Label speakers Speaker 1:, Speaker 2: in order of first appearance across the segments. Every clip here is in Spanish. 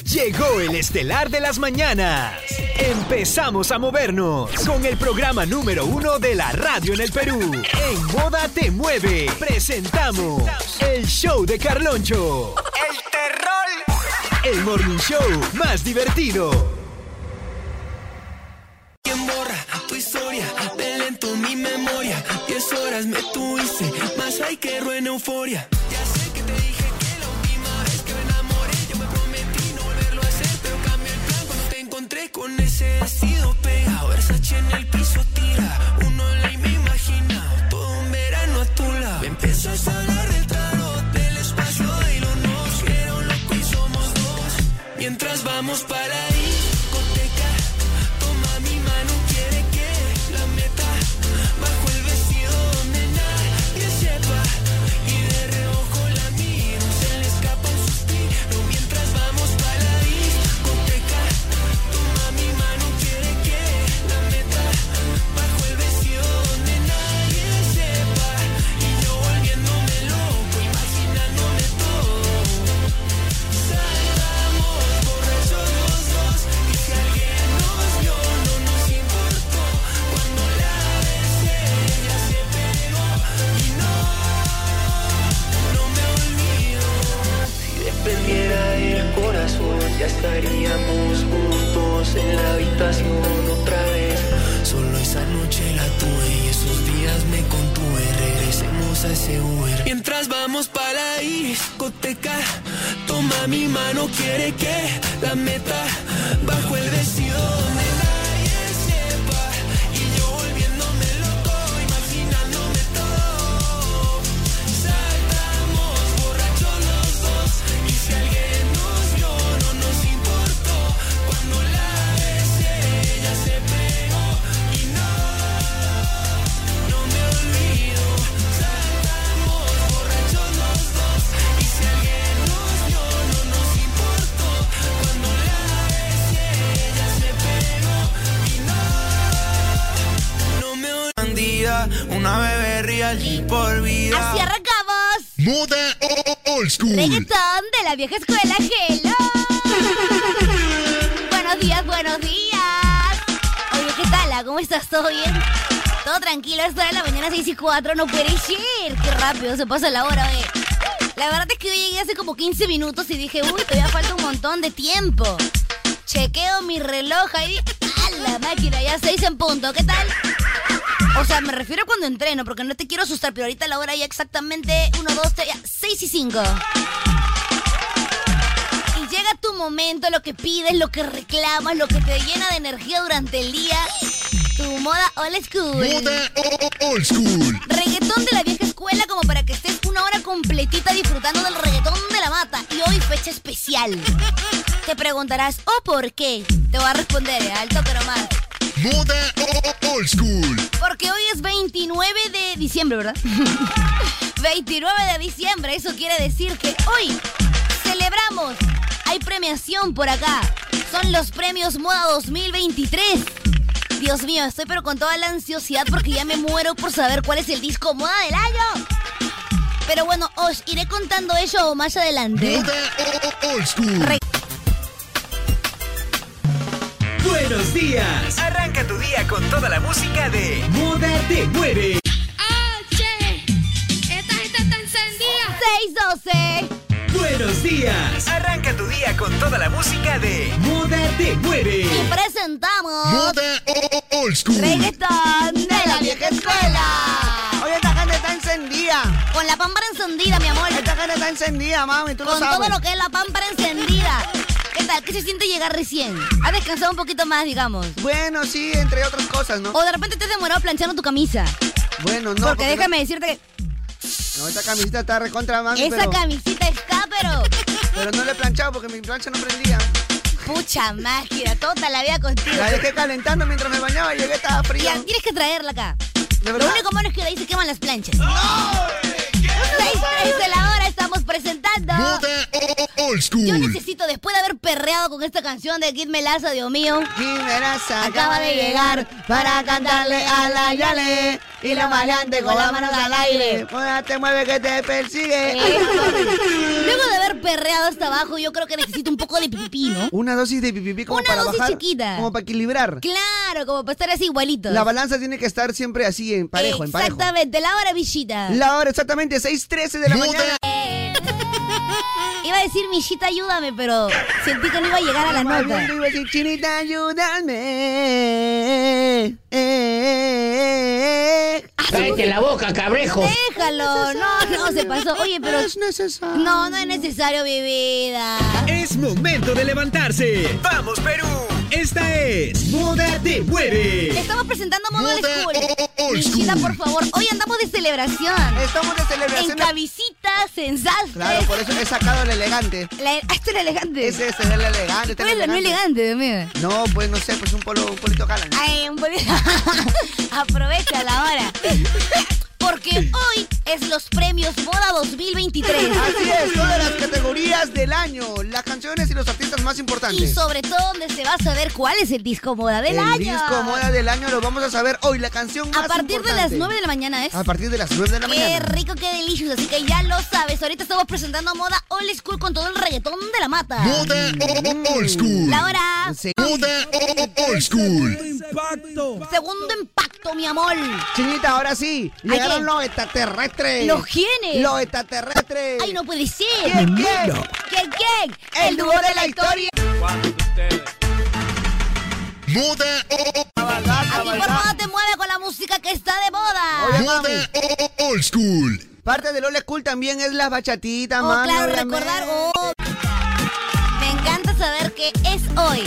Speaker 1: Llegó el estelar de las mañanas. Empezamos a movernos con el programa número uno de la radio en el Perú. En Moda Te Mueve, presentamos el show de Carloncho.
Speaker 2: El terror.
Speaker 1: El morning show más divertido.
Speaker 2: Quien borra tu historia, de lento mi memoria. Diez horas me tuviste, más hay que en euforia. Ya sé que te dije que la última vez que me enamoré, yo me prometí no volverlo a hacer, pero cambié el plan cuando te encontré con ese vestido pegado. Versace en el piso tira, uno online me imagina, todo un verano a tu lado. Me empiezas a hablar del tarot, del espacio de lo nos, que era un loco y somos dos. Mientras vamos para ahí. Toma mi mano, quiere que la meta bajo el vestido donde nadie sepa y de reojo la miro, se le escapa un suspiro mientras vamos para la discoteca. Toma mi mano, quiere que la meta bajo el vestido donde nadie sepa y yo volviéndome loco, imaginándome todo. Salgamos borrachos los dos y si alguien nos vio no nos importó. Cuando la besé ella se pegó y no, no me olvido. Si dependiera del corazón ya estaríamos juntos en la habitación otra vez. Solo esa noche la tuve y esos días me contuve. Regresemos a ese Uber. Mientras vamos para la discoteca, toma mi mano, quiere que la meta bajo el vestido donde nadie sepa. Y yo volviéndome loco, imaginándome todo. Saltamos borrachos los dos y si alguien nos vio no nos importó. Cuando la besé ella se pegó y no, no me olvido. Saltamos borrachos los dos y si alguien nos vio no nos importó. Cuando la besé ella se pegó y no, no me olvido. Bandida, una bebé real y por vida.
Speaker 3: Así arrancamos.
Speaker 4: Moda o- o- Old School.
Speaker 3: Reggaetón de la vieja escuela. Hello. buenos días, buenos días. Oye, ¿qué tal? ah? ¿Cómo estás? ¿Todo bien? Todo tranquilo, es hora de la mañana 6 y 4, no puede ir. Qué rápido se pasa la hora, oye. La verdad es que yo llegué hace como 15 minutos y dije, uy, todavía falta un montón de tiempo. Chequeo mi reloj ahí. ¡A la máquina! Ya 6 en punto, ¿qué tal? O sea, me refiero a cuando entreno, porque no te quiero asustar, pero ahorita la hora ya exactamente 1, 2, 3, 6 y 5. Y llega tu momento, lo que pides, lo que reclamas, lo que te llena de energía durante el día. Tu moda old school.
Speaker 4: Moda o- o- Old School.
Speaker 3: Reggaetón de la vieja escuela como para que estés una hora completita disfrutando del reggaetón de la mata. Y hoy fecha especial. Te preguntarás, ¿o por qué? Te voy a responder, ¿eh? alto pero más.
Speaker 4: Moda o- o- Old School.
Speaker 3: Porque hoy es 29 de diciembre, ¿verdad? 29 de diciembre, eso quiere decir que hoy celebramos. Hay premiación por acá. Son los premios Moda 2023. Dios mío, estoy pero con toda la ansiosidad porque ya me muero por saber cuál es el disco Moda del año. Pero bueno, os iré contando ello más adelante.
Speaker 4: Moda o- o- Old School.
Speaker 3: Re-
Speaker 1: Buenos días. Arranca tu día con toda la música de Moda Te Mueve.
Speaker 5: ¡Ah, che! Esta gente está encendida.
Speaker 3: 612.
Speaker 1: Buenos días. Arranca tu día con toda la música de Moda Te Mueve.
Speaker 3: Y presentamos.
Speaker 4: Moda o- o- Old School.
Speaker 3: Reggaetón de la vieja escuela.
Speaker 6: Oye, esta gente está encendida.
Speaker 3: Con la pámpara encendida, mi amor.
Speaker 6: Esta gente está encendida, mami, tú lo
Speaker 3: Con
Speaker 6: sabes.
Speaker 3: todo lo que es la pámpara encendida. ¿Qué tal? ¿Qué se siente llegar recién? Has descansado un poquito más, digamos.
Speaker 6: Bueno, sí, entre otras cosas, ¿no?
Speaker 3: O de repente te has demorado planchando tu camisa.
Speaker 6: Bueno, no.
Speaker 3: porque déjame
Speaker 6: no-
Speaker 3: decirte
Speaker 6: No, esta camisita está recontra, mami,
Speaker 3: que esa
Speaker 6: pero,
Speaker 3: camisita está, pero.
Speaker 6: pero no le he planchado porque mi plancha no prendía.
Speaker 3: Pucha máquina, toda la vida contigo.
Speaker 6: La dejé calentando mientras me bañaba y llegué, estaba fría.
Speaker 3: Ya, tienes que traerla acá.
Speaker 6: ¿De
Speaker 3: Lo
Speaker 6: verdad?
Speaker 3: único malo es que de ahí se queman las planchas. ¡No! 6 de la hora estamos presentando.
Speaker 4: Moda o- o- Old
Speaker 3: Yo
Speaker 4: School.
Speaker 3: necesito, después de haber perreado con esta canción de Kid Melaza, Dios mío.
Speaker 6: Jimena Sa-
Speaker 3: Acaba de llegar para cantarle a la Yale. Y la maleante con las manos al aire. Eh,
Speaker 6: Ahora te mueve que te persigue.
Speaker 3: Luego de haber perreado hasta abajo, yo creo que necesito un poco de pipí, ¿no?
Speaker 6: Una dosis de pipipí como
Speaker 3: Una
Speaker 6: para
Speaker 3: dosis
Speaker 6: bajar.
Speaker 3: chiquita.
Speaker 6: Como para equilibrar.
Speaker 3: Claro, como para estar así igualitos.
Speaker 6: La balanza tiene que estar siempre así, en parejo, en parejo.
Speaker 3: Exactamente, la maravillita.
Speaker 6: La hora exactamente, 6.13 de la mañana.
Speaker 3: Iba a decir, Michita, ayúdame, pero sentí que no iba a llegar a la
Speaker 6: Más
Speaker 3: nota.
Speaker 6: bien te iba a decir, chinita, ayúdame. Eh, eh, eh.
Speaker 7: Cállate la boca, cabrejo.
Speaker 3: Déjalo, no, no, se pasó. Oye, pero
Speaker 6: Es necesario.
Speaker 3: no, no es necesario, mi vida.
Speaker 1: Es momento de levantarse. ¡Vamos, Perú! Esta es Moda Te
Speaker 3: Te
Speaker 1: Mueve.
Speaker 3: estamos presentando Model
Speaker 4: Moda
Speaker 3: School.
Speaker 4: o- old
Speaker 3: Michita,
Speaker 4: school.
Speaker 3: por favor, hoy andamos de celebración.
Speaker 6: Estamos de
Speaker 3: En
Speaker 6: celebración.
Speaker 3: cabicitas, en sastres.
Speaker 6: Eh, Claro, por eso he sacado el elegante.
Speaker 3: La- ah, esto era elegante.
Speaker 6: Ese es el elegante.
Speaker 3: Tú
Speaker 6: este
Speaker 3: eres la no elegante, amigo.
Speaker 6: No, pues no sé, pues un polo, un polito calan.
Speaker 3: Ay, un poquito. Aprovecha la hora. Porque hoy es los premios Moda 2023.
Speaker 6: Así es, todas las categorías del año, las canciones y los artistas más
Speaker 3: Y
Speaker 6: importantes.
Speaker 3: sobre todo donde se va a saber cuál es el disco moda del
Speaker 6: el
Speaker 3: año.
Speaker 6: disco moda del año lo vamos a saber hoy, la canción más
Speaker 3: a partir de las 9 de la mañana es.
Speaker 6: A partir de las 9 de la
Speaker 3: Qué
Speaker 6: mañana.
Speaker 3: rico, qué delicioso. Así que ya lo sabes. Ahorita estamos presentando moda old school con todo el reggaetón de la mata.
Speaker 4: Moda o- old school.
Speaker 3: La hora.
Speaker 6: Sí.
Speaker 4: Moda o- old school.
Speaker 3: Segundo impacto, mi amor.
Speaker 6: Chinita, ahora sí,
Speaker 3: qué?
Speaker 6: llegaron los extraterrestres.
Speaker 3: ¿Los quiénes?
Speaker 6: Los extraterrestres.
Speaker 3: Ay, no puede ser.
Speaker 6: ¿Quién, quién?
Speaker 3: ¿Quién, quién?
Speaker 6: El dúo de la historia.
Speaker 4: Moda o-
Speaker 3: Aquí por moda te mueve con la música que está de moda.
Speaker 6: Oye,
Speaker 4: moda o- old school.
Speaker 6: Parte del old school también es las bachatitas,
Speaker 3: Oh,
Speaker 6: mami,
Speaker 3: claro,
Speaker 6: obviamente.
Speaker 3: recordar. oh. Me encanta saber qué es hoy.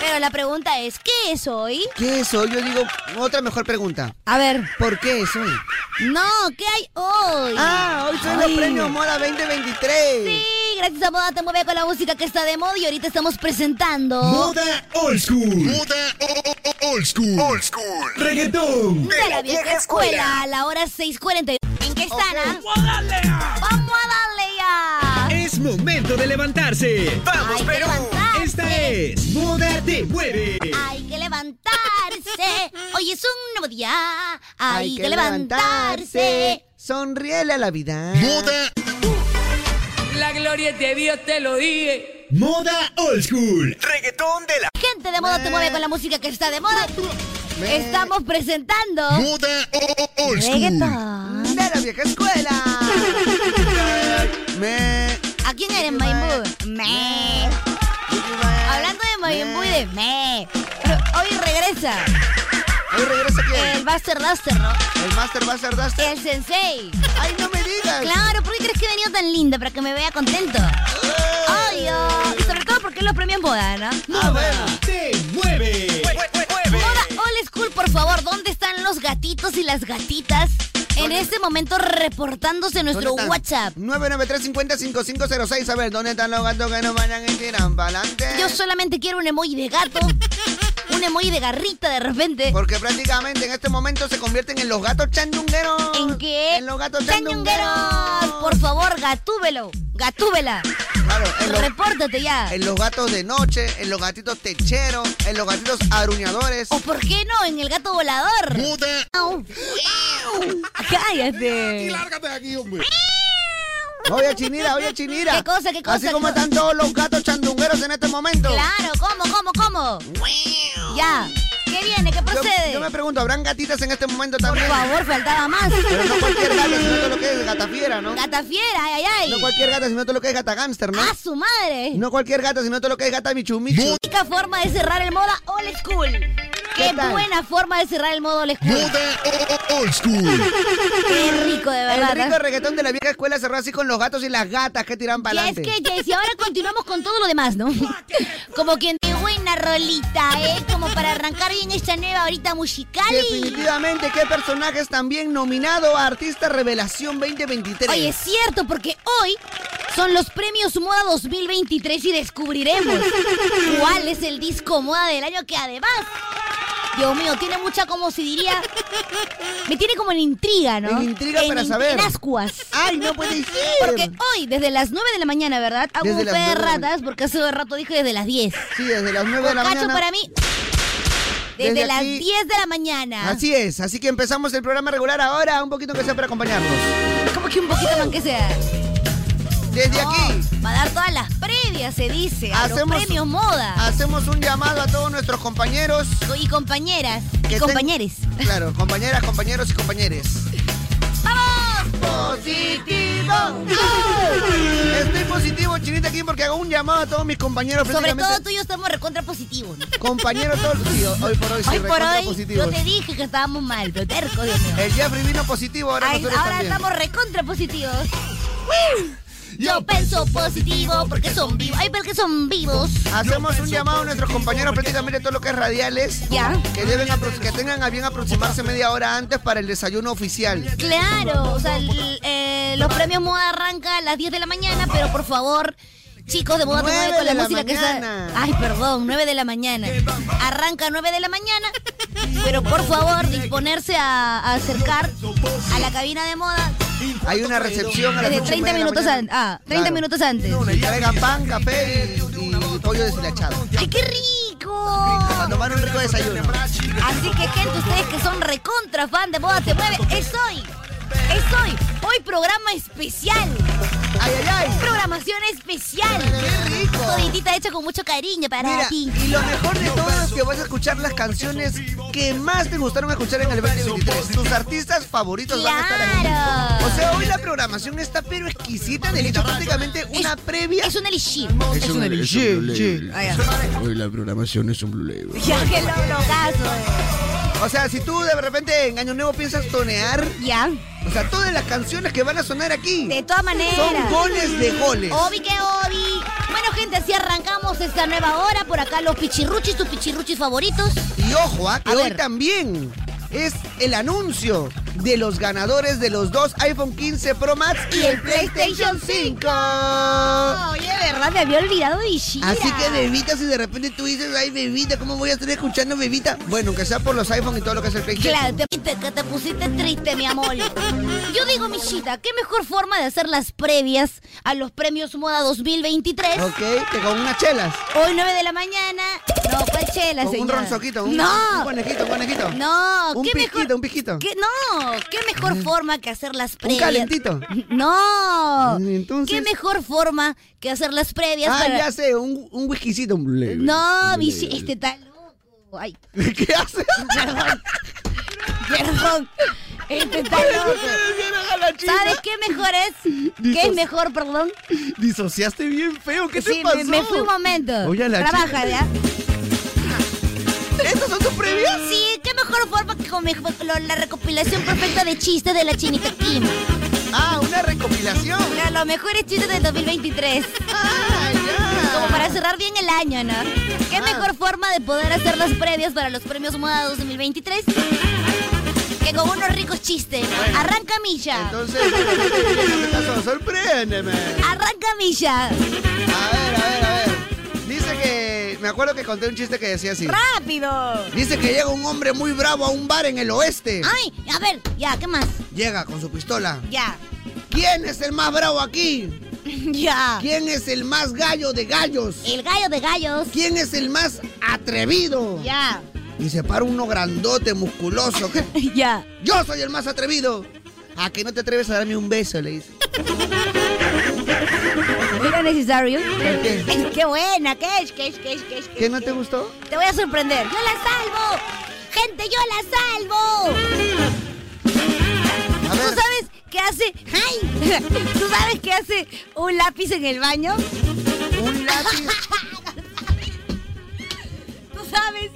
Speaker 3: Pero la pregunta es, ¿qué es hoy?
Speaker 6: ¿Qué es hoy? Yo digo, otra mejor pregunta.
Speaker 3: A ver.
Speaker 6: ¿Por qué es hoy?
Speaker 3: No, ¿qué hay hoy?
Speaker 6: Ah, hoy son los
Speaker 3: Ay.
Speaker 6: premios Moda 2023.
Speaker 3: Sí, gracias a Moda Te Mueve con la música que está de moda y ahorita estamos presentando...
Speaker 1: Moda Old School.
Speaker 4: Moda o- o- old school. Old school.
Speaker 1: Reggaetón.
Speaker 3: de la vieja escuela a la hora 6.40. ¿En qué están, ah? ¡Vamos a darle ya!
Speaker 1: Es momento de levantarse. ¡Vamos,
Speaker 3: Hay que
Speaker 1: Perú!
Speaker 3: levantarse.
Speaker 1: Esta Este es Moda Te Mueve.
Speaker 3: Hay que levantarse, hoy es un nuevo día. Hay, que, levantarse.
Speaker 6: Sonríele a la vida.
Speaker 4: Moda
Speaker 8: La gloria de Dios te lo dije.
Speaker 1: Moda Old School. Reggaetón de la
Speaker 3: Gente de Moda Te Mueve con la música que está de moda. Estamos presentando...
Speaker 4: moda o- o- old school.
Speaker 3: Reggaeton.
Speaker 6: De la vieja escuela. Me.
Speaker 3: ¿A quién eres, Maimbu? Me. Hablando de Mayimbu y de me. Hoy regresa
Speaker 6: Hoy regresa
Speaker 3: el
Speaker 6: quién?
Speaker 3: Buster Duster, ¿no?
Speaker 6: El Master Master Duster.
Speaker 3: El Sensei.
Speaker 6: Ay, no me digas.
Speaker 3: Claro, ¿por qué crees que he venido tan linda? Para que me vea contento. Obvio. Y sobre todo porque es los premios moda, ¿no?
Speaker 6: Ah, bueno.
Speaker 1: Te Mueve.
Speaker 3: Moda Old School, por favor, ¿dónde están los gatitos y las gatitas? En este momento reportándose en nuestro
Speaker 6: ¿Dónde están?
Speaker 3: WhatsApp.
Speaker 6: 993-50-5506. A ver, ¿dónde están los gatos que no vayan y tiran para adelante?
Speaker 3: Yo solamente quiero un emoji de gato, un emoji de garrita de repente.
Speaker 6: Porque prácticamente en este momento se convierten en los gatos chandungueros.
Speaker 3: ¿En qué?
Speaker 6: En los gatos
Speaker 3: ¡Cañongueros!
Speaker 6: chandungueros.
Speaker 3: Por favor, gatúbelo. Gatúbela.
Speaker 6: Claro, en los,
Speaker 3: Repórtate ya.
Speaker 6: en los gatos de noche, en los gatitos techeros, en los gatitos aruñadores.
Speaker 3: O por qué no, en el gato volador.
Speaker 4: Moda
Speaker 3: Au. Cállate.
Speaker 6: Oye, Chinira, oye, Chinira.
Speaker 3: ¿Qué cosa, qué cosa,
Speaker 6: Así
Speaker 3: qué
Speaker 6: como
Speaker 3: cosa?
Speaker 6: están todos los gatos chandungueros en este momento.
Speaker 3: Claro, ¿cómo, cómo, cómo? Ya. ¿Qué viene? ¿Qué
Speaker 6: Yo,
Speaker 3: procede?
Speaker 6: yo me pregunto, ¿habrán gatitas en este momento
Speaker 3: Por
Speaker 6: también?
Speaker 3: favor, faltaba más.
Speaker 6: Pero no cualquier gato, sino todo lo que es gata fiera, ¿no?
Speaker 3: Gata fiera, ay, ay,
Speaker 6: No
Speaker 3: ay.
Speaker 6: cualquier gata, sino todo lo que es gata gángster, ¿no?
Speaker 3: ¡A su madre!
Speaker 6: No cualquier gata, sino todo lo que es gata michumichu.
Speaker 3: Única forma de cerrar el moda old school. Qué,
Speaker 6: tal?
Speaker 3: buena forma de cerrar el modo old school.
Speaker 4: moda o- o- old school.
Speaker 3: Qué rico, de
Speaker 6: El
Speaker 3: verdad.
Speaker 6: rico reggaetón de la vieja escuela cerró así con los gatos y las gatas que tiran
Speaker 3: Y
Speaker 6: para
Speaker 3: es
Speaker 6: adelante.
Speaker 3: que, Jessy, ahora continuamos con todo lo demás, ¿no? Como quien de buena rolita, ¿eh? Como para arrancar bien esta nueva horita musical.
Speaker 6: Definitivamente, qué personaje es también nominado a Artista Revelación 2023.
Speaker 3: Oye, es cierto, porque hoy son los premios Moda 2023 y descubriremos cuál es el disco moda del año que además, Dios mío, tiene mucha, como se diría, me tiene como en intriga, ¿no?
Speaker 6: En intriga para
Speaker 3: in-
Speaker 6: saber.
Speaker 3: En ascuas.
Speaker 6: Ay, no puede ser.
Speaker 3: Porque hoy, desde las 9 de la mañana, ¿verdad? Hago
Speaker 6: Desde
Speaker 3: un
Speaker 6: las
Speaker 3: fe de
Speaker 6: 9 de la-
Speaker 3: ratas, porque hace rato dije desde las 10.
Speaker 6: Sí, desde las 9 de la
Speaker 3: Cacho
Speaker 6: mañana.
Speaker 3: para mí. Desde,
Speaker 6: Desde
Speaker 3: las
Speaker 6: aquí-
Speaker 3: 10 de la mañana.
Speaker 6: Así es, así que empezamos el programa regular ahora, un poquito que sea para acompañarnos.
Speaker 3: Como que un poquito más que sea.
Speaker 6: Desde
Speaker 3: No,
Speaker 6: aquí
Speaker 3: Oh, Va a dar todas las previas, se dice. A los
Speaker 6: Hacemos-
Speaker 3: premios moda.
Speaker 6: hacemos un llamado a todos nuestros compañeros.
Speaker 3: Y compañeras.
Speaker 6: que
Speaker 3: Y
Speaker 6: ten-
Speaker 3: compañeres.
Speaker 6: Claro, compañeras, compañeros y compañeres.
Speaker 3: ¡Vamos!
Speaker 6: ¡Positivo! Estoy positivo, Chinita Kim, porque hago un llamado a todos mis compañeros.
Speaker 3: Sobre
Speaker 6: prácticamente-
Speaker 3: todo tú y yo estamos recontra positivos. ¿no?
Speaker 6: Compañeros todos, sí, hoy por hoy sí,
Speaker 3: hoy por
Speaker 6: recontra
Speaker 3: hoy
Speaker 6: positivos.
Speaker 3: yo te dije que estábamos mal, pero terco, Dios mío.
Speaker 6: El Jeffrey vino positivo, ahora
Speaker 3: Ay,
Speaker 6: nosotros
Speaker 3: ahora
Speaker 6: también.
Speaker 3: estamos recontra positivos. Yo pienso positivo porque son vivos. Ay, porque son vivos.
Speaker 6: Hacemos un llamado a nuestros compañeros, prácticamente todo lo que es radiales,
Speaker 3: Ya.
Speaker 6: que, deben apro- que tengan a bien aproximarse media hora antes para el desayuno oficial.
Speaker 3: Claro, o sea, el- eh, los premios moda arranca a las 10 de la mañana, pero por favor, chicos de moda te
Speaker 6: Nueve
Speaker 3: mueve con la,
Speaker 6: de la
Speaker 3: música
Speaker 6: mañana.
Speaker 3: que está. Ay, perdón, 9 de la mañana. Arranca 9 de la mañana, pero por favor, disponerse a, a acercar a la cabina de moda
Speaker 6: Hay una recepción a las
Speaker 3: desde
Speaker 6: ocho y
Speaker 3: 30
Speaker 6: media de la
Speaker 3: minutos
Speaker 6: mañana.
Speaker 3: antes. Ah, 30
Speaker 6: Claro.
Speaker 3: minutos antes.
Speaker 6: Que traigan pan, café y, y pollo deshilachado.
Speaker 3: ¡Ay, qué rico!
Speaker 6: Para tomar un rico desayuno.
Speaker 3: Así que, gente, ustedes que son recontra fan de Moda Te Mueve, es hoy. Es hoy. Hoy programa especial.
Speaker 6: ¡Ay, ay, ay!
Speaker 3: Programación especial.
Speaker 6: ¡Qué rico!
Speaker 3: Toditita hecha con mucho cariño para
Speaker 6: Mira,
Speaker 3: ti.
Speaker 6: y lo mejor de todo es que vas a escuchar las canciones que más te gustaron escuchar en el 2023. Tus artistas favoritos van a estar aquí.
Speaker 3: Claro.
Speaker 6: O sea, hoy la programación está pero exquisita, de hecho prácticamente una
Speaker 3: es,
Speaker 6: previa.
Speaker 3: Es un elixir.
Speaker 4: Es un
Speaker 6: Sí, sí.
Speaker 4: Blue
Speaker 3: Ay,
Speaker 4: Label. Hoy la programación es un Blue Label.
Speaker 3: Ya que lo lo caso. eh.
Speaker 6: O sea, si tú de repente en Año Nuevo piensas tonear,
Speaker 3: Ya.
Speaker 6: o sea, todas las canciones que van a sonar aquí
Speaker 3: De todas maneras.
Speaker 6: son goles de goles.
Speaker 3: Obi que obi. Bueno, gente, así arrancamos esta nueva hora. Por acá los pichirruchis, tus pichirruchis favoritos.
Speaker 6: Y ojo, ah, que
Speaker 3: A
Speaker 6: hoy
Speaker 3: ver.
Speaker 6: también es el anuncio de los ganadores de los dos iPhone 15 Pro Max y el PlayStation 5.
Speaker 3: Oye, verdad, me había olvidado de Ishira.
Speaker 6: Así que bebita, si de repente tú dices, ay bebita, ¿cómo voy a estar escuchando bebita? Bueno, que sea por los iPhone y todo lo que es el PlayStation.
Speaker 3: Claro, te, te- que te pusiste triste, mi amor. Yo digo, Michita, qué mejor forma de hacer las previas a los premios Moda 2023.
Speaker 6: Ok, que con unas chelas.
Speaker 3: Hoy 9 de la mañana. No, ¿cuál chela,
Speaker 6: Con
Speaker 3: Ah,
Speaker 6: un
Speaker 3: señora?
Speaker 6: ronzoquito, un, un
Speaker 3: no.
Speaker 6: conejito, un conejito.
Speaker 3: no,
Speaker 6: un
Speaker 3: qué
Speaker 6: piquito,
Speaker 3: mejor.
Speaker 6: un piquito.
Speaker 3: qué- no, qué mejor forma que hacer las previas.
Speaker 6: calentito.
Speaker 3: No.
Speaker 6: Mm, entonces-
Speaker 3: Qué mejor forma que hacer las previas
Speaker 6: Ah,
Speaker 3: para-
Speaker 6: ya sé, un, un whiskycito, un Blue Label.
Speaker 3: No, este- Michi, este tal loco. Ay,
Speaker 6: ¿Qué haces?
Speaker 3: perdón. Este tal loco. ¿Sabes qué mejor es? ¿Qué es mejor, perdón?
Speaker 6: Disociaste bien feo, ¿qué
Speaker 3: Sí,
Speaker 6: te pasó?
Speaker 3: me, me fui un momento.
Speaker 6: Oye, a la
Speaker 3: Trabaja, ¿ya?
Speaker 6: ¿Estas son tus previas?
Speaker 3: Sí, qué mejor forma que con mejor- lo- la recopilación perfecta de chistes de la chinita Kim.
Speaker 6: Ah, una recopilación.
Speaker 3: Mira, los mejores chistes del 2023.
Speaker 6: Ah, ya.
Speaker 3: Como para cerrar bien el año, ¿no? Qué mejor forma de poder hacer las previas para los premios Moda 2023 que con unos ricos chistes. Arranca Milla.
Speaker 6: Entonces, ¿qué pasó? sorpréndeme.
Speaker 3: Arranca Milla.
Speaker 6: A ver, a ver, a ver. Dice que. Me acuerdo que conté un chiste que decía así.
Speaker 3: ¡Rápido!
Speaker 6: Dice que llega un hombre muy bravo a un bar en el oeste.
Speaker 3: Ay, a ver, ya, ¿qué más?
Speaker 6: Llega con su pistola.
Speaker 3: Ya.
Speaker 6: ¿Quién es el más bravo aquí?
Speaker 3: Ya.
Speaker 6: ¿Quién es el más gallo de gallos?
Speaker 3: El gallo de gallos.
Speaker 6: ¿Quién es el más atrevido?
Speaker 3: Ya.
Speaker 6: Y se para uno grandote, musculoso. que-
Speaker 3: Ya.
Speaker 6: Yo soy el más atrevido. ¿A que no te atreves a darme un beso? Le dice.
Speaker 3: Era necesario.
Speaker 6: qué?
Speaker 3: Ay, Qué buena, qué es, qué es, qué es, qué es.
Speaker 6: ¿Qué no te gustó?
Speaker 3: Te voy a sorprender. ¡Yo la salvo! ¡Gente, yo la salvo!
Speaker 6: A
Speaker 3: ¿Tú
Speaker 6: ver.
Speaker 3: sabes qué hace? ¡Ay! ¿Tú sabes qué hace un lápiz en el baño?
Speaker 6: Un lápiz.
Speaker 3: ¿Tú sabes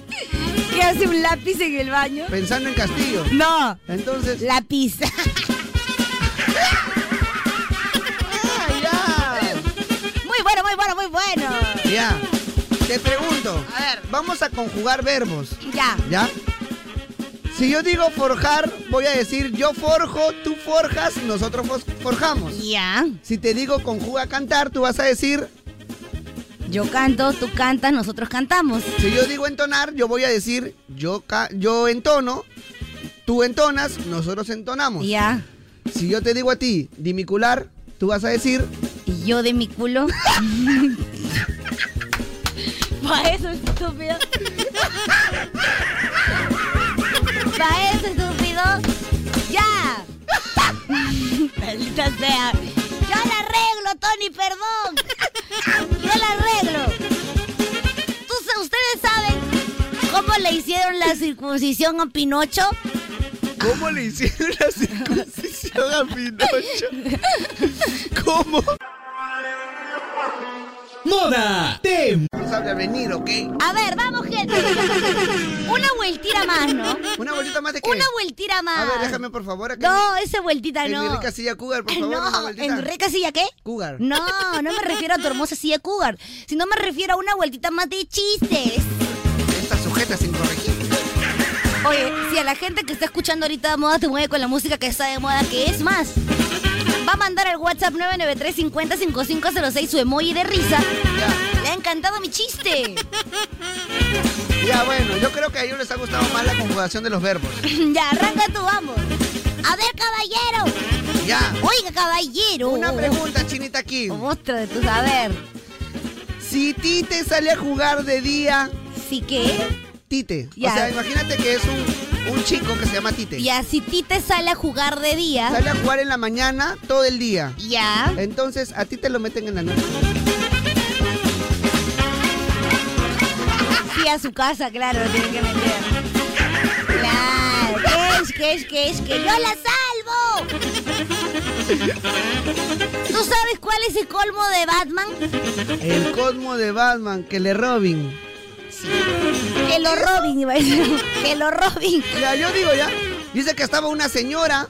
Speaker 3: qué hace un lápiz en el baño?
Speaker 6: Pensando en Castillo.
Speaker 3: No,
Speaker 6: Entonces.
Speaker 3: lápiz.
Speaker 6: ¡Ah,
Speaker 3: Muy bueno, muy bueno, muy bueno.
Speaker 6: ya! Ya. Te pregunto.
Speaker 3: A ver.
Speaker 6: Vamos a conjugar verbos.
Speaker 3: Ya.
Speaker 6: ¿Ya? Si yo digo forjar, voy a decir yo forjo, tú forjas, nosotros fos- forjamos.
Speaker 3: Ya.
Speaker 6: Si te digo conjuga cantar, tú vas a decir.
Speaker 3: Yo canto, tú cantas, nosotros cantamos.
Speaker 6: Si yo digo entonar, yo voy a decir yo, ca- yo entono, tú entonas, nosotros entonamos.
Speaker 3: Ya.
Speaker 6: Si yo te digo a ti dimicular, tú vas a decir.
Speaker 3: Y yo de mi culo. Pa' eso, estúpido. para eso, estúpido. ¡Ya! Maldita sea. Yo la arreglo, Tony, perdón. Yo la arreglo. Tú sa- ¿Ustedes saben cómo le hicieron la circuncisión a Pinocho?
Speaker 6: ¿Cómo le hicieron la circuncisión a Pinocho? ¿Cómo?
Speaker 1: Moda Tem.
Speaker 6: No sabe a venir, ¿ok?
Speaker 3: A ver, vamos, gente. Una vueltita más, ¿no?
Speaker 6: ¿Una vueltita más de qué?
Speaker 3: Una vueltita más.
Speaker 6: A ver, déjame, por favor, acá.
Speaker 3: No, esa vueltita Ah, no. Ah,
Speaker 6: Enrique Casilla Cougar, por favor, una
Speaker 3: No,
Speaker 6: vueltita.
Speaker 3: ¿Enrique Casilla qué?
Speaker 6: Cougar.
Speaker 3: No, no me refiero a tu hermosa silla Cougar, sino me refiero a una vueltita más de chistes.
Speaker 6: Esta sujeta sin corregir.
Speaker 3: Oye, si a la gente que está escuchando ahorita Moda te mueve con la música que está de moda, que es más, va a mandar al WhatsApp 993 50 5506 su emoji de risa. Le ha encantado mi chiste.
Speaker 6: Ya, bueno, yo creo que a ellos les ha gustado más la conjugación de los verbos.
Speaker 3: ya, arranca tú, vamos. A ver, caballero.
Speaker 6: Ya.
Speaker 3: Oiga, caballero.
Speaker 6: Una pregunta, Chinita aquí.
Speaker 3: Ostras, de tus, a ver.
Speaker 6: Si Tite sale a jugar de día,
Speaker 3: Sí que.
Speaker 6: Tite.
Speaker 3: Ya.
Speaker 6: O sea, imagínate que es un, un chico que se llama Tite.
Speaker 3: Ya, si Tite sale a jugar de día.
Speaker 6: Sale a jugar en la mañana todo el día.
Speaker 3: Ya.
Speaker 6: Entonces, a ti te lo meten en la noche.
Speaker 3: Sí, a su casa, claro, lo tienen que meter. Claro, que es, que es, que es, que yo la salvo. ¿Tú sabes cuál es el colmo de Batman?
Speaker 6: El cosmo de Batman, que le Robin.
Speaker 3: Que lo Robin, iba a decir. Que lo Robin.
Speaker 6: Ya, yo digo ya. Dice que estaba una señora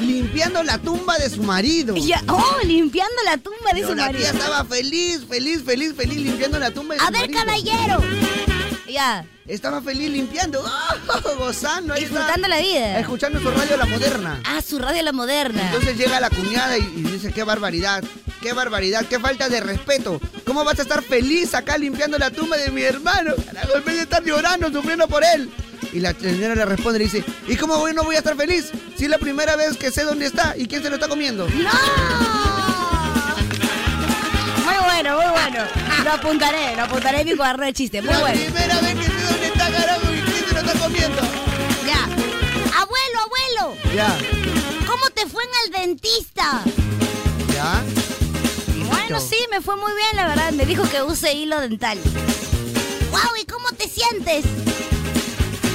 Speaker 6: limpiando la tumba de su marido.
Speaker 3: Y ya- oh, limpiando la tumba de
Speaker 6: Pero
Speaker 3: su
Speaker 6: la tía
Speaker 3: marido.
Speaker 6: estaba feliz, feliz, feliz, feliz limpiando la tumba de
Speaker 3: A
Speaker 6: su
Speaker 3: ver,
Speaker 6: marido.
Speaker 3: caballero. Ya,
Speaker 6: Estaba feliz limpiando, Oh, gozando. ahí está,
Speaker 3: disfrutando la vida.
Speaker 6: Escuchando su radio La Moderna.
Speaker 3: Ah, su radio La Moderna.
Speaker 6: Entonces llega la cuñada y, y dice, qué barbaridad, qué barbaridad, qué falta de respeto. ¿Cómo vas a estar feliz acá limpiando la tumba de mi hermano? Carajo, en vez de estar llorando, sufriendo por él. Y la señora le responde y le dice, ¿y cómo voy, no voy a estar feliz? Si es la primera vez que sé dónde está y quién se lo está comiendo.
Speaker 3: ¡No! Muy bueno, muy bueno. Lo apuntaré, lo apuntaré en mi cuaderno de chiste. Muy
Speaker 6: La
Speaker 3: bueno.
Speaker 6: primera vez que sé dónde está, carajo, y quién se lo está comiendo.
Speaker 3: Ya. Abuelo, abuelo,
Speaker 6: Ya,
Speaker 3: ¿cómo te fue en el dentista?
Speaker 6: ya.
Speaker 3: Bueno, sí, me fue muy bien, la verdad. Me dijo que use hilo dental. ¡Wow! ¿Y cómo te sientes?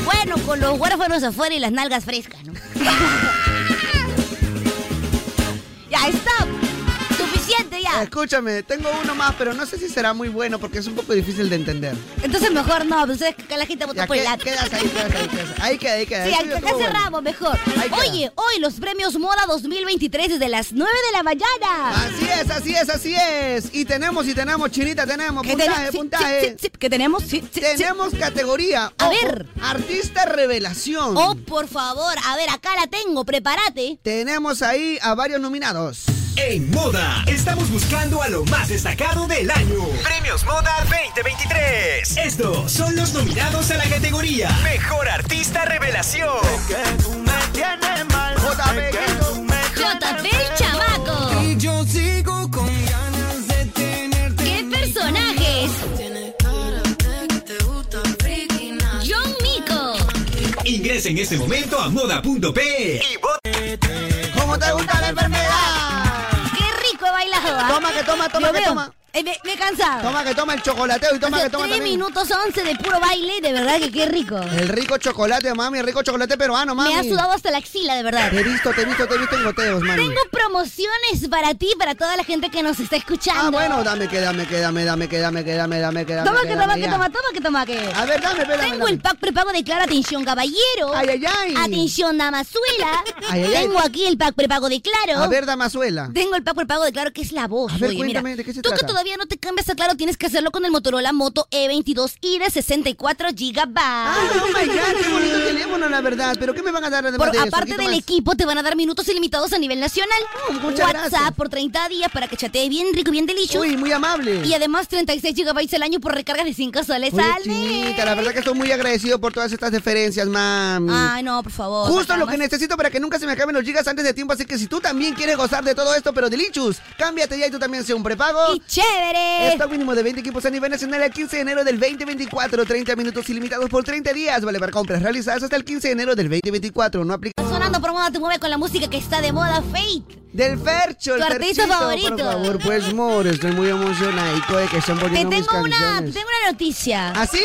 Speaker 3: Bueno, con los huérfanos afuera y las nalgas frescas, ¿no? ya está. Suficiente ya.
Speaker 6: Escúchame, tengo uno más, pero no sé si será muy bueno porque es un poco difícil de entender.
Speaker 3: Entonces mejor no, pues es que acá la gente votó
Speaker 6: Ya,
Speaker 3: por el
Speaker 6: que-
Speaker 3: lado.
Speaker 6: quedas ahí, quedas ahí, quedas ahí. Ahí queda, ahí queda.
Speaker 3: Sí,
Speaker 6: Eso
Speaker 3: acá
Speaker 6: ya estuvo bueno.
Speaker 3: cerramos mejor.
Speaker 6: Ahí queda.
Speaker 3: Oye, hoy los premios Moda 2023 desde las 9 de la mañana.
Speaker 6: Así es, así es, así es. Y tenemos, y tenemos, chinita, tenemos,
Speaker 3: ¿Qué
Speaker 6: puntaje,
Speaker 3: tenemos? Sí, sí,
Speaker 6: puntaje.
Speaker 3: sí, sí, ¿Qué tenemos? Sí, sí, sí.
Speaker 6: Tenemos categoría.
Speaker 3: A
Speaker 6: ojo,
Speaker 3: ver.
Speaker 6: Artista revelación.
Speaker 3: Oh, por favor, a ver, acá la tengo, prepárate.
Speaker 6: Tenemos ahí a varios nominados.
Speaker 1: En Moda estamos buscando a lo más destacado del año. Premios Moda 2023. Estos son los nominados a la categoría Mejor Artista Revelación.
Speaker 6: JB Guido.
Speaker 3: JP Chamaco.
Speaker 2: Y yo sigo con ganas de tenerte.
Speaker 3: ¿Qué personajes? John Mico.
Speaker 1: Ingresa en este momento a moda.p y vota.
Speaker 6: ¿Cómo te gusta la enfermedad?
Speaker 3: Qué rico he bailado. ¿ah?
Speaker 6: Toma, que toma, toma,
Speaker 3: Yo
Speaker 6: que
Speaker 3: veo.
Speaker 6: toma.
Speaker 3: Eh, me, me he cansado.
Speaker 6: Toma que toma el chocolateo y toma
Speaker 3: Hace
Speaker 6: que toma
Speaker 3: tres
Speaker 6: también.
Speaker 3: minutos 11 de puro baile, de verdad que qué rico.
Speaker 6: El rico chocolate, mami, el rico chocolate peruano, mami.
Speaker 3: Me ha sudado hasta la axila, de verdad.
Speaker 6: Te he visto, te he visto, te he visto en goteos, mami.
Speaker 3: Tengo promociones para ti, para toda la gente que nos está escuchando.
Speaker 6: Ah, bueno, dame que dame que dame, dame que dame que dame, dame que dame.
Speaker 3: Toma que toma
Speaker 6: dame,
Speaker 3: que
Speaker 6: ya.
Speaker 3: toma, toma que toma que.
Speaker 6: A ver, dame, ve, dame.
Speaker 3: Tengo el
Speaker 6: dame.
Speaker 3: pack prepago de Claro Atención Caballero.
Speaker 6: Ay, ay, ay.
Speaker 3: Atención Damazuela.
Speaker 6: Ay, ay, ay.
Speaker 3: Tengo aquí el pack prepago de Claro.
Speaker 6: A ver, Damazuela.
Speaker 3: Tengo el pack prepago de Claro que es la voz.
Speaker 6: A ver,
Speaker 3: Oye,
Speaker 6: cuéntame,
Speaker 3: mira,
Speaker 6: ¿de qué se
Speaker 3: tú
Speaker 6: trata?
Speaker 3: que todavía no te cambias a Claro tienes que hacerlo con el Motorola Moto E22i de 64 GB.
Speaker 6: Ay, oh my god, qué bonito teléfono, la verdad. Pero ¿qué me van a dar además
Speaker 3: Por,
Speaker 6: de eso?
Speaker 3: aparte
Speaker 6: ¿Qué
Speaker 3: del
Speaker 6: más?
Speaker 3: equipo, te van a dar minutos ilimitados a nivel nacional.
Speaker 6: Oh, muchas
Speaker 3: WhatsApp
Speaker 6: gracias.
Speaker 3: por 30 días para que chatee bien rico, bien delicioso.
Speaker 6: Uy, muy amable.
Speaker 3: Y además 36 GB al año por recargas de 5 soles
Speaker 6: Oye,
Speaker 3: al mes.
Speaker 6: chinita, la verdad que estoy muy agradecido por todas estas deferencias, mami.
Speaker 3: Ay, no, por favor.
Speaker 6: Justo
Speaker 3: acá
Speaker 6: lo
Speaker 3: más.
Speaker 6: que necesito para que nunca se me acaben los gigas antes de tiempo, así que si tú también quieres gozar de todo esto, pero delicious, cámbiate ya y tú también sea un prepago.
Speaker 3: Y chévere. chévere.
Speaker 6: Stock mínimo de 20 equipos a nivel nacional al 15 de enero del 2024. 30 minutos ilimitados por 30 días. Vale para compras realizadas hasta el 15 de enero del 2024. No aplica.
Speaker 3: Está sonando por moda, te mueve con la música que está de moda, Fate.
Speaker 6: Del Fercho, el
Speaker 3: Tu artista
Speaker 6: Ferchito,
Speaker 3: favorito.
Speaker 6: Por favor, pues, More, estoy muy emocionado de que están
Speaker 3: Te
Speaker 6: poniendo mis
Speaker 3: tengo una, te
Speaker 6: canciones. Ah.
Speaker 3: tengo una noticia.
Speaker 6: Así,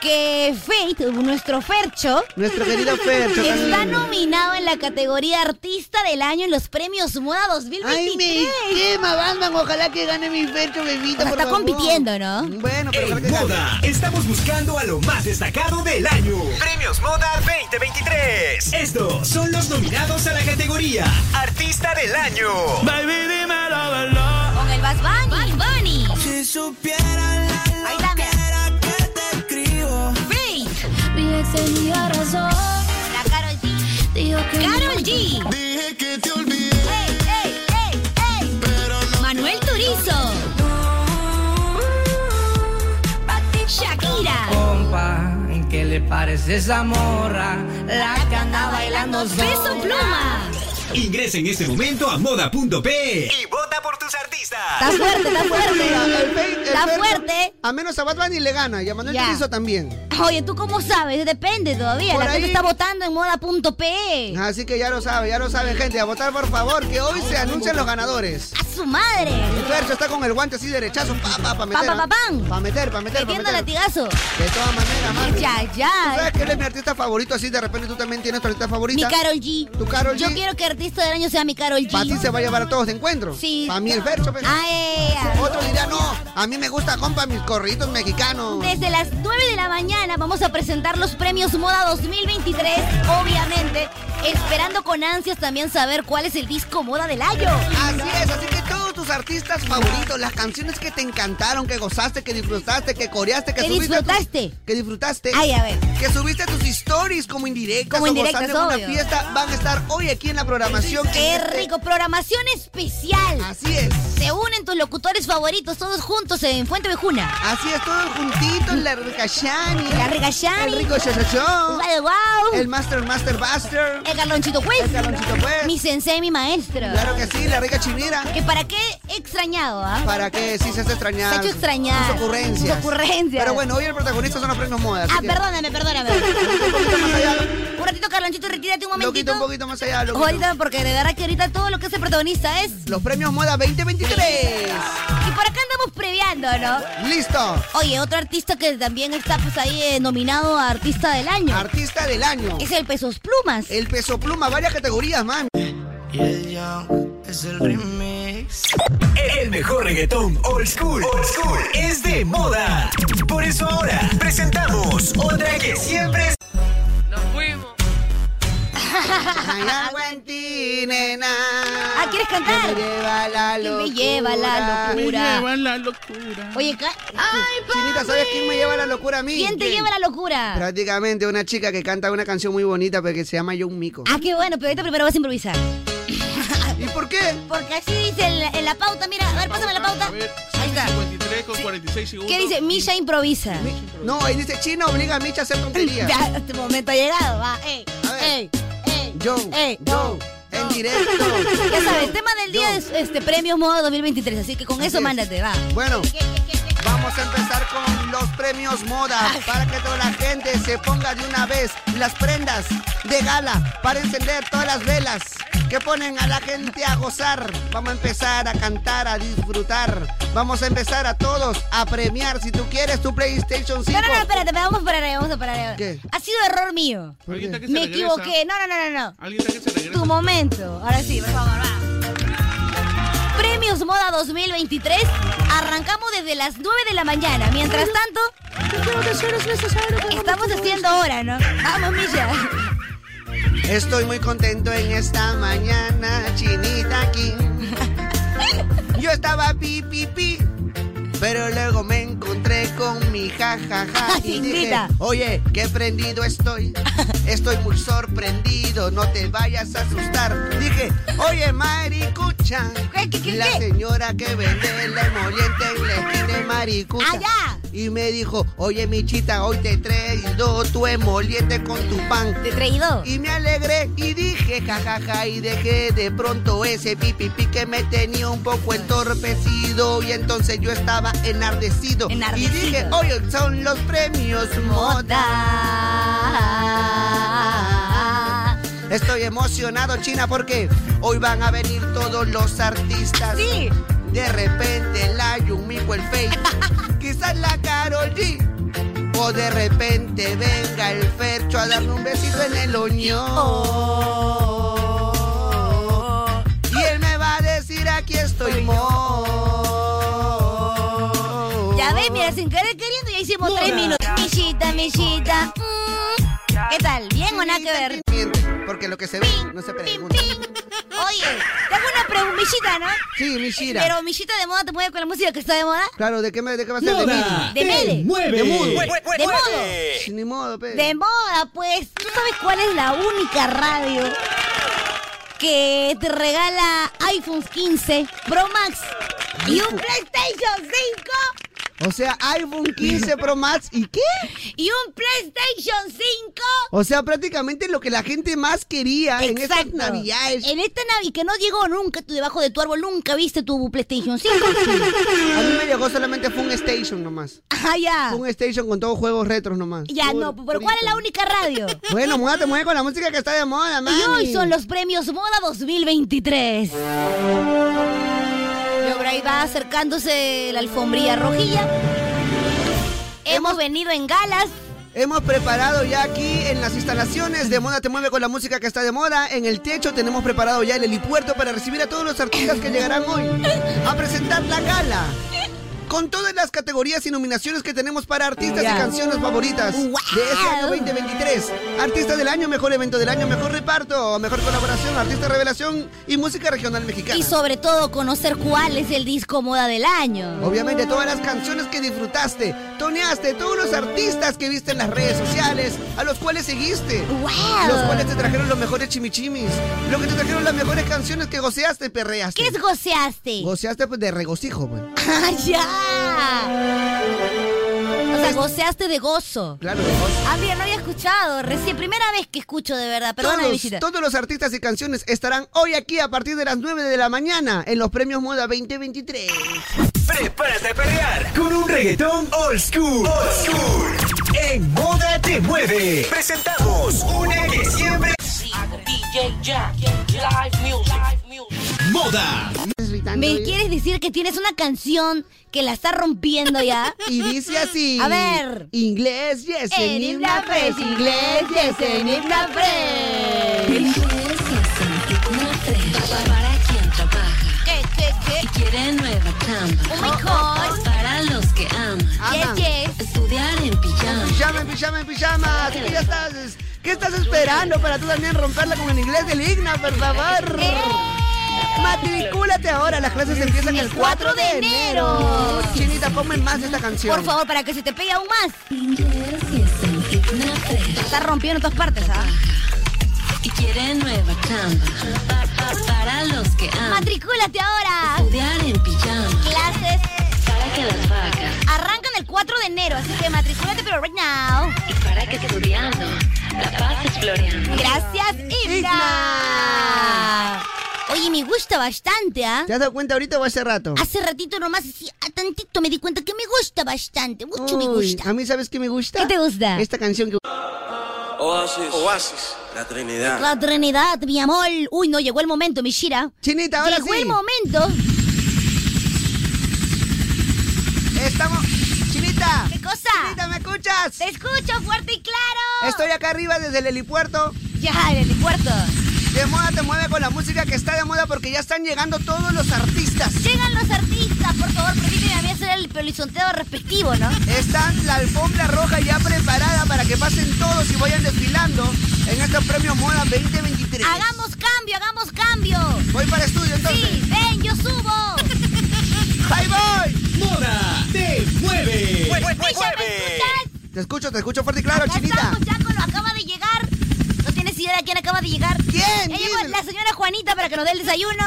Speaker 3: Que Fate, nuestro Fercho,
Speaker 6: nuestro querido Fercho. tan
Speaker 3: está
Speaker 6: lindo.
Speaker 3: nominado en la categoría Artista del Año en los premios Moda 2023.
Speaker 6: Ay, me quema Batman, ojalá que gane mi Fercho, bebito,
Speaker 3: O sea,
Speaker 6: por
Speaker 3: está
Speaker 6: favor.
Speaker 3: compitiendo, ¿no?
Speaker 6: Bueno, pero ojalá que
Speaker 1: En
Speaker 6: gane.
Speaker 1: Moda estamos buscando a lo más destacado del año. Premios Moda 2023. Estos son los nominados a la categoría Artista del Año.
Speaker 3: Con el Bass Bunny.
Speaker 2: Si supieran la
Speaker 3: Ahí está, mira.
Speaker 2: que te escribo.
Speaker 3: Fate,
Speaker 5: Mi ex tenía razón.
Speaker 3: la Karol G.
Speaker 5: Dijo que
Speaker 3: Karol G.
Speaker 2: Dije que te olvidé,
Speaker 3: Ey, ey, ey, ey.
Speaker 2: pero no.
Speaker 3: Manuel Turizo. Shakira.
Speaker 8: Compa, ¿qué le parece esa morra? La que anda bailando
Speaker 3: Peso Pluma.
Speaker 1: Ingresa en este momento a moda.p y vota por tus
Speaker 3: Está
Speaker 1: artistas.
Speaker 3: fuerte, está
Speaker 6: Mira, el
Speaker 3: fuerte.
Speaker 6: Fe- el
Speaker 3: Está
Speaker 6: Fercho,
Speaker 3: fuerte.
Speaker 6: A menos a Batman y le gana, y a Manuel
Speaker 3: Ya.
Speaker 6: Turizo también.
Speaker 3: Oye, ¿tú cómo sabes? Depende todavía.
Speaker 6: Por
Speaker 3: la gente
Speaker 6: ahí-
Speaker 3: está votando en moda.pe.
Speaker 6: Así Ah, que ya lo sabe, ya lo saben, gente. A votar, por favor, que hoy se anuncian los ganadores.
Speaker 3: ¡A su madre!
Speaker 6: El Fercho está con el guante así derechazo, pa, pa, pa meter.
Speaker 3: pa, pa, pam.
Speaker 6: Pa meter, pa meter, pa
Speaker 3: Metiendo
Speaker 6: meter.
Speaker 3: latigazo.
Speaker 6: De todas maneras, mami.
Speaker 3: Ya,
Speaker 6: ¿Tú
Speaker 3: ya.
Speaker 6: sabes que él es mi artista favorito? Así de repente tú también tienes tu artista
Speaker 3: Mi
Speaker 6: favorita.
Speaker 3: Carol G.
Speaker 6: Tu Karol
Speaker 3: Yo
Speaker 6: G.
Speaker 3: quiero que artista del año sea mi Carol
Speaker 6: Para ti
Speaker 3: G.
Speaker 6: se va a llevar a todos de encuentro.
Speaker 3: Sí.
Speaker 6: Para mí el Fercho, pero...
Speaker 3: Ay, ay.
Speaker 6: Otro dirá, no, a mí me gusta, compa, mis corriditos mexicanos.
Speaker 3: Desde las 9 de la mañana vamos a presentar los premios Moda 2023, obviamente, esperando con ansias también saber cuál es el disco Moda del año.
Speaker 6: Así es, así que todos tus artistas favoritos, las canciones que te encantaron, que gozaste, que disfrutaste, que coreaste, que
Speaker 3: Que
Speaker 6: subiste a tus-
Speaker 3: disfrutaste.
Speaker 6: que disfrutaste.
Speaker 3: Ay, a ver.
Speaker 6: Que subiste a tus stories como indirectas
Speaker 3: Como
Speaker 6: o
Speaker 3: indirectas,
Speaker 6: gozaste en
Speaker 3: obvio.
Speaker 6: una fiesta, van a estar hoy aquí en la programación.
Speaker 3: ¡Qué
Speaker 6: Este-
Speaker 3: rico! Programación especial.
Speaker 6: Así es.
Speaker 3: Se unen tus locutores favoritos todos juntos en Fuente Vejuna.
Speaker 6: Así es, todos juntitos, la rica Shani.
Speaker 3: La rica Shani.
Speaker 6: El rico Shashashón.
Speaker 3: ¡Wow! wow.
Speaker 6: El Master Master Buster.
Speaker 3: El Carlonchito Juez.
Speaker 6: El Carlonchito Juez.
Speaker 3: Mi sensei, mi maestro.
Speaker 6: Claro que sí, la rica Chinera.
Speaker 3: Que para qué he extrañado, ¿ah?
Speaker 6: Para que sí se hace extrañar.
Speaker 3: Se ha hecho extrañar.
Speaker 6: Sus ocurrencias.
Speaker 3: Sus ocurrencias.
Speaker 6: Pero bueno, hoy el protagonista son los premios moda. así
Speaker 3: Ah,
Speaker 6: que-
Speaker 3: perdóname, perdóname. un ratito, Carlonchito, retírate un
Speaker 6: Loquito,
Speaker 3: momentito.
Speaker 6: un poquito más allá, loquito.
Speaker 3: Ahorita, porque de verdad que ahorita todo lo que es el protagonista es.
Speaker 6: Los premios moda 2023.
Speaker 3: Y por acá andamos previando, ¿no?
Speaker 6: Listo.
Speaker 3: Oye, otro artista que también está pues ahí eh, nominado a Artista del Año.
Speaker 6: Artista del año.
Speaker 3: es el Pesos Plumas.
Speaker 6: El peso pluma, varias categorías, man.
Speaker 2: Y el Young es el remix.
Speaker 1: El mejor reggaetón old school, old school es de moda. Por eso ahora presentamos otra que siempre es
Speaker 8: Nos fuimos.
Speaker 6: Ay, agua en ti, nena.
Speaker 3: Ah, ¿quieres cantar?
Speaker 6: Que me lleva la
Speaker 3: ¿Quién
Speaker 6: locura.
Speaker 3: me lleva la locura?
Speaker 4: la locura.
Speaker 3: Oye, ca-
Speaker 6: Chinita, ¿sabes quién me lleva la locura a mí?
Speaker 3: ¿quién te lleva la locura?
Speaker 6: Prácticamente una chica que canta una canción muy bonita pero que se llama Yo un Mico.
Speaker 3: Ah, qué bueno, pero ahorita primero vas a improvisar. Ah.
Speaker 6: ¿Y por qué?
Speaker 3: Porque así dice en la, en la pauta, mira, a ver, pásame la pauta.
Speaker 9: A ver,
Speaker 3: Ahí está.
Speaker 9: 53 con 46 segundos.
Speaker 3: ¿Qué dice? Misha improvisa.
Speaker 6: No, ahí dice China obliga a Micha a hacer tonterías.
Speaker 3: Ya, este momento ha llegado, va. Ey,
Speaker 6: A ver.
Speaker 3: ey, ey.
Speaker 6: Yo,
Speaker 3: ey,
Speaker 6: yo, en directo.
Speaker 3: Ya sabes, el tema del día es este Premios Moda 2023, así que con eso
Speaker 6: es.
Speaker 3: mándate, va.
Speaker 6: Bueno, vamos a empezar con los premios moda para que toda la gente se ponga de una vez las prendas de gala para encender todas las velas que ponen a la gente a gozar. Vamos a empezar a cantar, a disfrutar. Vamos a empezar a todos a premiar. Si tú quieres tu PlayStation 5.
Speaker 3: No, no, no, espérate, vamos a parar ahí, vamos a parar ahí.
Speaker 6: ¿Qué?
Speaker 3: Ha sido error mío.
Speaker 9: Alguien está que se
Speaker 3: Me
Speaker 9: regresa.
Speaker 3: equivoqué. No, no, no, no, no.
Speaker 9: Alguien está que se regresa.
Speaker 3: Tu momento. Ahora sí, por favor, va. Premios Moda 2023. Arrancamos desde las 9 de la mañana. Mientras tanto, estamos haciendo ahora, ¿no? Vamos, Milla.
Speaker 6: Estoy muy contento en esta mañana, chinita aquí. Yo estaba pi pi pi, pero luego me encontré con mi jajaja y dije,
Speaker 3: Chinita.
Speaker 6: oye, qué prendido estoy. Estoy muy sorprendido, no te vayas a asustar. Dije, oye, maricucha,
Speaker 3: ¿Qué, qué, qué,
Speaker 6: la
Speaker 3: qué? Ah,
Speaker 6: señora que vende el emoliente en la esquina de maricucha.
Speaker 3: Allá.
Speaker 6: y me dijo, oye michita, hoy te he traído tu emoliente con tu pan.
Speaker 3: Te he traído.
Speaker 6: Y me alegré y dije jajaja y dejé de pronto ese pipipi que me tenía un poco entorpecido y entonces yo estaba enardecido.
Speaker 3: Enardecido.
Speaker 6: Y dije, oye, son los premios moda. Estoy emocionado, China, porque hoy van a venir todos los artistas.
Speaker 3: Sí.
Speaker 6: De repente la Yumiko, el Fate, quizás la Carol G. O de repente venga el Fercho a darme un besito en el oñón. Y él me va a decir aquí estoy mo.
Speaker 3: Ya ves, mira, sin querer queriendo ya hicimos tres minutos. Millita, millita. mm. ¿Qué tal? ¿Bien o nada que ver?
Speaker 6: Miente, porque lo que se ve no se
Speaker 3: Pim,
Speaker 6: pregunta.
Speaker 3: pim. Oye, te hago una pregunta, millita, ¿no?
Speaker 6: Sí, mi Shira.
Speaker 3: Pero millita de moda te mueve con la música que está de moda.
Speaker 6: Claro, ¿de qué, me, de qué va a ser? De mí.
Speaker 3: De Mele.
Speaker 6: De mudo.
Speaker 3: De moda.
Speaker 6: Sí, Ni modo, pe.
Speaker 3: De moda, pues. ¿Tú sabes cuál es la única radio que te regala iPhones 15 Pro Max y un PlayStation 5
Speaker 6: O sea, iPhone 15 Pro Max. ¿Y qué?
Speaker 3: y un PlayStation 5?
Speaker 6: O sea, prácticamente lo que la gente más quería en estas navidades.
Speaker 3: En esta Navidad que no llegó nunca tú debajo de tu árbol, nunca viste tu PlayStation 5.
Speaker 6: A mí me llegó solamente Fun Station nomás.
Speaker 3: ah, ya.
Speaker 6: Fun Station con todos juegos retros nomás.
Speaker 3: Ya no, pero ¿cuál es la única radio?
Speaker 6: Bueno, muévate, mueve con la música que está de moda, mami.
Speaker 3: Y hoy son los premios Moda 2023. Y ahora ahí va acercándose la alfombrilla rojilla. Hemos venido en galas.
Speaker 6: Hemos preparado ya aquí en las instalaciones de Moda Te Mueve con la música que está de moda. En el techo tenemos preparado ya el helipuerto para recibir a todos los artistas que llegarán hoy a presentar la gala. Con todas las categorías y nominaciones que tenemos para artistas y canciones favoritas de este año 2023. Artista del año, mejor evento del año, mejor reparto, mejor colaboración, artista revelación y música regional mexicana.
Speaker 3: Y sobre todo conocer cuál es el disco moda del año.
Speaker 6: Obviamente todas las canciones que disfrutaste, toneaste, todos los artistas que viste en las redes sociales, a los cuales seguiste,
Speaker 3: ¡Wow!
Speaker 6: los cuales te trajeron los mejores chimichimis, los que te trajeron las mejores canciones que goceaste y perreaste.
Speaker 3: ¿Qué es goceaste?
Speaker 6: Goceaste pues, de regocijo, pues.
Speaker 3: ¡Ah, ya! O sea, goceaste de gozo.
Speaker 6: Claro, de gozo.
Speaker 3: Ah, mira, no había escuchado. Recién, primera vez que escucho de verdad. Perdóname,
Speaker 6: Todos,
Speaker 3: visita.
Speaker 6: todos los artistas y canciones estarán hoy aquí a partir de las 9 de la mañana en los premios Moda 2023.
Speaker 1: Prepárate a pelear con un reggaetón old school. Old school. En Moda Te Mueve. Presentamos una que siempre. Moda.
Speaker 3: ¿Me quieres decir que tienes una canción que la está rompiendo ya?
Speaker 6: Y dice así.
Speaker 3: A ver.
Speaker 6: Inglés, yes,
Speaker 3: En
Speaker 6: in
Speaker 3: himna
Speaker 6: my
Speaker 3: fresh,
Speaker 6: face.
Speaker 3: inglés, yes, en himna fresh.
Speaker 9: Para quien trabaja
Speaker 3: ¿Qué, qué,
Speaker 9: y
Speaker 3: qué?
Speaker 9: quiere nueva cama.
Speaker 3: Oh my God.
Speaker 9: Para los que aman
Speaker 6: Aman.
Speaker 3: Yes, yes.
Speaker 9: estudiar en pijama.
Speaker 6: Pijama, en pijama, en pijama. Así que ya estás. ¿Qué estás esperando para tú también romperla con el inglés del Igna, por favor?
Speaker 3: ¡Eh!
Speaker 6: Matricúlate ahora, las clases empiezan el 4 de enero. Chinita, ponme más de esta canción.
Speaker 3: Por favor, para que se te pegue aún más.
Speaker 9: Inglés y es en himna fresh
Speaker 3: Está rompiendo en todas partes, ¿ah?
Speaker 9: y quiere nueva cama. Pa- pa- Para los que aman
Speaker 3: ¡Matricúlate ahora!
Speaker 9: estudiar en pijama.
Speaker 3: Clases
Speaker 9: Para que las vacas
Speaker 3: arrancan el 4 de enero, así que matricúlate, pero right now.
Speaker 9: y para que estudiando la paz es floreando.
Speaker 3: Gracias, Ibra. Oye, me gusta bastante, ¿ah?
Speaker 6: ¿Te has dado cuenta ahorita o hace rato?
Speaker 3: Hace ratito nomás, así, a tantito me di cuenta que me gusta bastante. Mucho me
Speaker 6: Uy,
Speaker 3: gusta.
Speaker 6: A mí, ¿sabes qué me gusta?
Speaker 3: ¿Qué te gusta?
Speaker 6: Esta canción que.
Speaker 10: Oasis. Oasis. La Trinidad.
Speaker 3: La Trinidad, mi amor. Uy, no, llegó el momento, Mishira.
Speaker 6: Chinita, ahora
Speaker 3: llegó
Speaker 6: sí.
Speaker 3: el momento.
Speaker 6: Estamos. Chinita.
Speaker 3: ¿Qué cosa?
Speaker 6: Chinita, ¿me escuchas?
Speaker 3: Te escucho fuerte y claro.
Speaker 6: Estoy acá arriba desde el helipuerto.
Speaker 3: Ya, en el puerto.
Speaker 6: De moda te mueve con la música que está de moda porque ya están llegando todos los artistas.
Speaker 3: Llegan los artistas, por favor, permíteme a mí hacer el pelisonteado respectivo, ¿no?
Speaker 6: Están la alfombra roja ya preparada para que pasen todos y vayan desfilando en estos premios Moda 2023.
Speaker 3: Hagamos cambio, hagamos cambio.
Speaker 6: Voy para estudio entonces.
Speaker 3: Sí, ven, yo subo.
Speaker 6: Pues, ¡Ahí voy! Pues,
Speaker 1: Moda Te Mueve.
Speaker 3: Misha, ¿me escuchas?
Speaker 6: Te escucho, te escucho fuerte y claro,
Speaker 3: Acá
Speaker 6: chinita.
Speaker 3: estamos, Jaco, lo acaba de llegar. No tienes idea de quién acaba de llegar.
Speaker 6: ¿Quién?
Speaker 3: Ya llegó
Speaker 6: Dímelo.
Speaker 3: la señora Juanita para que nos dé el desayuno.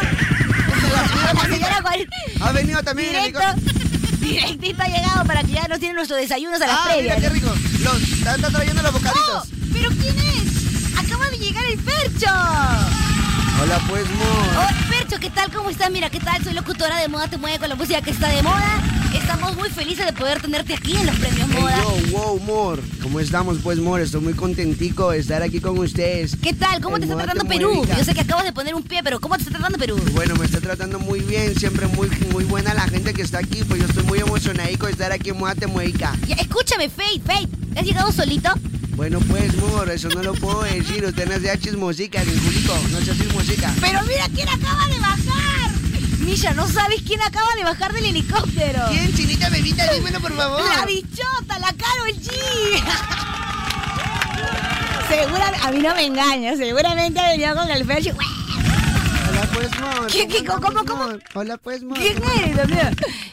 Speaker 6: La señora
Speaker 3: La
Speaker 6: Juanita
Speaker 3: señora Juanita.
Speaker 6: Ha venido también en
Speaker 3: Directo.
Speaker 6: helicóptero.
Speaker 3: Directito ha llegado para que ya nos tienen nuestros desayunos a las
Speaker 6: Ah, mira
Speaker 3: previas. ¡Oh!
Speaker 6: qué rico. Los, están están trayendo los bocaditos.
Speaker 3: ¿Pero quién es? Acaba de llegar el Percho. Oh.
Speaker 6: Hola, pues, mo.
Speaker 3: Hola Percho, ¿qué tal? ¿Cómo estás? Mira, ¿qué tal? Soy locutora de Moda Te Mueve con la música que está de moda. Estamos muy felices de poder tenerte aquí en los premios
Speaker 6: Hey,
Speaker 3: Moda.
Speaker 6: yo, wow, Mor. ¿Cómo estamos, pues, Mor? Estoy muy contentico de estar aquí con ustedes.
Speaker 3: ¿Qué tal? ¿Cómo
Speaker 6: El
Speaker 3: te está
Speaker 6: Moda
Speaker 3: tratando
Speaker 6: Te
Speaker 3: Perú?
Speaker 6: Mueve, hija.
Speaker 3: Yo sé que acabas de poner un pie, pero ¿cómo te está tratando Perú?
Speaker 6: Bueno, me está tratando muy bien, siempre muy, muy buena la gente que está aquí, pues yo estoy muy emocionadico de estar aquí en Moda Temueca.
Speaker 3: Ya, escúchame, Fate, Fate. ¿Has llegado solito?
Speaker 6: Bueno, pues, Mor, eso no lo puedo decir, usted no sea chismosica, sin público, no sea chismosica.
Speaker 3: Pero mira quién acaba de bajar. Milla, no sabes quién acaba de bajar del helicóptero.
Speaker 6: Bien, chinita bebita, dímelo, por favor.
Speaker 3: La bichota, la Karol G. Segura, a mí no me engaña, seguramente ha venido con el Ferchi.
Speaker 6: Hola, pues, Mor.
Speaker 3: ¿Qué, qué,
Speaker 6: andamos,
Speaker 3: cómo, eh. cómo?
Speaker 6: Mor? Hola, pues, Mor.
Speaker 3: ¿Quién eres, amigo?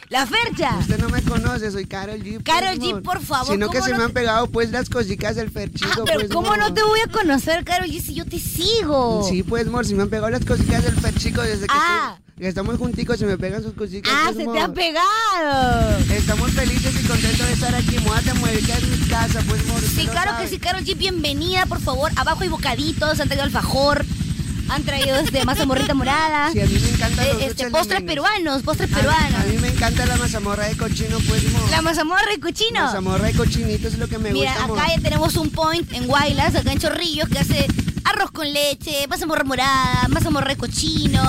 Speaker 3: La Fercha.
Speaker 6: Usted no me conoce, soy Carol G. pues,
Speaker 3: Karol G,
Speaker 6: Mor.
Speaker 3: por favor,
Speaker 6: Sino que
Speaker 3: ¿cómo
Speaker 6: se
Speaker 3: no
Speaker 6: me
Speaker 3: te-
Speaker 6: han pegado, pues, las cositas del
Speaker 3: Ah,
Speaker 6: ferchico,
Speaker 3: pero
Speaker 6: pues,
Speaker 3: ¿cómo no
Speaker 6: Mor.
Speaker 3: te voy a conocer, Karol G, si yo te sigo?
Speaker 6: Sí, pues, Mor, si me han pegado las cositas del ferchico desde que
Speaker 3: Ah.
Speaker 6: estoy- que estamos junticos, se me pegan sus cositas.
Speaker 3: ah,
Speaker 6: pues,
Speaker 3: se te
Speaker 6: Mor.
Speaker 3: ha pegado.
Speaker 6: Estamos felices y contentos de estar aquí. Muévate, muévete en mi casa, pues, Mor. usted
Speaker 3: Sí,
Speaker 6: lo
Speaker 3: claro
Speaker 6: sabe.
Speaker 3: que sí, Karol G, bienvenida, por favor. Abajo hay bocaditos, han traído alfajor, han traído este, masa morrita morada.
Speaker 6: Sí, a mí me encantan
Speaker 3: eh,
Speaker 6: los
Speaker 3: este,
Speaker 6: dulces
Speaker 3: postres
Speaker 6: limeños.
Speaker 3: peruanos, postres
Speaker 6: A- A,
Speaker 3: peruanos.
Speaker 6: mí me encanta la mazamorra de cochino, pues, Mor.
Speaker 3: La mazamorra y cochino.
Speaker 6: mazamorra de cochinito es lo que me
Speaker 3: Mira,
Speaker 6: gusta, Mor.
Speaker 3: acá ya tenemos un point en Guaylas, acá en Chorrillos, que hace arroz con leche, mazamorra morada, mazamorra de cochino,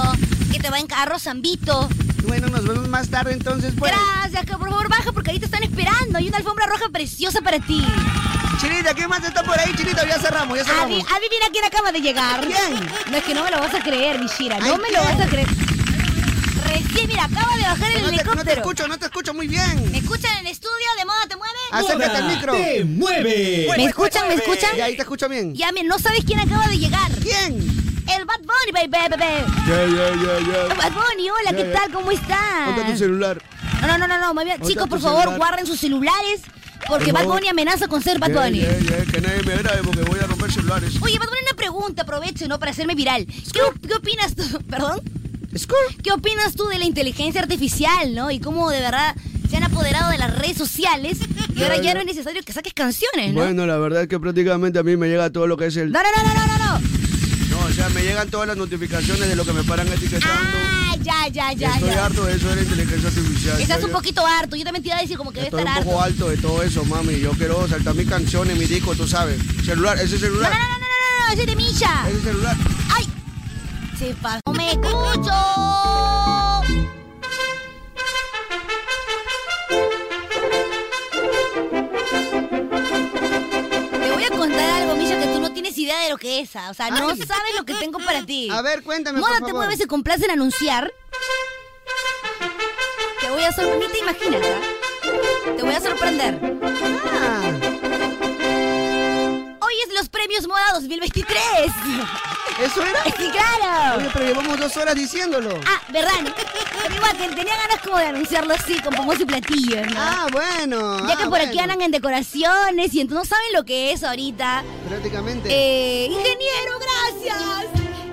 Speaker 3: que te va en arroz zambito.
Speaker 6: Bueno, nos vemos más tarde, entonces, pues.
Speaker 3: Gracias, que por favor baja porque ahí te están esperando. Hay una alfombra roja preciosa para ti.
Speaker 6: Chinita, ¿qué más está por ahí, Chinita? Ya cerramos, ya cerramos.
Speaker 3: Adi- adivina quién acaba de llegar.
Speaker 6: ¿Quién?
Speaker 3: No es que no me lo vas a creer, Vishira. No
Speaker 6: Ay,
Speaker 3: me lo
Speaker 6: ¿quién?
Speaker 3: vas a creer. Recién, mira, acaba de bajar el
Speaker 6: no, te,
Speaker 3: helicóptero.
Speaker 6: no te escucho, no te escucho muy bien.
Speaker 3: ¿Me escuchan en el estudio? ¿De moda te mueve?
Speaker 4: Ah,
Speaker 6: Acércate al micro.
Speaker 1: ¡Te mueve!
Speaker 3: ¿Me escuchan? ¿Me escuchan?
Speaker 6: Y ahí te escucho bien.
Speaker 3: Ya, mira, no sabes quién acaba de llegar.
Speaker 6: ¿Quién?
Speaker 3: El Bad Bunny, baby, baby.
Speaker 4: Ya, ya, ya, ya.
Speaker 3: Bad Bunny, hola, ¿qué tal? ¿Cómo
Speaker 4: Ponte tu
Speaker 3: estás?
Speaker 4: celular.
Speaker 3: No, no, no, no, no, más bien,
Speaker 4: Ponte
Speaker 3: chicos,
Speaker 4: tu
Speaker 3: por favor,
Speaker 4: celular.
Speaker 3: guarden sus celulares porque
Speaker 4: Por
Speaker 3: Bad
Speaker 4: favor.
Speaker 3: Bunny amenaza con ser Bad
Speaker 4: Ya,
Speaker 3: Bunny.
Speaker 4: ya, ya, Que nadie me grabe porque voy a romper celulares.
Speaker 3: Oye, Bad Bunny, una pregunta, aprovecho, ¿no? Para hacerme viral. ¿Qué, op- qué opinas tú? ¿Perdón? ¿Qué opinas tú de la inteligencia artificial, no? Y cómo de verdad se han apoderado de las redes sociales y ahora ya no es necesario que saques canciones, ¿Eh, ¿no?
Speaker 4: Bueno, la verdad es que prácticamente a mí me llega todo lo que es el...
Speaker 3: No, no, no, no, no, no, no.
Speaker 4: No, o sea, me llegan todas las notificaciones de lo que me paran etiquetando.
Speaker 3: Ah, ya, ya, ya,
Speaker 4: Estoy
Speaker 3: ya.
Speaker 4: harto de eso de la inteligencia artificial.
Speaker 3: Estás
Speaker 4: Yo-
Speaker 3: un poquito harto. Yo también te iba a decir como que debe
Speaker 4: Estoy
Speaker 3: estar
Speaker 4: un
Speaker 3: harto.
Speaker 4: poco alto de todo eso, mami. Yo quiero saltar mis canciones, mi disco, tú sabes. Celular, ese
Speaker 3: No,
Speaker 4: celular.
Speaker 3: no, no, no, no, no, no, ese es de Misha.
Speaker 4: Ese celular.
Speaker 3: ¡Ay! Se pasó. ¡No me escucho! Te voy a contar algo, Misha, que tú no tienes idea de lo que es. ah. O sea, no
Speaker 6: Ay.
Speaker 3: sabes lo que tengo para ti.
Speaker 6: A ver, cuéntame,
Speaker 3: Moda
Speaker 6: por
Speaker 3: te
Speaker 6: favor.
Speaker 3: mueve, se complace en anunciar. Te voy a sorprender, ni te imaginas, ¿ah? Te voy a sorprender.
Speaker 6: Ah,
Speaker 3: Hoy es los premios Moda 2023.
Speaker 6: ¿Eso era?
Speaker 3: ¡Sí, claro!
Speaker 6: Oye, pero llevamos dos horas diciéndolo.
Speaker 3: Ah, ¿verdad? no? Pero igual, te- tenía ganas como de anunciarlo así, con pomos y platillos, ¿no?
Speaker 6: Ah, bueno.
Speaker 3: ya que
Speaker 6: ah,
Speaker 3: por aquí
Speaker 6: bueno.
Speaker 3: andan en decoraciones y entonces no saben lo que es ahorita.
Speaker 6: Prácticamente.
Speaker 3: Eh, ingeniero, gracias.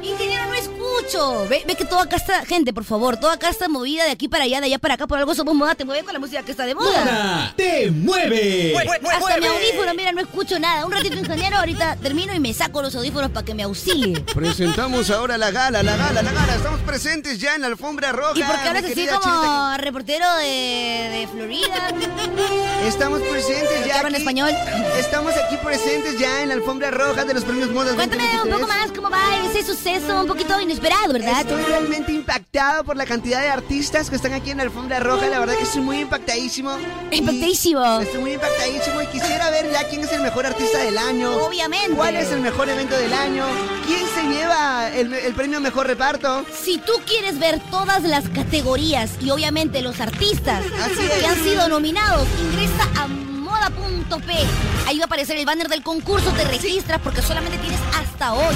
Speaker 3: Ingeniero, no escucho. Ve, ve que todo acá está, gente, por favor, toda acá está movida de aquí para allá, de allá para acá, por algo somos moda, te mueve con la música que está de moda.
Speaker 6: Ah.
Speaker 1: ¡Te mueve!
Speaker 3: Hasta mi audífono, mira, no escucho nada. Un ratito, ingeniero, ahorita termino y me saco los audífonos para que me auxilie.
Speaker 4: Presentamos ahora la gala, la gala, la gala. Estamos presentes ya en la alfombra roja.
Speaker 3: ¿Y por
Speaker 4: mi
Speaker 3: qué hablas así
Speaker 4: querida
Speaker 3: como reportero de, de Florida?
Speaker 6: Chinita. Estamos presentes ya.
Speaker 3: habla en
Speaker 6: aquí.
Speaker 3: español?
Speaker 6: Estamos aquí presentes ya en la alfombra roja de los premios modas.
Speaker 3: Cuéntame un
Speaker 6: 2023.
Speaker 3: poco más cómo va ese suceso un poquito inesperado, ¿verdad?
Speaker 6: Estoy realmente impactado por la cantidad de artistas que están aquí en la alfombra roja. La verdad que estoy muy impactadísimo.
Speaker 3: Impactadísimo.
Speaker 6: Y Estoy muy impactadísimo y quisiera ver ya quién es el mejor artista del año.
Speaker 3: Obviamente.
Speaker 6: ¿Cuál es el mejor evento del año? ¿Quién se lleva el, el premio mejor reparto?
Speaker 3: Si tú quieres ver todas las categorías y obviamente los artistas
Speaker 6: Así es.
Speaker 3: que han sido nominados, ingresa a moda.p. Ahí va a aparecer el banner del concurso, te registras porque solamente tienes hasta hoy.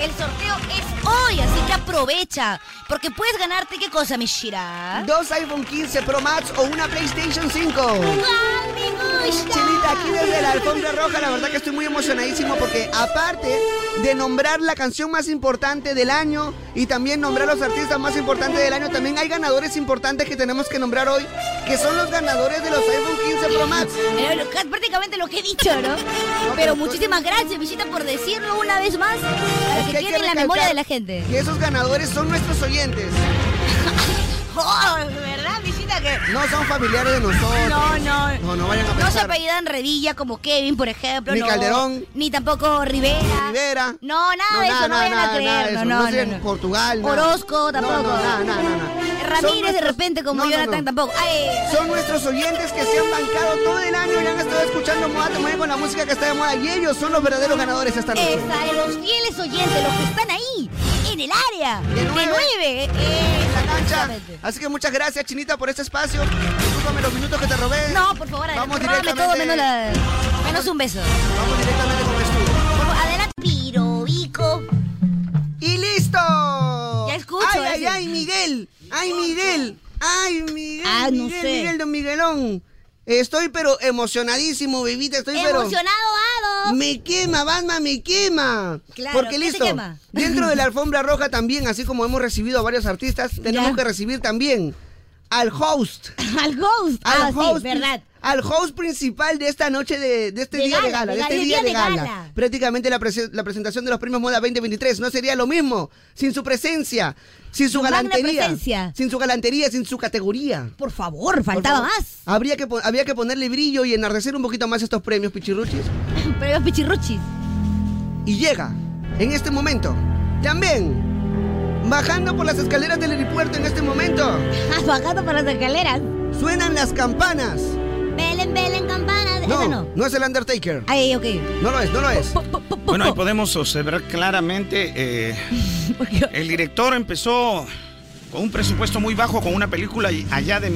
Speaker 3: El sorteo es hoy, así que aprovecha. Porque puedes ganarte, ¿qué cosa, Mishira?
Speaker 6: ¿Dos iPhone 15 Pro Max o una PlayStation 5?
Speaker 3: ¡Guau, me gusta!
Speaker 6: Chinita, aquí desde la alfombra roja, la verdad que estoy muy emocionadísimo porque aparte de nombrar la canción más importante del año y también nombrar los artistas más importantes del año, también hay ganadores importantes que tenemos que nombrar hoy, que son los ganadores de los iPhone 15 Pro Max.
Speaker 3: Pero lo- es prácticamente lo que he dicho, ¿no? Pero muchísimas gracias, Villita, por decirlo una vez más. Para que,
Speaker 6: hay que
Speaker 3: quede en la
Speaker 6: recalcar
Speaker 3: memoria de la gente.
Speaker 6: que esos ganadores son nuestros oyentes.
Speaker 3: Oh, ¿verdad, Villita? Que...
Speaker 6: No son familiares de nosotros.
Speaker 3: No, no.
Speaker 6: No, no vayan a
Speaker 3: No se
Speaker 6: pensar.
Speaker 3: apellidan Revilla como Kevin, por ejemplo.
Speaker 6: Ni
Speaker 3: no.
Speaker 6: Calderón.
Speaker 3: Ni tampoco Rivera.
Speaker 6: Rivera.
Speaker 3: No, nada de eso, no vayan a creer.
Speaker 6: nada de
Speaker 3: no,
Speaker 6: eso.
Speaker 3: no,
Speaker 6: sé,
Speaker 3: no,
Speaker 6: en
Speaker 3: no.
Speaker 6: Portugal. nada.
Speaker 3: Orozco
Speaker 6: No, no,
Speaker 3: tampoco.
Speaker 6: nada, nada, nada. Son
Speaker 3: Ramírez de
Speaker 6: nuestros-
Speaker 3: repente como
Speaker 6: No, no,
Speaker 3: Jonathan
Speaker 6: no.
Speaker 3: tampoco. Ah, eh, Ay,
Speaker 6: Son nuestros oyentes que se han bancado todo el año y han estado escuchando Moda Te Mueve con la música que está de moda y ellos son los verdaderos ganadores esta noche.
Speaker 3: esa de los fieles oyentes, los que están ahí, en el área. De nueve. eh, eh, exactamente.
Speaker 6: Así que muchas gracias, Chinita, por este espacio. Discúlpame los minutos que te robé.
Speaker 3: No, por favor,
Speaker 6: Vamos
Speaker 3: adelante. Róbame todo menos, la- menos un beso.
Speaker 6: Vamos directamente con el estudio.
Speaker 3: Por favor, adelante, pirobico.
Speaker 6: ¡Y listo! Ya
Speaker 3: escucho,
Speaker 6: ¡Ay,
Speaker 3: ya
Speaker 6: ay,
Speaker 3: sé.
Speaker 6: ay, Miguel! ¡Ay, Miguel! ¡Ay, Miguel!
Speaker 3: Ah, no
Speaker 6: Miguel,
Speaker 3: sé.
Speaker 6: Miguel, don Miguelón. Estoy pero emocionadísimo, bebita. Estoy pero...
Speaker 3: Emocionado, Ado.
Speaker 6: Me quema, Batman, me quema.
Speaker 3: Claro,
Speaker 6: Porque
Speaker 3: ¿qué te
Speaker 6: listo,
Speaker 3: quema?
Speaker 6: dentro de la alfombra roja también, así como hemos recibido a varios artistas, tenemos
Speaker 3: Ya.
Speaker 6: que recibir también al host.
Speaker 3: Al ghost.
Speaker 6: Al
Speaker 3: ah, sí,
Speaker 6: host,
Speaker 3: verdad.
Speaker 6: Al host principal de esta noche de, de este
Speaker 3: De
Speaker 6: día de
Speaker 3: gala,
Speaker 6: gala,
Speaker 3: de
Speaker 6: de este
Speaker 3: gala,
Speaker 6: día, de gala. Prácticamente la, prese- la presentación de los premios Moda 2023 no sería lo mismo sin su presencia, sin su,
Speaker 3: magna
Speaker 6: galantería,
Speaker 3: presencia.
Speaker 6: sin su galantería, sin su categoría.
Speaker 3: Por favor, faltaba
Speaker 6: Por favor,
Speaker 3: más.
Speaker 6: Habría que, po- había que ponerle brillo y enardecer un poquito más estos premios, Pichirruchis.
Speaker 3: Pero los pichirruchis.
Speaker 6: y llega en este momento. También bajando por las escaleras del aeropuerto en este momento.
Speaker 3: Bajando para las escaleras.
Speaker 6: Suenan las campanas.
Speaker 3: Belen, belen, campanas.
Speaker 6: No,
Speaker 3: Esa
Speaker 6: no,
Speaker 3: no.
Speaker 6: es el Undertaker.
Speaker 3: Ay, ok.
Speaker 6: No lo es, no lo es.
Speaker 11: Bueno, ahí podemos observar claramente, eh, el director empezó con un presupuesto muy bajo, con una película allá de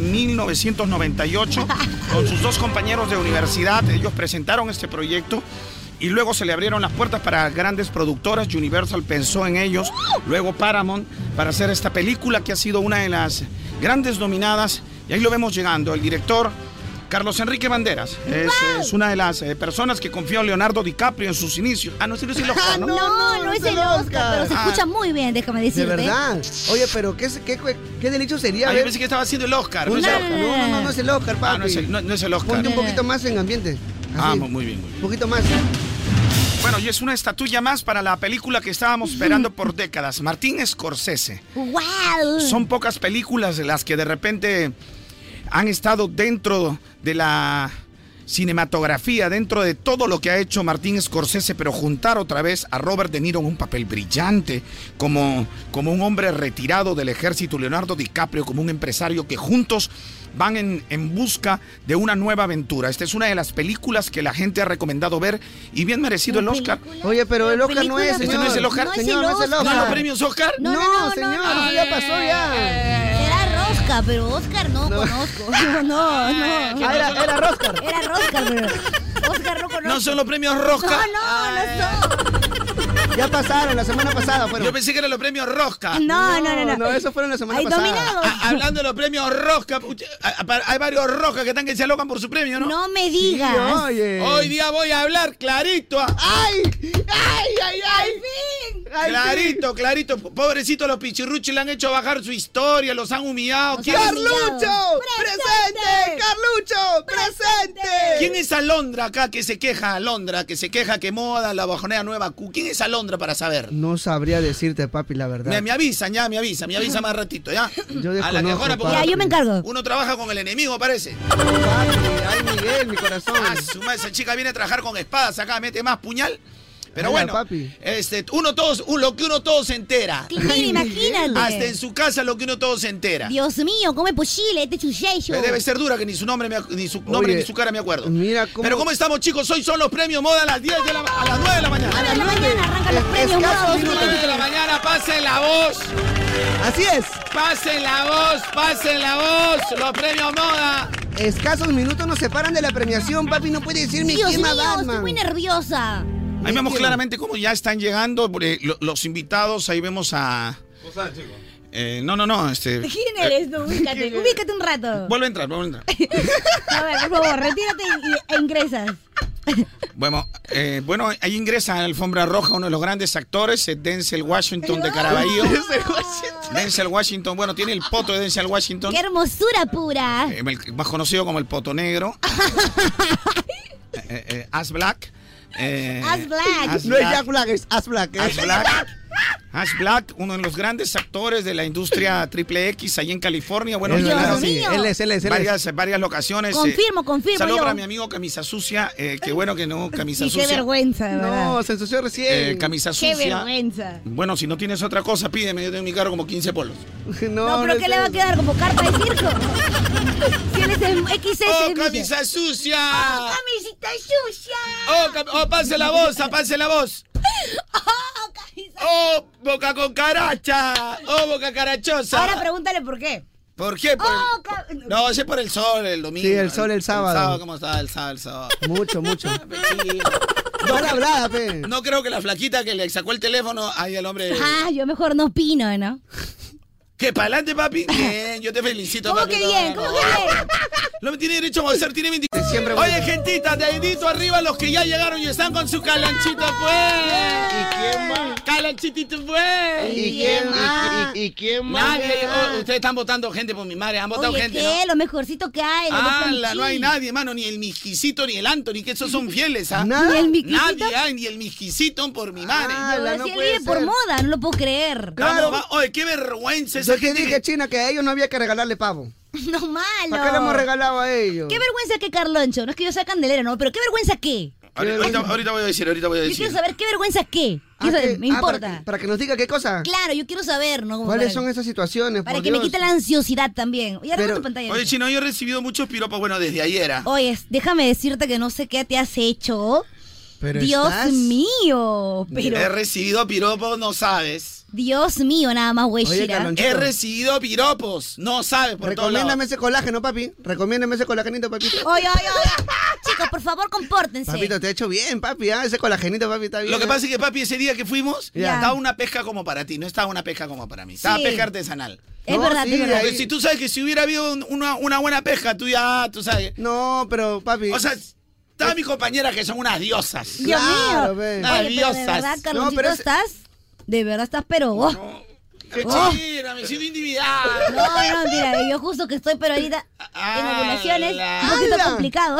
Speaker 11: 1998, con sus dos compañeros de universidad, ellos presentaron este proyecto. Y luego se le abrieron las puertas para grandes productoras. Universal pensó en ellos. Luego Paramount para hacer esta película que ha sido una de las grandes nominadas. Y ahí lo vemos llegando. El director Carlos Enrique Banderas es, eh, es una de las eh, personas que confió en Leonardo DiCaprio en sus inicios. Ah, no, sí, no, sí, lo-
Speaker 6: Ah,
Speaker 3: No, no, no es el Oscar, pero se
Speaker 11: Ah.
Speaker 3: escucha muy bien, déjame
Speaker 6: De
Speaker 3: decirte.
Speaker 6: verdad. Oye, pero qué, qué, qué delicio sería
Speaker 11: Ah, yo
Speaker 6: ver
Speaker 11: pensé que estaba haciendo el Oscar.
Speaker 6: un
Speaker 11: No, es el
Speaker 6: Oscar. No,
Speaker 11: Oscar.
Speaker 6: no, no, no es el Oscar, papi.
Speaker 11: Ah, no es el, no- no es el Oscar.
Speaker 6: Ponte un poquito más en ambiente.
Speaker 11: Ah,
Speaker 6: Así,
Speaker 11: mu- muy bien, muy bien.
Speaker 6: Un poquito más.
Speaker 11: Bueno, y es una estatuilla más para la película que estábamos esperando por décadas. Martín Scorsese.
Speaker 3: ¡Wow!
Speaker 11: Son pocas películas de las que de repente han estado dentro de la cinematografía, dentro de todo lo que ha hecho Martín Scorsese, pero juntar otra vez a Robert De Niro en un papel brillante, como, como un hombre retirado del ejército, Leonardo DiCaprio como un empresario que juntos van en, en busca de una nueva aventura. Esta es una de las películas que la gente ha recomendado ver y bien merecido el Oscar.
Speaker 6: Oye, pero el Oscar no
Speaker 3: película.
Speaker 6: es, señor.
Speaker 11: ¿Este no es el Oscar?
Speaker 3: No es
Speaker 6: Señor,
Speaker 3: el
Speaker 6: no es el
Speaker 3: Oscar.
Speaker 11: ¿No
Speaker 6: Oscar.
Speaker 11: los premios Oscar?
Speaker 3: No, no, no, no,
Speaker 6: señor,
Speaker 3: no.
Speaker 6: eso ya pasó ya.
Speaker 3: Era Rosca, pero Oscar no, conozco. No, Eh, no.
Speaker 6: Ah, era, era Roscar.
Speaker 3: Era Rosca, pero Oscar no conozco.
Speaker 11: ¿No son los premios Rosca?
Speaker 3: No, no, no son.
Speaker 6: Ya pasaron, la semana pasada fueron.
Speaker 11: Yo pensé que eran los premios Rosca.
Speaker 3: No, no, no, no.
Speaker 6: No, eso fueron la semana
Speaker 3: Ay,
Speaker 6: pasada.
Speaker 3: dominado.
Speaker 11: Ah, hablando de los premios Rosca, usted- ah, ah, hay varios Rosca que están que se alocan por su premio, ¿no?
Speaker 3: No me
Speaker 6: Sí,
Speaker 3: digas.
Speaker 6: Oye.
Speaker 11: Hoy día voy a hablar clarito, ah,
Speaker 6: ¡Ay! ¡Ay, ay, ay! ¡Al
Speaker 11: clarito, clarito. Pobrecito, los pichirruchos le han hecho bajar su historia, los han humillado.
Speaker 3: Los
Speaker 11: ¿Quién,
Speaker 3: han
Speaker 6: ¡Carlucho! ¡Presente! ¡Carlucho! ¡Presente!
Speaker 11: quién es Alondra acá que se queja, Alondra, que se queja que moda, la bajonea nueva Q? ¿Quién es Alondra para saber?
Speaker 6: No sabría decirte, papi, la
Speaker 11: Me,
Speaker 6: verdad.
Speaker 11: me avisan, ya, me avisan, me avisan más ratito, ya.
Speaker 6: Yo
Speaker 11: a la que
Speaker 6: desconozco,
Speaker 11: jora, porque
Speaker 3: Ya, yo me encargo.
Speaker 11: uno trabaja con el enemigo, parece.
Speaker 6: Papi, ay, Miguel, mi corazón.
Speaker 11: Ah, su madre, esa chica viene a trabajar con espadas acá, mete más puñal. Pero
Speaker 6: Ala,
Speaker 11: bueno,
Speaker 6: papi.
Speaker 11: este, uno todos, un- lo que uno todo se entera.
Speaker 3: Claro, imagínate.
Speaker 11: Hasta en su casa lo que uno todo se entera.
Speaker 3: Dios mío, come pochile, este chuchecho.
Speaker 11: Eh, Debe ser dura que ni su nombre, me ac- ni su nombre
Speaker 6: Oye,
Speaker 11: ni su cara me acuerdo.
Speaker 6: mira cómo-
Speaker 11: Pero cómo estamos chicos, hoy son los premios moda a las 10 de la ma- a las 9 de la mañana.
Speaker 3: A las 9 de la mañana arrancan los
Speaker 6: Es-
Speaker 3: premios.
Speaker 6: escasos
Speaker 3: guau,
Speaker 6: minutos.
Speaker 11: 9 de la mañana, pasen la voz,
Speaker 6: Así es.
Speaker 11: pasen la voz, pasen la voz, los premios moda.
Speaker 6: Escasos minutos nos separan de la premiación, papi. No puede decir mi
Speaker 3: Dios mío,
Speaker 6: quema
Speaker 3: estoy muy
Speaker 6: Batman.
Speaker 3: nerviosa.
Speaker 11: Ahí vemos
Speaker 6: Entiendo.
Speaker 11: claramente cómo ya están llegando eh, lo- los invitados. Ahí vemos a. Eh, no, no, no. Este,
Speaker 3: ¿Quién eres tú? Ubícate, ubícate un rato.
Speaker 11: vuelve a entrar, vuelve a entrar.
Speaker 3: A ver, por favor, retírate y- e ingresas.
Speaker 11: Bueno, eh, bueno, ahí ingresa a la alfombra roja uno de los grandes actores, eh, Denzel Washington de Caraballo.
Speaker 3: Denzel
Speaker 11: Washington. Denzel Washington, bueno, tiene el poto de Denzel Washington,
Speaker 3: ¡Qué hermosura pura!
Speaker 11: eh, el más conocido como el poto negro. Eh, eh, Ash Black. eh,
Speaker 3: Ash Black.
Speaker 11: Ash
Speaker 6: No es
Speaker 11: Black.
Speaker 6: Jack Black, es Ash Black. ¿eh?
Speaker 11: Ash Black. Ash Black, uno de los grandes actores de la industria triple X ahí en California. Bueno,
Speaker 6: Es
Speaker 11: en
Speaker 6: verdad,
Speaker 11: varias-
Speaker 6: sí, él es, él es, él es.
Speaker 11: varias, varias locaciones. eh,
Speaker 3: Confirmo, confirmo
Speaker 11: Saludo
Speaker 3: yo.
Speaker 11: para mi amigo Camisa Sucia. eh, qué bueno que no, Camisa
Speaker 12: Sí, qué
Speaker 11: Sucia.
Speaker 12: vergüenza, de verdad.
Speaker 6: se ensució recién.
Speaker 3: Mm,
Speaker 11: Eh, camisa
Speaker 12: Qué
Speaker 11: sucia.
Speaker 12: vergüenza.
Speaker 11: Bueno, si no tienes otra cosa, pídeme. Yo tengo en mi carro como 15 polos.
Speaker 3: No, pero ¿qué le va a quedar como carpa de circo? Si él es el XS.
Speaker 11: ¡Oh,
Speaker 3: dice.
Speaker 11: camisa sucia!
Speaker 3: ¡Oh, camisita sucia!
Speaker 11: ¡Oh, cam- oh pase la voz, pase la voz!
Speaker 3: ¡Oh, camisa
Speaker 11: ¡Oh, boca con caracha! ¡Oh, boca carachosa!
Speaker 12: Ahora pregúntale por qué.
Speaker 11: ¿Por qué? Por el-
Speaker 12: Oh, ca-
Speaker 11: No, ese por el sol, el domingo.
Speaker 6: Sí, el sol, el sábado.
Speaker 11: El sábado, ¿cómo estaba el sábado? El sábado?
Speaker 6: Mucho, mucho.
Speaker 11: Sí.
Speaker 6: No la hablada, pe.
Speaker 11: No creo que la flaquita que le sacó el teléfono, ahí el hombre...
Speaker 3: Ah, yo mejor no opino, ¿no?
Speaker 11: ¿Qué, pa'lante, papi? Bien, yo te felicito,
Speaker 3: ¿Cómo
Speaker 11: papi.
Speaker 3: que
Speaker 11: No,
Speaker 3: bien?
Speaker 11: no,
Speaker 3: ¿Cómo
Speaker 11: no.
Speaker 3: que bien?
Speaker 11: No me tiene derecho a gozar, tiene 20.
Speaker 6: Siempre voy
Speaker 11: Oye, gentita, te dedito arriba a los que ya llegaron y están con su calanchito, pues.
Speaker 6: ¿Y quién más?
Speaker 11: Calanchitito, pues.
Speaker 13: ¿Y quién más? ¿Y, y- y quién más?
Speaker 11: Nadie. oh, ustedes están votando gente por mi madre. Han votado
Speaker 3: Oye,
Speaker 11: gente,
Speaker 3: ¿qué? Lo mejorcito que hay.
Speaker 11: ¿no?
Speaker 3: ¿eh? lo más
Speaker 11: Ala, no
Speaker 3: canchín.
Speaker 11: hay nadie, mano. Ni el misquisito ni el Anthony, que esos son fieles, ¿ah?
Speaker 6: Nada.
Speaker 3: Ni el miquisito.
Speaker 11: Nadie hay, ni el misquisito por mi madre.
Speaker 6: Ah, la
Speaker 3: Pero
Speaker 6: no
Speaker 3: si él
Speaker 6: puede
Speaker 3: vive por
Speaker 6: ser.
Speaker 3: moda, no lo puedo creer.
Speaker 11: Estamos
Speaker 6: claro.
Speaker 11: va- Oye, qué vergüenza esa
Speaker 6: Yo te
Speaker 11: gente
Speaker 6: dije, China, que a ellos no había que regalarle pavo.
Speaker 3: No malo.
Speaker 6: ¿Para qué le hemos regalado a ellos?
Speaker 3: Qué vergüenza que Carloncho, no es que yo sea candelera, no, pero qué vergüenza qué.
Speaker 11: Ahorita, ahorita- ahorita voy a decir, ahorita voy a
Speaker 3: Yo
Speaker 11: decir.
Speaker 3: quiero saber qué vergüenza qué.
Speaker 6: Ah,
Speaker 3: Eso
Speaker 6: ¿qué?
Speaker 3: me
Speaker 6: Ah,
Speaker 3: importa.
Speaker 6: Para que, para que nos diga qué cosa.
Speaker 3: Claro, yo quiero saber, ¿no? Como
Speaker 6: ¿Cuáles
Speaker 3: para-
Speaker 6: son esas situaciones?
Speaker 3: Para
Speaker 6: por
Speaker 3: que me
Speaker 6: Dios?
Speaker 3: quite la ansiosidad también. Oye, arregla
Speaker 6: Pero-
Speaker 3: tu pantalla. Oh,
Speaker 11: Oye, Chino, yo he recibido muchos piropos, bueno, desde ayer. ah.
Speaker 3: Oye, déjame decirte que no sé qué te has hecho.
Speaker 6: Pero
Speaker 3: Dios
Speaker 6: estás-
Speaker 3: mío,
Speaker 11: He
Speaker 3: pero
Speaker 11: recibido piropos, no sabes.
Speaker 3: Dios mío, nada más güey, ¿eh?
Speaker 6: Oye,
Speaker 3: Shira.
Speaker 6: Carloncho.
Speaker 11: He recibido piropos, no sabes por todos
Speaker 6: Recomiéndame
Speaker 11: lados.
Speaker 6: ese colágeno, papi. Recomiéndame ese colagenito, papito.
Speaker 3: Oye, oye, oye. Chicos, por favor, compórtense.
Speaker 6: Papito, te ha hecho bien, papi. ah, Ese colagenito, papi, está bien.
Speaker 11: Lo que pasa es que, papi, ese día que fuimos,
Speaker 3: Ya.
Speaker 11: estaba una pesca como para ti, no estaba una pesca como para mí. Estaba
Speaker 3: Sí.
Speaker 11: pesca artesanal.
Speaker 3: es
Speaker 6: No,
Speaker 3: verdad,
Speaker 6: sí,
Speaker 3: es verdad.
Speaker 11: Porque
Speaker 6: ahí-
Speaker 11: si tú sabes que si hubiera habido un- una, una buena pesca, tú ya, tú sabes.
Speaker 6: No, pero, papi.
Speaker 11: O sea, todas mis compañeras que son unas diosas.
Speaker 3: Dios mío. Oye,
Speaker 6: Claro, ve.
Speaker 3: pero de
Speaker 11: Maravillosas.
Speaker 3: verdad,
Speaker 11: No,
Speaker 3: Carlonchito,
Speaker 6: pero ese-
Speaker 3: estás. De verdad estás, pero. oh. No,
Speaker 11: Qué
Speaker 3: Oh.
Speaker 11: chira, me siento intimidada.
Speaker 3: no, mira, yo justo que estoy, pero ahorita en
Speaker 11: Ah,
Speaker 3: ovulaciones,
Speaker 11: la-
Speaker 3: un poquito
Speaker 6: ¡Hala!
Speaker 3: complicado.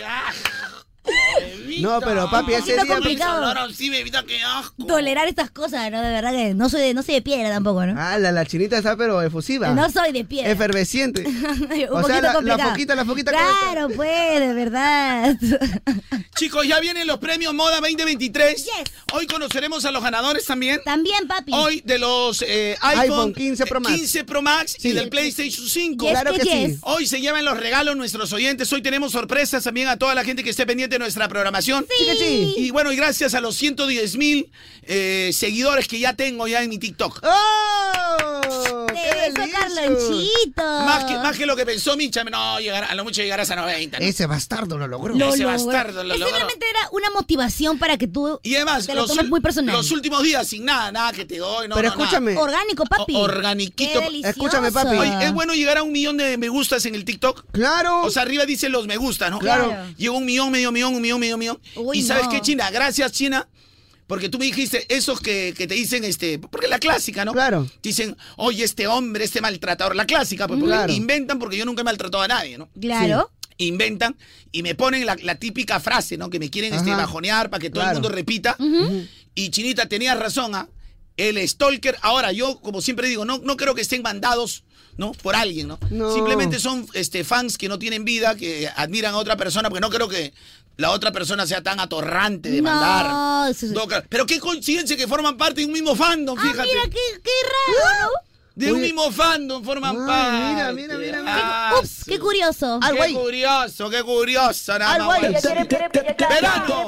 Speaker 11: Ya.
Speaker 6: No, pero, papi, ese
Speaker 3: Está
Speaker 6: día.
Speaker 3: complicado.
Speaker 11: Ahora sí, bebita, qué asco.
Speaker 3: Tolerar estas cosas, ¿no? De verdad que no soy de, no soy de piedra tampoco, ¿no?
Speaker 6: Ah, la, la chinita está, pero efusiva.
Speaker 3: No soy de piedra.
Speaker 6: Efervesciente.
Speaker 3: un poquito
Speaker 6: o sea, la, la
Speaker 3: complicado.
Speaker 6: foquita, la foquita.
Speaker 3: Claro, pues, de verdad.
Speaker 11: Chicos, ya vienen los premios Moda 2023.
Speaker 3: Yes.
Speaker 11: Hoy conoceremos a los ganadores también.
Speaker 3: También, papi.
Speaker 11: Hoy de los eh, iPhone,
Speaker 6: iPhone 15 Pro Max.
Speaker 11: 15 Pro Max y
Speaker 6: Sí.
Speaker 11: del PlayStation 5.
Speaker 3: Yes,
Speaker 6: Claro
Speaker 3: que
Speaker 6: que sí.
Speaker 3: yes.
Speaker 11: Hoy se llevan los regalos nuestros oyentes. Hoy tenemos sorpresas también a toda la gente que esté pendiente de nuestra programación.
Speaker 6: Sí que sí.
Speaker 11: Y bueno, y gracias a los 110 mil eh, seguidores que ya tengo ya en mi TikTok.
Speaker 6: Ah. ¡Oh!
Speaker 3: Te
Speaker 6: ¡Qué
Speaker 3: beso,
Speaker 6: delicioso!
Speaker 3: Carlonchito.
Speaker 11: Más, que, más que lo que pensó Micha, no, llegará- a lo mucho llegarás a 90. ¿no?
Speaker 6: Ese bastardo lo logró.
Speaker 3: Lo
Speaker 11: ese
Speaker 3: logró.
Speaker 11: bastardo lo
Speaker 3: Eso
Speaker 11: logró.
Speaker 3: realmente era una motivación para que tú
Speaker 11: Y además,
Speaker 3: te lo
Speaker 11: los,
Speaker 3: tomes muy personal.
Speaker 11: los últimos días sin nada, nada que te doy. No,
Speaker 6: pero
Speaker 11: no, nada.
Speaker 6: escúchame.
Speaker 3: Orgánico, papi.
Speaker 11: O- organiquito.
Speaker 3: Qué delicioso.
Speaker 6: Escúchame, papi.
Speaker 11: Oye, es bueno llegar a un millón de me gustas en el TikTok.
Speaker 6: Claro.
Speaker 11: O sea, arriba dicen los me gusta, ¿no?
Speaker 3: Claro.
Speaker 11: Llegó un millón, medio millón, un millón, medio millón.
Speaker 3: Uy,
Speaker 11: y ¿sabes
Speaker 3: no.
Speaker 11: qué, China? Gracias, China. Porque tú me dijiste, esos que, que te dicen, este, porque la clásica, ¿no?
Speaker 6: Claro.
Speaker 11: Dicen, oye, este hombre, este maltratador, la clásica, pues, porque
Speaker 6: Claro.
Speaker 11: inventan, porque yo nunca he maltratado a nadie, ¿no?
Speaker 3: Claro.
Speaker 11: Inventan y me ponen la, la típica frase, ¿no? Que me quieren este,
Speaker 6: Ajá.
Speaker 11: bajonear para que todo el
Speaker 6: Claro.
Speaker 11: mundo repita. Y Chinita, tenías razón, ¿ah? El stalker, ahora yo, como siempre digo, no, no creo que estén mandados, ¿no? Por alguien, ¿no?
Speaker 6: No.
Speaker 11: Simplemente son este, fans que no tienen vida, que admiran a otra persona, porque no creo que la otra persona sea tan atorrante de
Speaker 3: No,
Speaker 11: mandar.
Speaker 3: eso es-
Speaker 11: No, claro. Pero qué coincidencia que forman parte de un mismo fandom,
Speaker 3: Ah,
Speaker 11: fíjate.
Speaker 3: mira, qué, qué raro.
Speaker 11: De un
Speaker 6: Oye.
Speaker 11: mismo fandom forman parte.
Speaker 6: Ay, mira, mira, mira, mira.
Speaker 11: Ah,
Speaker 3: ¿no? Ups, qué
Speaker 11: su-
Speaker 3: curioso.
Speaker 11: qué curioso, qué curioso, nada más. ¡Verano!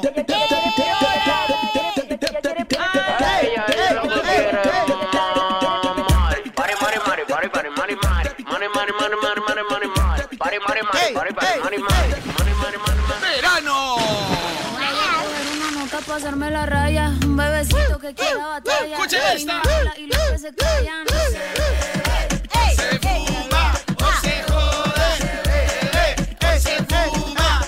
Speaker 11: ¡Verano!
Speaker 14: nunca pasarme la raya. Un bebecito que quiera batalla.
Speaker 11: Escucha
Speaker 14: Terminar
Speaker 11: esta.
Speaker 14: la y los que se callan. No sé.
Speaker 11: Se fuma, o se jode, eh, eh, eh, se fuma,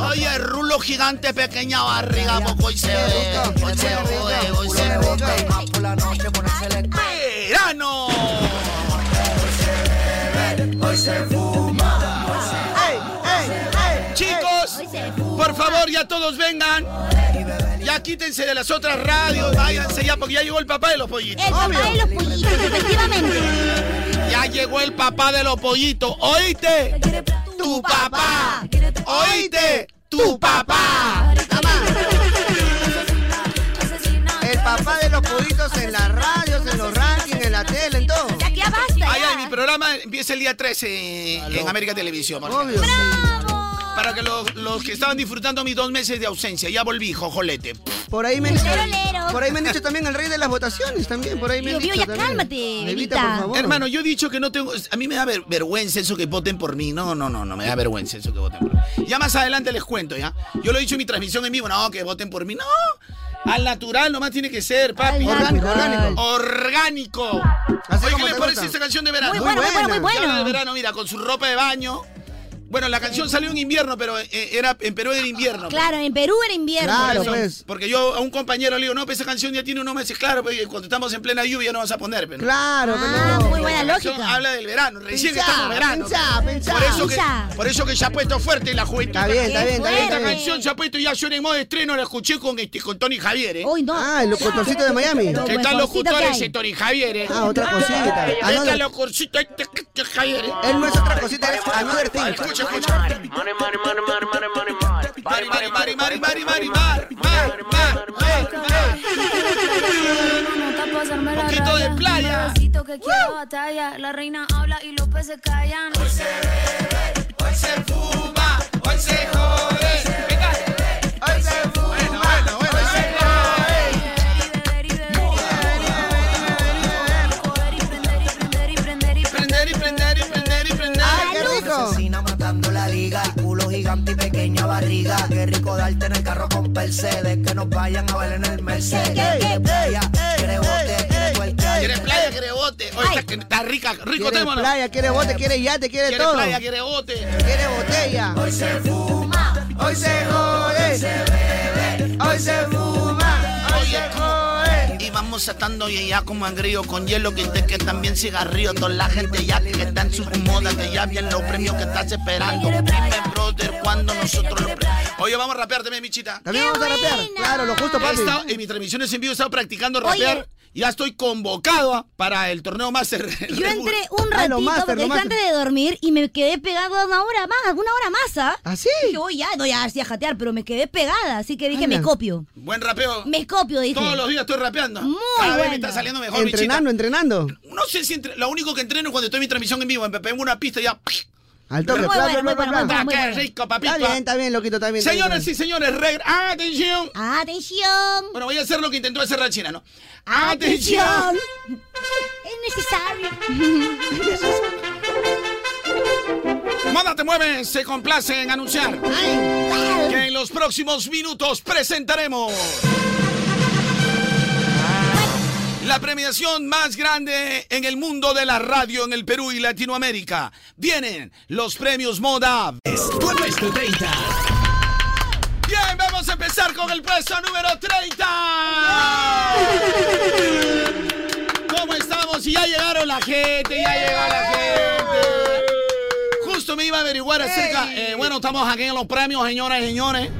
Speaker 11: Oye, rulo gigante, pequeña barriga, poco y se ve. Hoy se jode, hoy se jode. Más por la noche ponerse el ¡Verano! Hoy se fuma. Chicos, por favor, ya todos vengan. Ya quítense de las otras radios, váyanse ya, porque ya llegó el papá de los pollitos.
Speaker 3: El papá de los pollitos, efectivamente.
Speaker 11: Ya llegó el papá de los pollitos. ¿Oíste? Tu papá. ¿Oíste? Tu papá.
Speaker 6: El papá de los pollitos en las radios, en los rankings, en la tele, en todo.
Speaker 3: Ya, ya basta.
Speaker 11: Ay, ay, mi programa empieza el día 13 en América Televisión. por
Speaker 6: Obvio.
Speaker 11: ejemplo. Para que los, los que estaban disfrutando mis dos meses de ausencia, ya volví, jojolete.
Speaker 6: Por ahí me han dicho, por ahí me han dicho también el rey de las votaciones también, por ahí me han dicho también. Evita, por favor.
Speaker 11: Hermano, yo he dicho que no tengo. A mí me da ver- vergüenza eso que voten por mí. No, no, no, no, me da vergüenza eso que voten por mí. Ya más adelante les cuento, ¿ya? Yo lo he dicho en mi transmisión en vivo. No, que voten por mí. No. Al natural nomás tiene que ser, papi.
Speaker 6: Orgánico, orgánico.
Speaker 11: Orgánico. Oye, ¿qué les parece esta canción de verano?
Speaker 3: Muy bueno, muy bueno, muy bueno.
Speaker 11: Habla de verano, mira, con su ropa de baño. Bueno, la canción salió en invierno, pero eh, era en Perú era invierno.
Speaker 3: Claro, en Perú era invierno.
Speaker 11: Por eso,
Speaker 6: pues.
Speaker 11: Porque yo a un compañero le digo, no, pues esa canción ya tiene unos meses, claro, pues, cuando estamos en plena lluvia no vas a poner, pero.
Speaker 6: Claro, pues,
Speaker 3: Ah,
Speaker 11: muy buena lógica. Habla del verano, recién que
Speaker 6: Pinchá,
Speaker 11: estamos en verano.
Speaker 6: pinchá, pinchá.
Speaker 11: Por eso,
Speaker 6: Pinchá.
Speaker 11: que, por eso que se ha puesto fuerte en la juventud.
Speaker 6: Está bien, está bien, está bien,
Speaker 11: Esta
Speaker 6: está bien.
Speaker 11: canción se ha puesto ya yo en modo de estreno, la escuché con, este, con Tony Javier, ¿eh?
Speaker 6: Ah, el locutorcito de Miami.
Speaker 11: Que están los locutores de Tony Javier, ¿eh?
Speaker 6: Ah, otra cosita.
Speaker 11: Que
Speaker 6: Ah, no,
Speaker 11: están
Speaker 6: no.
Speaker 11: los cursitos este, que- que Javier, ¿eh?
Speaker 6: Él no es otra cosita, es another thing.
Speaker 11: Escucha, escucha. Mari, mari, mari, mari, mari, mari, mar, mar, mar, mar,
Speaker 5: Pasarme
Speaker 11: mar.
Speaker 5: la
Speaker 11: Poquito de
Speaker 5: raya,
Speaker 11: playa.
Speaker 5: un besito que quiero batalla. La reina habla y los peces callan.
Speaker 11: Hoy se fuma, hoy se jode. Venga. Hoy se fuma, bueno, bueno, bueno, hoy se jode. Prender y prender y prender y prender.
Speaker 6: ¡Qué rico!
Speaker 2: Asesina matando la liga, culo gigante y pequeña barriga. Qué rico darte en el carro con Mercedes, que nos vayan a ver en el Mercedes. Quiere playa, quiere bote, quiere tuerca,
Speaker 11: Quiere playa, quiere bote. Hoy está, que está rica, rico
Speaker 6: Quiere
Speaker 11: tema. ¿no? Eh,
Speaker 6: playa, quiere bote, quiere yate, quiere
Speaker 11: Quiere
Speaker 6: todo.
Speaker 11: playa, quiere bote.
Speaker 6: Quiere botella.
Speaker 2: Hoy se fuma, hoy se jode, hoy se bebe, hoy se fuma, hoy se jode.
Speaker 11: Y vamos atando y ya como angrío con hielo que te que también cigarrillo. Toda la gente ya que está en su moda, que ya vienen los premios que estás esperando. Dime, brother, cuando nosotros los pre- Oye, vamos a rapear también, michita.
Speaker 6: También vamos a rapear. Claro, lo justo,
Speaker 11: He
Speaker 6: papi.
Speaker 11: estado- en mis transmisiones en vivo he estado practicando rapear. Ya estoy convocado ah, para el torneo Master.
Speaker 3: Yo entré un
Speaker 6: Ah,
Speaker 3: ratito
Speaker 6: lo master,
Speaker 3: porque
Speaker 6: lo
Speaker 3: dije
Speaker 6: master.
Speaker 3: antes de dormir y me quedé pegada una hora más, una hora más, ¿ah?
Speaker 6: ¿Ah, sí?
Speaker 3: Dije, voy ya, no, ya, sí, a jatear, pero me quedé pegada, así que dije,
Speaker 6: Ala.
Speaker 3: me copio.
Speaker 11: Buen rapeo.
Speaker 3: Me copio, dije.
Speaker 11: Todos los días estoy rapeando.
Speaker 3: Muy
Speaker 11: Cada vez me
Speaker 3: bueno.
Speaker 11: está saliendo mejor, michita.
Speaker 6: Entrenando, entrenando.
Speaker 11: No sé si entre- lo único que entreno es cuando estoy en mi transmisión en vivo, en en una pista ya.
Speaker 6: Al toque,
Speaker 3: Muy
Speaker 6: bla,
Speaker 3: bueno,
Speaker 6: bla, bla,
Speaker 3: muy
Speaker 6: bla,
Speaker 3: bueno,
Speaker 6: bla.
Speaker 11: Ah,
Speaker 3: muy
Speaker 11: qué
Speaker 3: bueno.
Speaker 11: rico, papito.
Speaker 6: Está bien, está bien, loquito, está bien. está bien,
Speaker 11: Señoras
Speaker 6: está
Speaker 11: y señores, regre- atención.
Speaker 3: Atención,
Speaker 11: Bueno, voy a hacer lo que intentó hacer la china, ¿no?
Speaker 3: atención.
Speaker 11: Atención.
Speaker 3: Es necesario.
Speaker 11: Moda te mueve, se complace en anunciar que en los próximos minutos presentaremos la premiación más grande en el mundo de la radio en el Perú y Latinoamérica. Vienen los premios Moda.
Speaker 1: Puesto 30.
Speaker 11: Bien, vamos a empezar con el puesto número 30. ¿Cómo estamos? Y ya llegaron la gente, ya llegó la gente. Justo me iba a averiguar acerca. eh, bueno, estamos aquí en los premios, señoras y señores.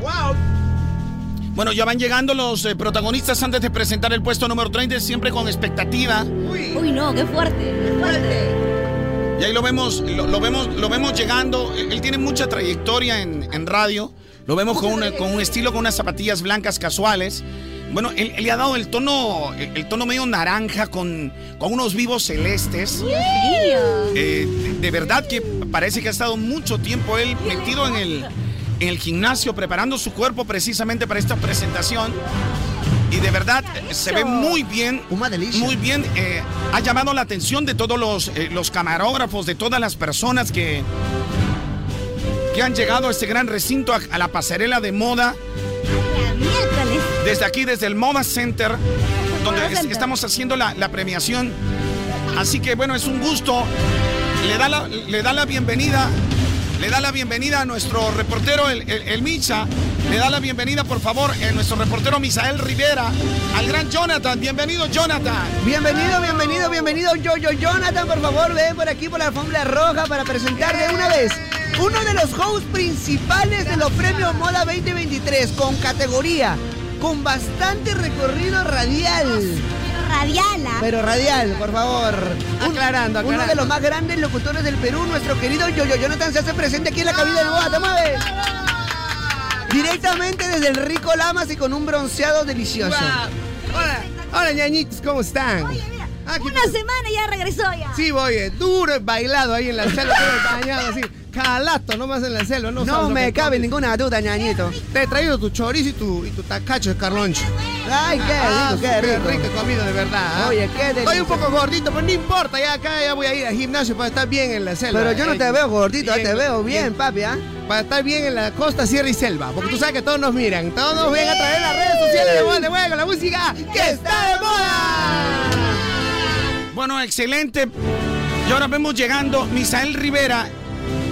Speaker 11: Bueno, ya van llegando los eh, protagonistas antes de presentar el puesto número 30, siempre con expectativa.
Speaker 3: Uy, no, qué fuerte, qué fuerte.
Speaker 11: Y ahí lo vemos, lo, lo vemos, lo vemos llegando. Él él tiene mucha trayectoria en, en radio. Lo vemos con, una- con un estilo, con unas zapatillas blancas casuales. Bueno, él, él le ha dado el tono, el, el tono medio naranja con, con unos vivos celestes. Eh, de, de verdad que parece que ha estado mucho tiempo él metido en el, en el gimnasio, preparando su cuerpo precisamente para esta presentación. Y de verdad eh, se ve muy bien,
Speaker 6: Una delicia.
Speaker 11: muy bien. eh, ha llamado la atención de todos los, eh, los camarógrafos, de todas las personas que, que han llegado a este gran recinto, a, a la pasarela de moda,
Speaker 3: Miércoles.
Speaker 11: desde aquí, desde el Moda Center, donde
Speaker 3: Moda
Speaker 11: es-
Speaker 3: Center.
Speaker 11: estamos haciendo la, la premiación. Así que bueno, es un gusto. Le da la, le da la bienvenida le da la bienvenida a nuestro reportero, el, el- el Micha. Le da la bienvenida, por favor, a nuestro reportero Misael Rivera, al gran Jonathan. Bienvenido, Jonathan.
Speaker 6: Bienvenido, bienvenido, bienvenido. Yo, yo, Jonathan, por favor, ven por aquí por la alfombra roja para presentar de una vez uno de los hosts principales de los premios Moda 2023 con categoría, con bastante recorrido radial.
Speaker 3: Radial.
Speaker 6: Pero radial, por favor. Un- Uno
Speaker 2: aclarando.
Speaker 6: de los más grandes locutores del Perú, nuestro querido Yoyo Jonathan, se hace presente aquí en la cabina de Moda. ¡Te mueves! Directamente desde el rico Lamas y con un bronceado delicioso.
Speaker 15: Guau. Hola, hola ñañitos, ¿cómo están?
Speaker 3: Una semana ya regresó ya.
Speaker 15: Sí, voy, eh, duro he bailado ahí en la selva, todo bañado así, calato nomás en la selva. No,
Speaker 6: No me cabe
Speaker 15: ninguna duda, ñañito. Te he traído tu chorizo y tu, y tu tacacho de carloncho. Ah,
Speaker 6: Ay, qué rico, qué rico.
Speaker 15: rica comida, de verdad. ¿ah?
Speaker 6: Oye, qué
Speaker 15: Estoy
Speaker 6: delicia.
Speaker 15: un poco gordito, pero no importa, ya acá ya voy a ir al gimnasio para estar bien en la selva.
Speaker 6: Pero yo no te veo gordito, eh,
Speaker 15: ya
Speaker 6: te veo bien,
Speaker 15: papi, ¿ah? Para estar bien en la costa, sierra y selva, porque tú sabes que todos nos miran, todos ven a través de las redes sociales de Gol de Juego, la música que está de moda.
Speaker 11: Bueno, excelente. Y ahora vemos llegando Misael Rivera.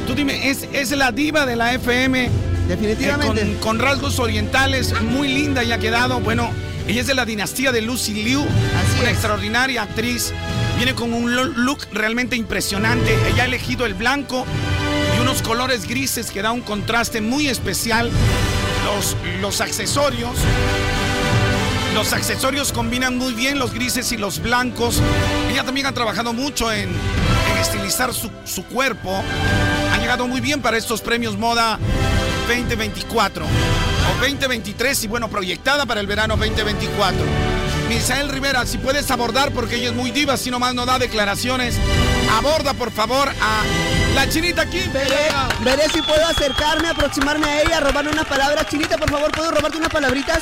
Speaker 11: Tú dime, es, es la diva de la FM.
Speaker 6: Definitivamente.
Speaker 11: con, con rasgos orientales, muy linda y ha quedado. Bueno, ella es de la dinastía de Lucy Liu, una extraordinaria actriz. Viene con un lo- look realmente impresionante. Ella ha elegido el blanco y unos colores grises que da un contraste muy especial. Los, los accesorios. Los accesorios combinan muy bien los grises y los blancos. Ella también ha trabajado mucho en, en estilizar su, su cuerpo. Ha llegado muy bien para estos premios moda 2024 o 2023 y bueno, proyectada para el verano 2024. Misael Rivera, si puedes abordar, porque ella es muy diva, si nomás no da declaraciones, aborda por favor a la chinita Kim.
Speaker 6: Veré si puedo acercarme, aproximarme a ella, robarle unas palabras. Chinita, por favor, ¿puedo robarte unas palabritas?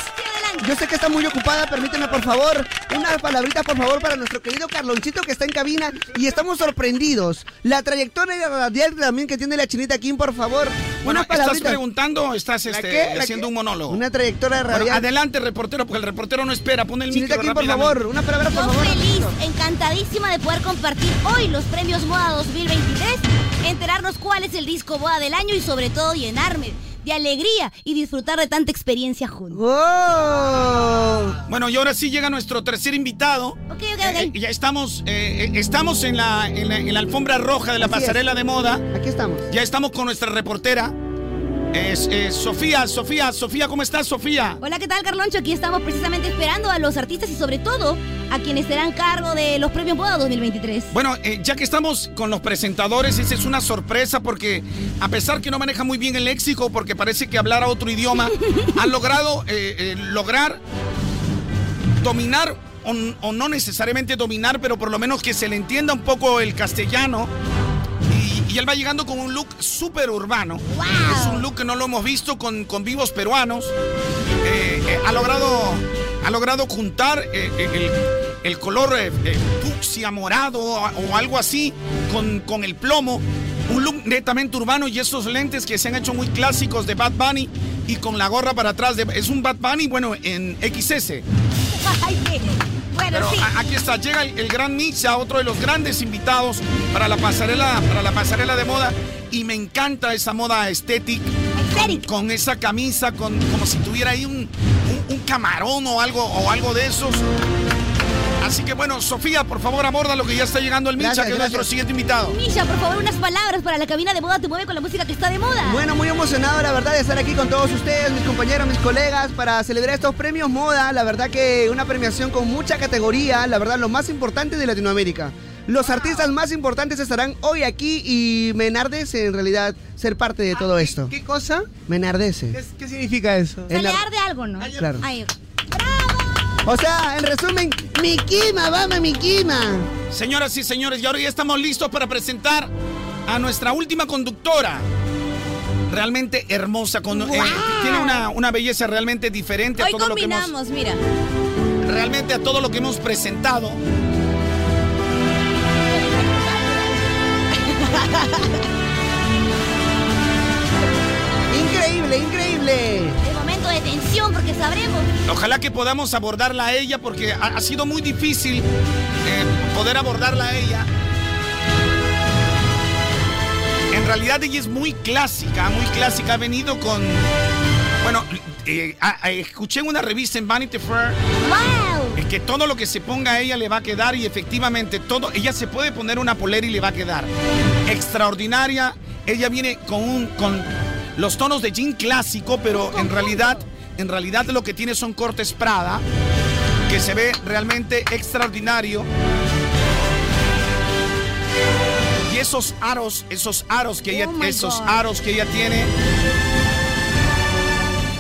Speaker 6: Yo sé que está muy ocupada, permíteme, por favor. Unas palabritas, por favor, para nuestro querido Carlonchito que está en cabina. Y estamos sorprendidos. La trayectoria radial también que tiene la Chinita Kim, por favor.
Speaker 11: Bueno,
Speaker 6: unas
Speaker 11: ¿estás
Speaker 6: palabritas.
Speaker 11: preguntando o estás este,
Speaker 6: qué? ¿La
Speaker 11: haciendo
Speaker 6: qué?
Speaker 11: un monólogo?
Speaker 6: Una trayectoria
Speaker 11: Bueno,
Speaker 6: radial.
Speaker 11: adelante, reportero, porque el reportero no espera. Pon el
Speaker 6: Chinita
Speaker 11: micro
Speaker 6: Kim, por
Speaker 11: rápidamente.
Speaker 6: favor. Unas palabras, por
Speaker 3: Yo
Speaker 6: favor.
Speaker 3: feliz, encantadísima de poder compartir hoy los premios Moda 2023, enterarnos cuál es el disco Moda del año y sobre todo llenarme de alegría y disfrutar de tanta experiencia juntos.
Speaker 11: Bueno, y ahora sí llega nuestro tercer invitado. Eh, ya estamos, eh, eh, estamos en, la, en, la, en la alfombra roja de la
Speaker 6: Así es.
Speaker 11: pasarela de moda.
Speaker 6: Aquí estamos.
Speaker 11: Ya estamos con nuestra reportera. Es, eh, Sofía, Sofía, Sofía, ¿cómo estás, Sofía?
Speaker 3: Hola, ¿qué tal, Carloncho? Aquí estamos precisamente esperando a los artistas y sobre todo a quienes serán cargo de los premios Moda 2023.
Speaker 11: Bueno, eh, ya que estamos con los presentadores, esa es una sorpresa porque a pesar que no maneja muy bien el léxico, porque parece que hablar a otro idioma, han logrado eh, eh, lograr dominar o, n- o no necesariamente dominar, pero por lo menos que se le entienda un poco el castellano. Y, y él va llegando con un look súper urbano. Es un look que no lo hemos visto con, con vivos peruanos. Eh, eh, ha logrado ha logrado juntar eh, eh, el, el color eh, eh, fucsia morado o, o algo así con, con el plomo. Un look netamente urbano y esos lentes que se han hecho muy clásicos de Bad Bunny y con la gorra para atrás. de- es un Bad Bunny, bueno, en XS.
Speaker 3: Bueno,
Speaker 11: Pero ah,
Speaker 3: sí.
Speaker 11: a- aquí está, llega el, el gran Mixa, otro de los grandes invitados para la pasarela, para la pasarela de moda. Y me encanta esa moda estética. Con, con esa camisa, con, como si tuviera ahí un, un- un camarón o algo, o algo de esos. Así que bueno, Sofía, por favor, aborda lo que ya está llegando el Mixa,
Speaker 6: Gracias,
Speaker 11: que es nuestro
Speaker 6: gracias.
Speaker 11: siguiente invitado.
Speaker 3: Misha, por favor, unas palabras para la cabina de moda te mueve con la música que está de moda.
Speaker 6: Bueno, muy emocionado, la verdad, de estar aquí con todos ustedes, mis compañeros, mis colegas, para celebrar estos premios moda. La verdad que una premiación con mucha categoría, la verdad, lo más importante de Latinoamérica. Los artistas más importantes estarán hoy aquí y me enardece, en realidad, ser parte
Speaker 15: Ah,
Speaker 6: de todo esto. ¿Qué cosa? Me enardece.
Speaker 15: ¿Qué significa eso?
Speaker 3: Se le arde algo, ¿no?
Speaker 6: Claro.
Speaker 3: Ay,
Speaker 6: O sea, en resumen, mi quima, vamos, mi quima.
Speaker 11: Señoras y señores, y ahora ya estamos listos para presentar a nuestra última conductora. Realmente hermosa, con- eh, tiene una, una belleza realmente diferente a
Speaker 3: hoy
Speaker 11: todo lo que hemos
Speaker 3: combinamos, mira.
Speaker 11: realmente a todo lo que hemos presentado.
Speaker 6: Increíble, increíble.
Speaker 3: El momento de tensión porque sabremos.
Speaker 11: Ojalá que podamos abordarla a ella porque ha, ha sido muy difícil eh, poder abordarla a ella. En realidad ella es muy clásica, muy clásica. Ha venido con. Bueno, eh, ah, ah, escuché en una revista en Vanity Fair. eh, Que todo lo que se ponga a ella le va a quedar y efectivamente todo. Ella se puede poner una polera y le va a quedar. Extraordinaria. Ella viene con, un, con los tonos de jean clásico, pero en realidad, en realidad lo que tiene son cortes Prada, que se ve realmente extraordinario. Y esos aros, esos aros que ella,
Speaker 16: Oh my
Speaker 11: esos
Speaker 16: God.
Speaker 11: aros que ella tiene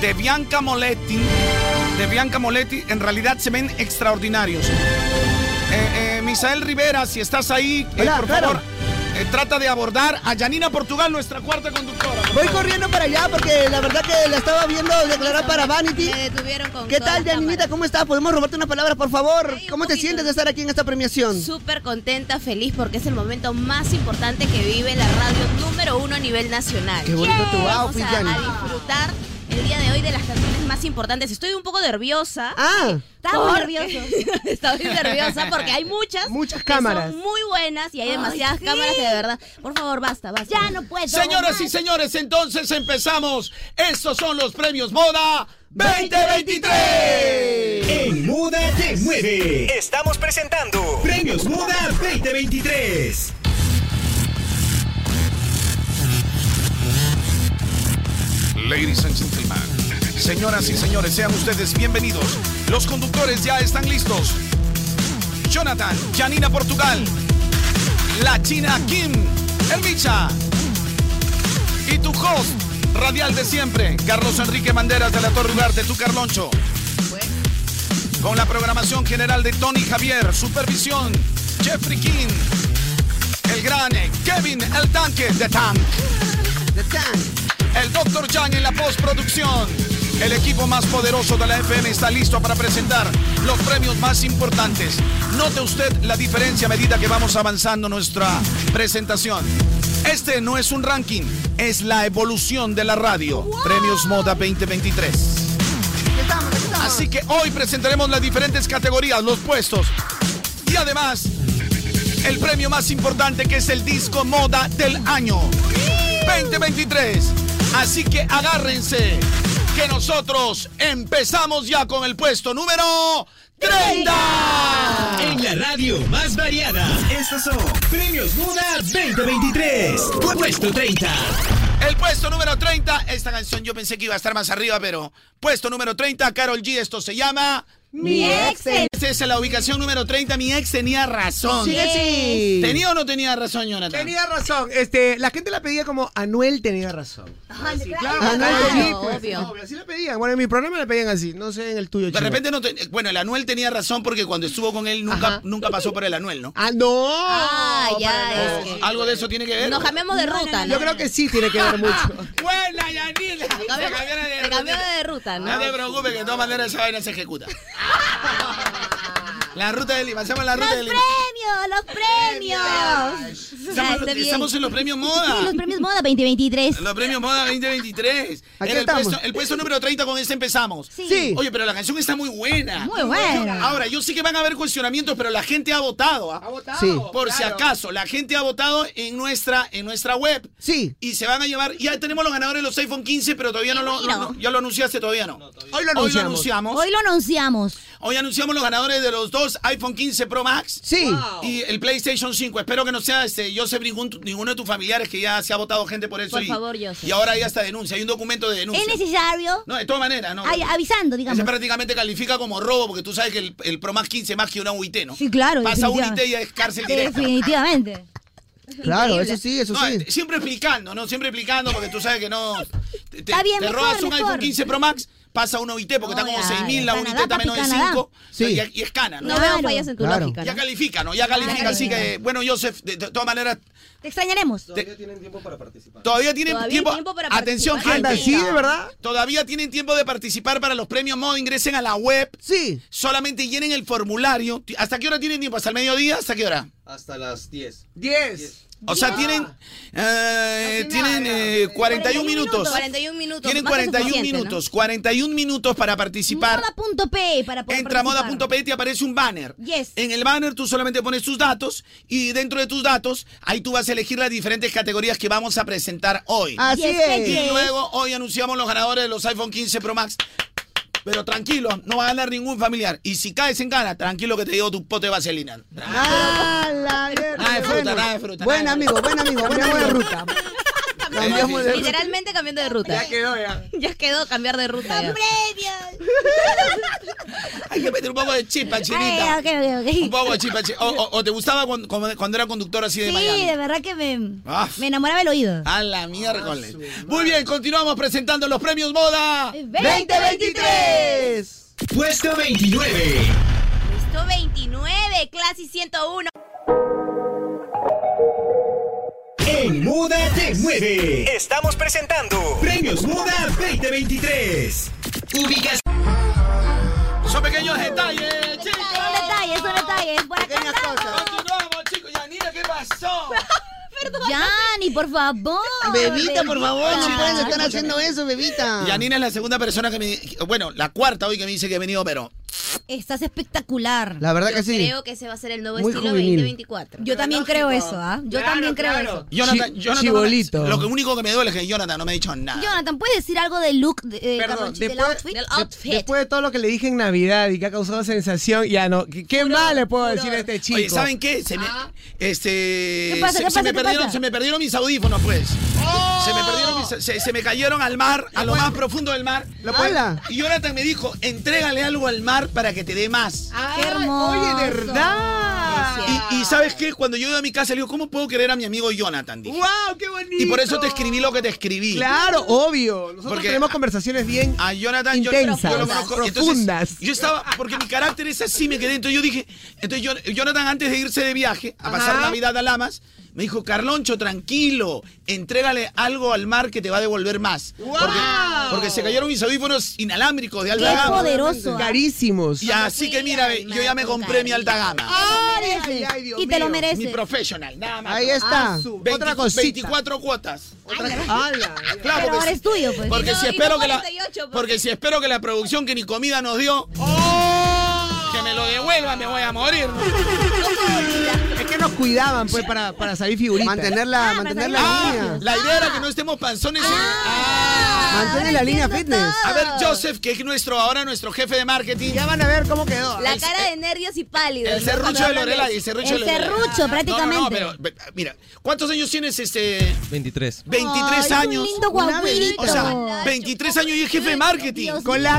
Speaker 11: de Bianca Moletti, de Bianca Moletti, en realidad se ven extraordinarios. Eh, eh, Misael Rivera, si estás ahí, eh, por favor, eh, trata de abordar a Yanina Portugal, nuestra cuarta conductora.
Speaker 6: Voy corriendo para allá porque la verdad que la estaba viendo declarar para Vanity. ¿Qué tal, Janinita? ¿Cómo estás? ¿Podemos robarte una palabra, por favor? ¿Cómo te sientes de estar aquí en esta premiación?
Speaker 17: Súper contenta, feliz porque es el momento más importante que vive la radio número uno a nivel nacional.
Speaker 6: Qué bonito tu
Speaker 17: Vamos
Speaker 6: outfit,
Speaker 17: a,
Speaker 6: Yani.
Speaker 17: a disfrutar el día de hoy de las canciones más importantes. Estoy un poco nerviosa.
Speaker 6: Ah,
Speaker 17: estaba muy
Speaker 6: ¿por qué?
Speaker 17: nervioso. Estaba muy nerviosa porque hay muchas. Muchas
Speaker 6: cámaras.
Speaker 17: Que son muy buenas y hay demasiadas
Speaker 6: sí.
Speaker 17: cámaras que de verdad. Por favor, basta, basta. Ya no puedo.
Speaker 11: Señoras y señores, entonces empezamos. Estos son los premios Moda 2023.
Speaker 1: En Moda te mueve. Estamos presentando Premios Moda 2023.
Speaker 11: Ladies and gentlemen, señoras y señores, sean ustedes bienvenidos. Los conductores ya están listos. Jonathan, Janina Portugal, la China Kim, el Micha y tu host radial de siempre, Carlos Enrique Banderas de la Torre Ugarte, tu Carloncho. Con la programación general de Tony Javier, supervisión, Jeffrey King, el gran Kevin, el tanque de Tank. El Dr. Chang en la postproducción. El equipo más poderoso de la FM está listo para presentar los premios más importantes. Note usted la diferencia a medida que vamos avanzando nuestra presentación. Este no es un ranking, es la evolución de la radio. Premios Moda 2023. Así que hoy presentaremos las diferentes categorías, los puestos. Y además, el premio más importante que es el disco moda del año 2023. Así que agárrense, que nosotros empezamos ya con el puesto número 30.
Speaker 1: En la radio más variada. Estos son Premios Moda 2023. Puesto 30.
Speaker 11: El puesto número 30, esta canción yo pensé que iba a estar más arriba, pero puesto número 30, Carol G, esto se llama...
Speaker 2: Mi ex ten-
Speaker 11: Esa es la ubicación número 30, mi ex tenía razón.
Speaker 15: Sí, sí.
Speaker 11: ¿Tenía o no tenía razón, Jonathan?
Speaker 15: Tenía razón. Este, la gente la pedía como Anuel tenía razón.
Speaker 11: claro,
Speaker 15: Anuel
Speaker 11: obvio.
Speaker 15: sí, pues, obvio, Así la pedían. Bueno, en mi programa la pedían así. No sé en el tuyo,
Speaker 11: De repente no te- Bueno, el Anuel tenía razón porque cuando estuvo con él nunca, nunca pasó por el Anuel, ¿no?
Speaker 15: Ah, no.
Speaker 17: Ah, ya.
Speaker 11: O- Algo de eso tiene que ver.
Speaker 17: Nos cambiamos de ruta, ¿no?
Speaker 15: Yo creo que sí tiene que ver mucho.
Speaker 11: Buena, Yanina. Se cambiaron de
Speaker 17: Se cambió de ruta, ¿no?
Speaker 11: No te preocupes, que de todas maneras esa vaina se ejecuta. La ruta de Lima, hacemos la ruta de
Speaker 17: ¡Los
Speaker 11: Lima.
Speaker 17: premios! ¡Los premios!
Speaker 11: Estamos,
Speaker 17: Está bien.
Speaker 11: estamos en los premios moda.
Speaker 17: Sí, los premios moda 2023.
Speaker 11: Los premios moda 2023.
Speaker 17: Aquí
Speaker 11: Era el,
Speaker 17: estamos.
Speaker 11: puesto, el puesto número 30, con ese empezamos.
Speaker 17: Sí.
Speaker 11: Oye, pero la canción está muy buena.
Speaker 17: Muy buena.
Speaker 11: Yo- ahora, yo sé que van a haber cuestionamientos, pero la gente ha votado. ¿ah?
Speaker 15: Sí.
Speaker 11: Por si acaso, la gente ha votado en nuestra, en nuestra web.
Speaker 15: Sí.
Speaker 11: Y se van a llevar. Ya tenemos los ganadores de los iPhone 15, pero todavía no lo, no- ya lo anunciaste, todavía no.
Speaker 15: Hoy
Speaker 11: lo anunciamos. Hoy lo anunciamos.
Speaker 3: Hoy lo anunciamos.
Speaker 11: los ganadores de los dos iPhone 15 Pro Max.
Speaker 15: Sí.
Speaker 11: Y el PlayStation 5. Espero que no sea este Joseph ningún, ninguno de tus familiares que ya se ha votado gente por eso.
Speaker 3: Por
Speaker 11: y,
Speaker 3: favor, Joseph.
Speaker 11: Y ahora hay hasta denuncia. Hay un documento de denuncia.
Speaker 3: ¿Es necesario?
Speaker 11: No, de todas maneras, no.
Speaker 3: Ay, avisando, digamos.
Speaker 11: Ese prácticamente califica como robo, porque tú sabes que el, el Pro Max 15 es más que una UIT, ¿no?
Speaker 3: Sí, claro,
Speaker 11: Pasa un IT
Speaker 3: definitivamente.
Speaker 11: y es cárcel directa.
Speaker 3: Definitivamente.
Speaker 6: Claro, eso sí, eso
Speaker 11: No,
Speaker 6: sí.
Speaker 11: eh, Siempre explicando, ¿no? Siempre explicando, porque tú sabes que no. Te, te-
Speaker 6: Está bien,
Speaker 11: te
Speaker 6: mejor,
Speaker 11: robas un
Speaker 6: mejor.
Speaker 11: iPhone 15 Pro Max, pasa una UIT, porque está como 6.000, la UIT está menos de 5. Y, y es cana, ¿no?
Speaker 17: No veo fallas en tu
Speaker 11: Claro.
Speaker 17: lógica.
Speaker 11: Ya califica, ¿no? Ya califica, así que, bueno, Joseph, de, de todas maneras,
Speaker 3: Te extrañaremos.
Speaker 11: todavía tienen
Speaker 3: Todavía hay
Speaker 11: tiempo.
Speaker 3: tiempo para
Speaker 11: Atención,
Speaker 3: participar.
Speaker 11: gente.
Speaker 3: Anda, sí, de verdad.
Speaker 11: Todavía tienen tiempo de participar para los premios modo. Ingresen a la web.
Speaker 6: Sí.
Speaker 11: Solamente llenen el formulario. ¿Hasta qué hora tienen tiempo? ¿Hasta el mediodía? ¿Hasta qué hora?
Speaker 18: Hasta las 10.
Speaker 15: 10.
Speaker 11: O sea, tienen, eh, tienen eh, 41 minutos.
Speaker 17: 41 minutos.
Speaker 11: Tienen
Speaker 17: más que
Speaker 11: 41
Speaker 17: suficiente, ¿no?
Speaker 11: minutos, 41 minutos para participar.
Speaker 3: Moda.p para poder
Speaker 11: Entra a
Speaker 3: participar.
Speaker 11: moda.p y te aparece un banner. En el banner tú solamente pones tus datos y dentro de tus datos ahí tú vas a elegir las diferentes categorías que vamos a presentar hoy.
Speaker 2: Así Yes, es.
Speaker 11: Y
Speaker 2: yes.
Speaker 11: luego hoy anunciamos los ganadores de los iPhone 15 Pro Max. Pero tranquilo, no va a ganar ningún familiar. Y si caes en cara, tranquilo que te digo tu pote de vaselina.
Speaker 6: Ah, la mierda.
Speaker 11: Nada de fruta,
Speaker 6: Bueno,
Speaker 11: nada de fruta,
Speaker 6: Buen
Speaker 11: nada de
Speaker 6: amigo,
Speaker 11: fruta.
Speaker 6: buen amigo, buen amigo. ruta. Cambiamos de ruta.
Speaker 17: Literalmente cambiando de ruta. Ya
Speaker 11: quedó ya.
Speaker 17: Ya quedó cambiar de ruta. ya.
Speaker 11: Hay que meter un poco de chispa, chinita.
Speaker 3: Ay, ok, ok, ok.
Speaker 11: Un poco de chispa, chi- o, o- o te gustaba cuando, cuando- cuando era conductor así de
Speaker 3: Sí,
Speaker 11: Miami?
Speaker 3: de verdad que me,
Speaker 11: Ah.
Speaker 3: me enamoraba el oído.
Speaker 11: A la miércoles.
Speaker 6: Ah,
Speaker 11: Muy bien, continuamos presentando los premios Moda
Speaker 3: 2023.
Speaker 1: Puesto 29.
Speaker 17: Puesto 29, clase 101.
Speaker 1: En Moda te mueve. Estamos presentando Premios Moda 2023. Ubicación.
Speaker 11: Son pequeños detalles, chicos.
Speaker 3: Son detalles, son detalles. Por acá estamos.
Speaker 11: Continuamos, chicos. Yanira, ¿qué pasó?
Speaker 3: Yani, por favor.
Speaker 6: Bebita, por favor, no
Speaker 3: bebita.
Speaker 6: pueden estar haciendo eso, bebita.
Speaker 11: Yanina es la segunda persona que me. Bueno, la cuarta hoy que me dice que he venido, pero.
Speaker 3: Estás espectacular.
Speaker 11: La verdad
Speaker 17: Yo
Speaker 11: que sí.
Speaker 17: Creo que ese va a ser el nuevo
Speaker 11: Muy
Speaker 17: estilo
Speaker 11: juvenil.
Speaker 17: 2024.
Speaker 3: Yo también creo eso, ¿ah? Yo también creo eso.
Speaker 11: Jonathan,
Speaker 6: Chi-
Speaker 11: Jonathan.
Speaker 6: chibolito.
Speaker 11: Lo que único que me duele es que Jonathan no me ha dicho nada.
Speaker 3: Jonathan, ¿puedes decir algo del look de, eh,
Speaker 15: Perdón,
Speaker 3: Carlonchi, del
Speaker 15: después,
Speaker 3: outfit?
Speaker 15: de- después de todo lo que le dije en Navidad y que ha causado sensación, ya no. ¿Qué, qué más le puedo decir a este chico?
Speaker 11: Oye, ¿saben qué? Se me, este,
Speaker 15: Ah. ¿Qué pasa,
Speaker 11: se,
Speaker 15: qué
Speaker 11: se
Speaker 15: pasa,
Speaker 11: me
Speaker 15: qué
Speaker 11: perdieron,
Speaker 15: pasa? Oh.
Speaker 11: se me perdieron mis audífonos, pues. Se me perdieron, mis- se, se me cayeron al mar, a lo más profundo del mar.
Speaker 6: puedes- ¡Hala!
Speaker 11: Y Jonathan me dijo, entrégale algo al mar para que te dé más.
Speaker 6: ¡Qué hermoso! Oye, de verdad.
Speaker 15: Ah.
Speaker 11: Y, y ¿sabes qué? Cuando yo iba a mi casa, le digo, ¿cómo puedo querer a mi amigo Jonathan? Dije.
Speaker 6: ¡Wow, qué bonito!
Speaker 11: Y por eso te escribí lo que te escribí.
Speaker 15: Claro, obvio. Nosotros
Speaker 11: Porque-
Speaker 15: tenemos conversaciones bien
Speaker 11: A Jonathan yo-
Speaker 15: intensas,
Speaker 11: yo, lo conozco. Entonces,
Speaker 15: profundas.
Speaker 11: yo estaba, porque mi carácter es así, me quedé. Entonces yo dije, entonces yo- Jonathan antes de irse de viaje, a pasar
Speaker 15: Ajá.
Speaker 11: Navidad a Lamas, me dijo, Carloncho, tranquilo, entrégale algo al mar que te va a devolver más. Porque, porque se cayeron mis audífonos inalámbricos de alta
Speaker 15: Qué
Speaker 11: gama.
Speaker 15: poderoso, ¿ah? Carísimos.
Speaker 11: Y así que mira, ve, yo ya me compré mi alta gama.
Speaker 3: y te lo mereces.
Speaker 11: Mi professional, nada más.
Speaker 6: Ahí está.
Speaker 11: Ah, su- 20
Speaker 6: cosita.
Speaker 11: 24 cuotas. Claro,
Speaker 6: Pero
Speaker 11: porque
Speaker 6: ahora
Speaker 11: si-
Speaker 6: es tuyo, pues.
Speaker 11: Porque
Speaker 6: Y no-
Speaker 11: si
Speaker 6: y no
Speaker 11: espero que la
Speaker 6: 48, pues.
Speaker 11: porque si espero que la producción que ni comida nos dio que me lo devuelva, me voy a morir.
Speaker 15: Es que nos cuidaban, pues, para, para salir figuritas.
Speaker 3: Ah,
Speaker 6: Mantenerla, mantener la línea.
Speaker 11: Ah, La Ah. idea era que no estemos panzones. en-
Speaker 6: Mantiene la línea fitness.
Speaker 11: A
Speaker 3: Ah.
Speaker 11: ver, Joseph, que es nuestro ahora nuestro jefe de marketing. Ya van a ver cómo quedó.
Speaker 17: La cara de nervios y pálido.
Speaker 11: El
Speaker 17: ¿no?
Speaker 11: serrucho
Speaker 17: Cuando
Speaker 11: de
Speaker 17: hablan
Speaker 11: Lorelai,
Speaker 17: eso.
Speaker 11: el serrucho de Lorelai. No, No, no, pero, pero, mira, ¿cuántos años tienes este
Speaker 18: 23.
Speaker 11: 23
Speaker 18: Ay, es un
Speaker 11: años?
Speaker 18: lindo guaguito.
Speaker 11: O sea, 23 años y es jefe de marketing.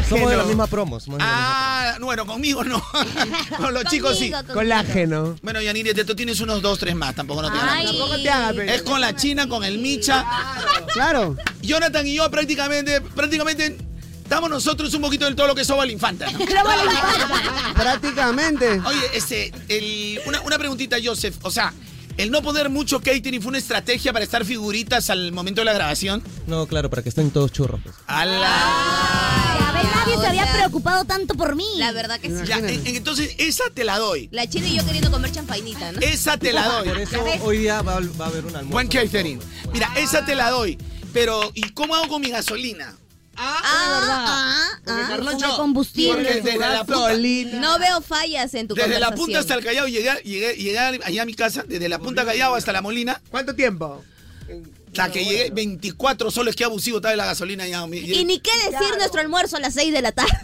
Speaker 18: Somos de la misma promos. más o menos.
Speaker 11: Ah, bueno, conmigo no. Con los chicos sí.
Speaker 15: conmigo. Colágeno.
Speaker 11: Bueno, Yanire, te- tú tienes unos dos, tres más. Tampoco no te hagas.
Speaker 15: Ay.
Speaker 11: mucho.
Speaker 15: Tampoco te hagas, pero-
Speaker 11: Es con la China, con el Micha.
Speaker 6: Claro.
Speaker 11: Jonathan y yo prácticamente, prácticamente, estamos nosotros un poquito del todo lo que es Oval Infanta. ¿no?
Speaker 6: Prácticamente.
Speaker 11: Oye, este, el- una, una preguntita, Joseph. O sea, el no poner mucho catering fue una estrategia para estar figuritas al momento de la grabación.
Speaker 18: No, claro, para que estén todos churros. pues.
Speaker 3: A ver, nadie se había preocupado tanto por mí. La verdad que
Speaker 11: Ya, en- en- entonces, esa te la doy.
Speaker 17: La china y yo queriendo comer champainita, ¿no?
Speaker 11: Esa te la doy.
Speaker 18: Por eso hoy día va, va a haber un almuerzo.
Speaker 11: Buen catering. Mira, esa te la doy. Pero, ¿y cómo hago con mi gasolina?
Speaker 3: Ah,
Speaker 17: Ah, ah, ah.
Speaker 11: Carloncho, Con combustible. porque desde la punta- Gasolina.
Speaker 17: No veo fallas en tu
Speaker 11: Desde la punta hasta
Speaker 17: conversación.
Speaker 11: el Callao, llegué, llegué, llegué allá a mi casa, desde la punta Callao hasta la Molina.
Speaker 15: ¿Cuánto tiempo?
Speaker 11: Hasta que llegué 24 soles, que abusivo estaba de la gasolina. Ya, mi-
Speaker 17: Y ni qué decir nuestro almuerzo a las 6 de la tarde.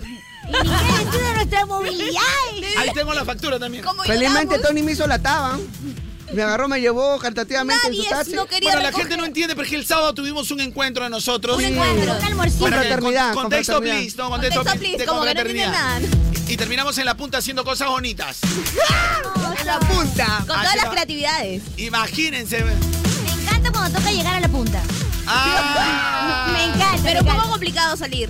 Speaker 3: Y ni qué decir de nuestra movilidad.
Speaker 11: Ahí tengo la factura también.
Speaker 6: Felizmente Tony me hizo la taba. Me agarró, me llevó caritativamente en su taxi.
Speaker 11: bueno, la gente no entiende porque el sábado tuvimos un encuentro de nosotros.
Speaker 6: Un encuentro, un almuercito.
Speaker 11: Para que-
Speaker 6: Confraternidad,
Speaker 11: con- Contexto,
Speaker 6: confraternidad.
Speaker 11: please. No, contexto,
Speaker 6: Contexto,
Speaker 11: please.
Speaker 6: please,
Speaker 11: de
Speaker 6: como que no
Speaker 11: confraternidad.
Speaker 6: tiene
Speaker 11: Y terminamos en la punta haciendo cosas bonitas.
Speaker 3: En
Speaker 17: la
Speaker 11: punta.
Speaker 17: Con todas las creatividades.
Speaker 11: Imagínense.
Speaker 3: Me encanta cuando toca llegar a la punta.
Speaker 11: Ah.
Speaker 17: me encanta. Pero un poco complicado salir.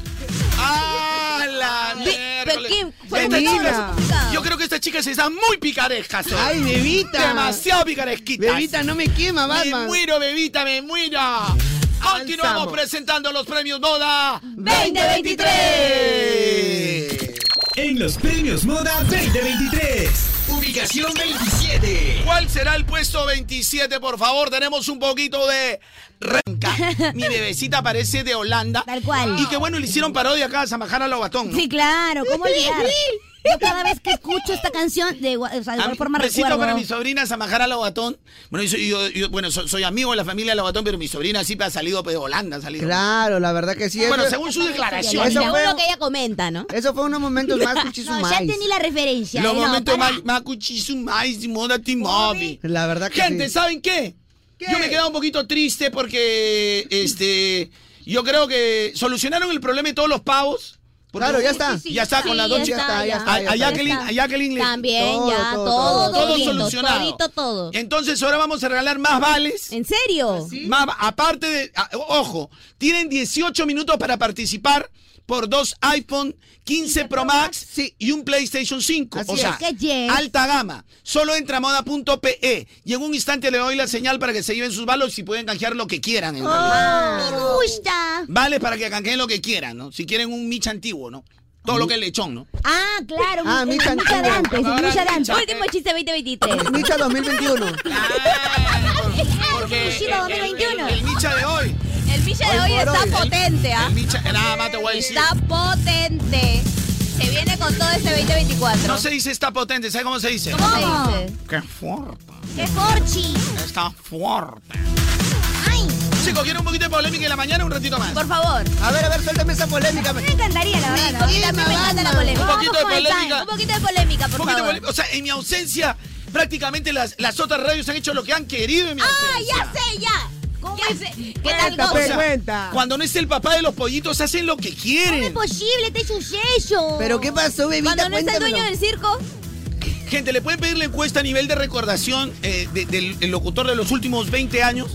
Speaker 11: ¡Ah, la
Speaker 17: Pero Kim, fue
Speaker 11: Estas
Speaker 17: complicado,
Speaker 11: chicas-
Speaker 17: fue complicado.
Speaker 11: yo creo que estas chicas están muy picarescas. hoy.
Speaker 6: Ay, bebita.
Speaker 11: Demasiado picaresquitas.
Speaker 6: Bebita, no me quema,
Speaker 11: Me
Speaker 6: Batman.
Speaker 11: muero, bebita, me muero. Continuamos presentando los premios Moda
Speaker 1: 2023. En los Premios Moda 2023. Ubicación.
Speaker 10: ubicación 27.
Speaker 11: ¿Cuál será el puesto 27? Por favor, tenemos un poquito de renca. Mi bebecita parece de Holanda. Tal
Speaker 3: cual.
Speaker 11: Y que bueno, le hicieron parodia acá a Samajara Lobatón. ¿no?
Speaker 3: Sí, claro, ¿cómo olvidar? Yo cada vez que escucho esta canción, de, igua- o sea, de
Speaker 11: A mí,
Speaker 3: igual forma
Speaker 11: besito
Speaker 3: recuerdo.
Speaker 11: para mi sobrina Samajara Lobatón. Bueno, yo, soy- yo- yo- bueno so- soy amigo de la familia Lobatón, pero mi sobrina sí ha salido pues, de Holanda. Ha salido.
Speaker 6: Claro, la verdad que sí.
Speaker 11: Bueno,
Speaker 6: eso-
Speaker 11: según su declaración.
Speaker 6: Eso
Speaker 11: Según
Speaker 6: fue,
Speaker 11: lo
Speaker 17: que ella comenta, ¿no?
Speaker 6: Eso fue unos momentos más
Speaker 3: No, ya
Speaker 6: cuchisumais.
Speaker 3: entendí la referencia.
Speaker 11: Los
Speaker 3: eh, no,
Speaker 11: momentos
Speaker 3: para.
Speaker 11: más, más cuchisumais y moda Timovi.
Speaker 6: La verdad que
Speaker 11: Gente,
Speaker 6: sí.
Speaker 11: ¿saben qué? Yo me he quedado un poquito triste porque este yo creo que solucionaron el problema de todos los pavos. Porque-
Speaker 6: Claro, ya está. Sí, sí,
Speaker 11: ya está
Speaker 6: sí,
Speaker 11: con la
Speaker 6: ya
Speaker 11: noche.
Speaker 6: está, ya está, ya
Speaker 11: A, a
Speaker 6: está.
Speaker 11: Jacqueline, a Jacqueline le-
Speaker 17: También, ya, todo, todo,
Speaker 11: Todo
Speaker 17: bien,
Speaker 11: solucionado.
Speaker 17: todito, todo.
Speaker 11: Entonces ahora vamos a regalar más vales.
Speaker 17: ¿En serio?
Speaker 11: Más va- aparte de, a- ojo, tienen 18 minutos para participar por dos iPhone 15 Pro Max y un PlayStation 5. o
Speaker 3: es,
Speaker 11: sea,
Speaker 3: que yes.
Speaker 11: alta gama. Solo entra a moda.pe e. y en un instante le doy la señal para que se lleven sus balos y pueden canjear lo que quieran. en realidad.
Speaker 3: Ah, me gusta.
Speaker 11: Vale para que canjeen lo que quieran, ¿no? Si quieren un Mich antiguo, ¿no? Todo lo que es lechón, ¿no?
Speaker 3: Ah, claro.
Speaker 11: Ah,
Speaker 3: mi-
Speaker 11: Micha
Speaker 3: es Micha
Speaker 11: antigua.
Speaker 3: Dantes, es
Speaker 11: Ahora
Speaker 3: Micha Dantes.
Speaker 11: Micha.
Speaker 3: Último chiste 2023.
Speaker 6: Micha 2021.
Speaker 3: Ah.
Speaker 11: Porque
Speaker 3: Michito
Speaker 11: el- el-
Speaker 3: 2021.
Speaker 11: el Micha de hoy.
Speaker 17: El Micha de
Speaker 11: Hoy
Speaker 17: hoy,
Speaker 11: por
Speaker 17: está
Speaker 11: hoy, el-
Speaker 17: potente, ¿ah?
Speaker 11: el Micha- nada más te voy a decir.
Speaker 17: Está potente. Se viene con todo este 2024.
Speaker 11: No se dice está potente, ¿sabes cómo se dice?
Speaker 17: ¿Cómo se dice?
Speaker 11: Qué fuerte.
Speaker 3: ¡Qué forchi!
Speaker 11: Está fuerte. Chicos, quiero un poquito de polémica en la mañana un ratito más.
Speaker 17: Por favor.
Speaker 6: A ver, a ver, suéltame esa polémica.
Speaker 17: Pues
Speaker 3: Me encantaría, la verdad.
Speaker 17: Sí, a mí me encanta la polémica.
Speaker 11: Un poquito de
Speaker 17: Vamos con el time,
Speaker 11: polémica.
Speaker 17: Un poquito de polémica, por
Speaker 11: Un poquito de
Speaker 17: favor.
Speaker 11: polémica. O sea, en mi ausencia, prácticamente las, las otras radios han hecho lo que han querido en mi
Speaker 17: ¡Ah,
Speaker 11: ausencia.
Speaker 17: ya sé, ya! ¿Cómo ya sé. ¿Qué tal
Speaker 11: O sea,
Speaker 17: cosa?
Speaker 11: Cuando no es el papá de los pollitos, hacen lo que quieren.
Speaker 17: pues.
Speaker 3: Imposible, este es un sello.
Speaker 6: ¿Pero qué pasó, bebita?
Speaker 17: Cuando no está el dueño del circo.
Speaker 11: Gente, ¿le pueden pedir la encuesta a nivel de recordación eh, de- del el locutor de los últimos 20 años?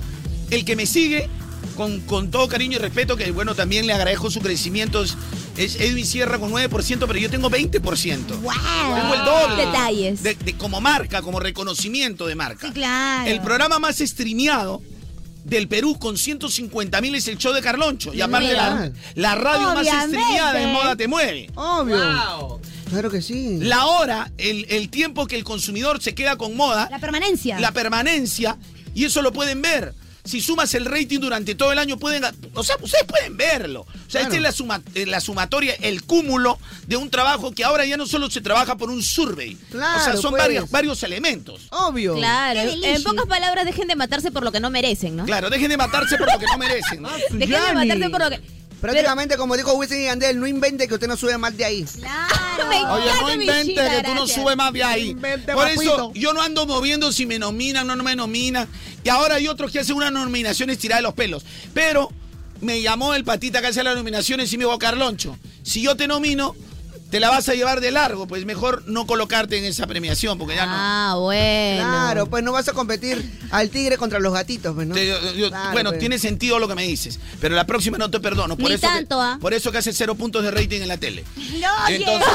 Speaker 11: El que me sigue, con, con todo cariño y respeto, que bueno, también le agradezco su crecimiento, es- es Edwin Sierra con 9%, pero yo tengo 20%. Tengo el doble.
Speaker 17: Detalles.
Speaker 11: De, de- como marca, como reconocimiento de marca.
Speaker 17: Claro.
Speaker 11: El programa más streameado del Perú con 150 mil es el show de Carloncho. Y aparte la,
Speaker 6: Mira.
Speaker 11: la radio más
Speaker 6: Obviamente.
Speaker 11: streameada en Moda Te Mueve.
Speaker 6: Obvio.
Speaker 11: Ah.
Speaker 6: Claro que sí.
Speaker 11: La hora, el, el tiempo que el consumidor se queda con moda. La
Speaker 3: permanencia.
Speaker 11: La permanencia. Y eso lo pueden ver. Si sumas el rating durante todo el año, pueden. O sea, ustedes pueden verlo. O sea, esta es la, suma- eh, la sumatoria, el cúmulo de un trabajo que ahora ya no solo se trabaja por un survey. o sea,
Speaker 17: Claro,
Speaker 11: son
Speaker 17: pues.
Speaker 11: varias- varios elementos.
Speaker 6: Obvio.
Speaker 17: Claro.
Speaker 11: Qué
Speaker 17: En
Speaker 11: delicious.
Speaker 17: pocas palabras, dejen de matarse por lo que no merecen, ¿no?
Speaker 11: Claro, dejen de matarse por lo que no merecen. ¿no?
Speaker 6: Ah,
Speaker 17: Dejen de matarse por lo que.
Speaker 6: Prácticamente, como dijo Wisin y Andel, no invente que usted no sube más de ahí.
Speaker 11: Oye, no
Speaker 6: Claro, mi
Speaker 11: inventes
Speaker 6: chita,
Speaker 11: que tú no
Speaker 6: gracias.
Speaker 11: subes más de ahí.
Speaker 6: Invente,
Speaker 11: Por
Speaker 6: papito.
Speaker 11: eso yo no ando moviendo si me nominan o no me nominan. Y ahora hay otros que hacen una nominación estirada de los pelos. Pero me llamó el patita que hace las nominaciones y me dijo, Carloncho, si yo te nomino, te la vas a llevar de largo. Pues mejor no colocarte en esa premiación porque ya no...
Speaker 17: Ah, bueno.
Speaker 6: Claro, pues no vas a competir al tigre contra los gatitos, pues, ¿no?
Speaker 11: Te- yo- yo-
Speaker 6: Claro,
Speaker 11: bueno,
Speaker 6: pues.
Speaker 11: tiene sentido lo que me dices, pero la próxima no te perdono. Por
Speaker 6: Ni
Speaker 11: eso
Speaker 6: tanto,
Speaker 11: que,
Speaker 6: ¿ah?
Speaker 11: Por eso que hace cero puntos de rating en la tele.
Speaker 3: No,
Speaker 11: oye. Entonces,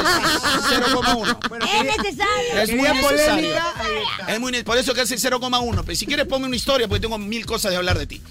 Speaker 11: 0,1.
Speaker 3: es necesario.
Speaker 11: Es muy necesario. Es muy ne- por eso que hace 0,1. Pero si quieres ponme una historia porque tengo mil cosas de hablar de ti.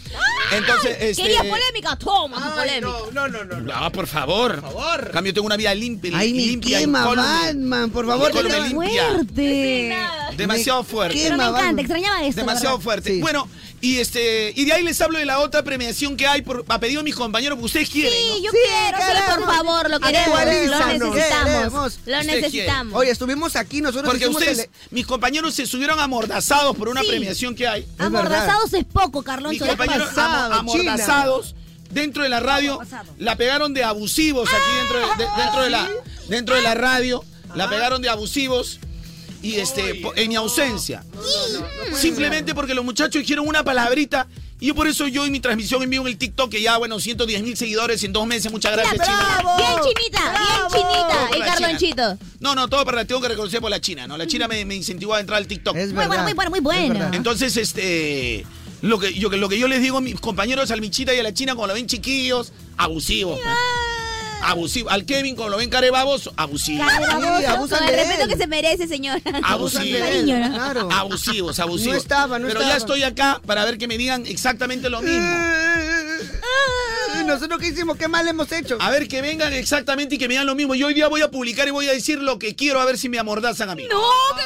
Speaker 11: Entonces, este,
Speaker 17: Quería polémica, toma tu
Speaker 11: Ay,
Speaker 17: polémica.
Speaker 6: No, no, no.
Speaker 11: Ah, por favor. Por favor. Cambio tengo una vida limpia,
Speaker 6: Ay, me
Speaker 11: limpia
Speaker 6: quema,
Speaker 11: incólume.
Speaker 6: Batman, por favor.
Speaker 11: Incólume
Speaker 6: Pero
Speaker 11: limpia.
Speaker 3: Fuerte.
Speaker 11: Demasiado fuerte.
Speaker 3: Pero me encanta, extrañaba esto. la
Speaker 11: Demasiado
Speaker 3: verdad.
Speaker 11: fuerte. Bueno, y este y de ahí les hablo de la otra premiación que hay por, a pedido de mis compañeros, porque ustedes quieren.
Speaker 17: Sí,
Speaker 11: ¿no?
Speaker 17: yo quiero, sí, por favor, lo queremos, lo
Speaker 11: Actualízanos.
Speaker 17: necesitamos, lo
Speaker 11: Ustedes quieren.
Speaker 17: necesitamos.
Speaker 6: Oye, estuvimos aquí nosotros.
Speaker 11: Porque
Speaker 6: hicimos
Speaker 11: ustedes,
Speaker 6: tele-
Speaker 11: mis compañeros se subieron amordazados por una
Speaker 6: Sí. Ah,
Speaker 11: premiación que hay.
Speaker 3: Amordazados es poco, Carloncho.
Speaker 11: Mis
Speaker 3: déjame-
Speaker 11: compañeros am- amordazados dentro de la radio la pegaron de abusivos aquí dentro de, de- dentro de la dentro de la radio la pegaron de abusivos y este po- en mi ausencia simplemente porque los muchachos dijeron una palabrita y yo por eso yo en mi transmisión en vivo en el TikTok que ya bueno 110 mil seguidores en dos meses muchas gracias China.
Speaker 17: Bien chinita, bien chinita.
Speaker 11: Bravo.
Speaker 17: Y Carlonchito.
Speaker 11: No, no, todo para tengo que reconocer por la China, ¿no? La China me, me incentivó a entrar al TikTok.
Speaker 6: Muy verdad. bueno, muy bueno, muy bueno. Es verdad.
Speaker 11: Entonces, este. Lo que, yo, lo que yo les digo a mis compañeros, al Michita y a la China, cuando lo ven chiquillos, abusivos. pues. Abusivo. Al Kevin, cuando lo ven carebaboso, abusivo.
Speaker 17: Carloncho,
Speaker 6: abusan
Speaker 17: con el
Speaker 6: de
Speaker 17: respeto
Speaker 6: él.
Speaker 17: que se merece, señora.
Speaker 11: Abusivos.
Speaker 17: Ah,
Speaker 11: Abusivos, abusivos.
Speaker 6: No estaba, no
Speaker 11: Pero
Speaker 6: estaba.
Speaker 11: ya estoy acá para ver que me digan exactamente lo mismo.
Speaker 6: ¿Nosotros qué hicimos? ¿Qué mal hemos hecho?
Speaker 11: A ver, que vengan exactamente y que me digan lo mismo. Yo hoy día voy a publicar y voy a decir lo que quiero, a ver si me amordazan a mí.
Speaker 3: No,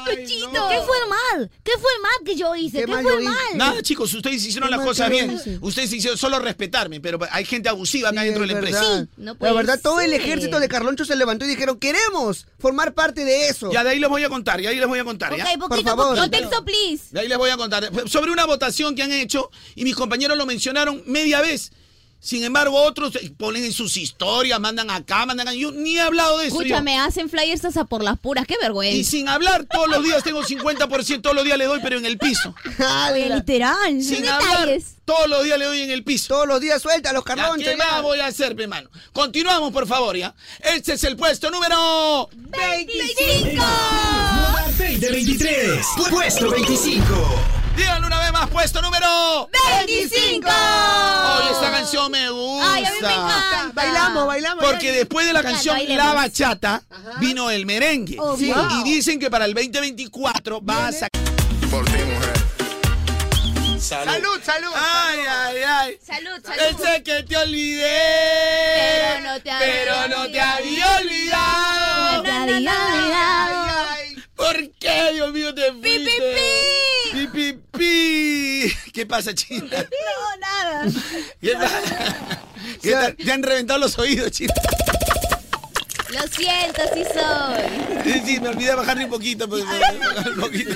Speaker 3: Pepuchito. ¿Qué fue el mal? ¿Qué fue el mal que yo hice? ¿Qué, fue el mal?
Speaker 11: Nada, chicos, ustedes hicieron
Speaker 3: Qué
Speaker 11: las
Speaker 3: mal
Speaker 11: cosas
Speaker 3: que
Speaker 11: bien.
Speaker 3: lo hice.
Speaker 11: Ustedes hicieron solo respetarme, pero hay gente abusiva acá dentro de la empresa.
Speaker 6: verdad. la verdad, todo el ejército de Carloncho se levantó y dijeron, queremos formar parte de eso.
Speaker 11: Ya de ahí les voy a contar, ya de ahí les voy a contar. ¿ya?
Speaker 6: Por favor.
Speaker 11: please. De ahí les voy a contar. Sobre una votación que han hecho y mis compañeros lo mencionaron media vez. Sin embargo, otros eh, ponen en sus historias, mandan acá, mandan acá. Yo ni he hablado de eso. yo.
Speaker 17: Escúchame, hacen flyers hasta por las puras, qué vergüenza.
Speaker 11: Y sin hablar, todos los días tengo 50%, todos los días le doy, pero en el piso.
Speaker 17: Oye, literal.
Speaker 11: Sin
Speaker 17: ¿Qué
Speaker 11: hablar,
Speaker 17: detalles?
Speaker 11: todos los días le doy en el piso.
Speaker 6: Todos los días suelta los carlonchos.
Speaker 11: ¿Qué más voy a hacer, mi hermano? Continuamos, por favor, ¿ya? Este es el puesto número...
Speaker 2: ¡25!
Speaker 11: 2023,
Speaker 2: puesto 25.
Speaker 11: Díganlo una vez más, puesto número...
Speaker 2: 25.
Speaker 11: Oye, esta canción me gusta.
Speaker 2: Ay, a mí me encanta.
Speaker 6: Bailamos, bailamos.
Speaker 11: Porque después de la canción
Speaker 6: bailemos.
Speaker 11: La Bachata, vino el merengue.
Speaker 6: Oh, Sí. wow.
Speaker 11: Y dicen que para el 2024 va a sacar...
Speaker 2: Por ti, mujer.
Speaker 11: Salud, salud. Ay, ay, ay.
Speaker 17: Salud,
Speaker 11: Pensé que te olvidé.
Speaker 17: Pero no te había
Speaker 11: pero no te
Speaker 17: olvidado.
Speaker 11: había olvidado.
Speaker 17: No te había olvidado.
Speaker 11: Ay, ay. ¿Por qué, Dios mío, te fuiste? Pi, pi, pi. ¿Qué pasa, chita?
Speaker 17: No, nada.
Speaker 11: ¿Qué pasa? ¿Qué tal? Te han reventado los oídos, chita.
Speaker 17: Lo siento, sí soy.
Speaker 11: Sí, sí, me olvidé bajarle un poquito. pues, un poquito.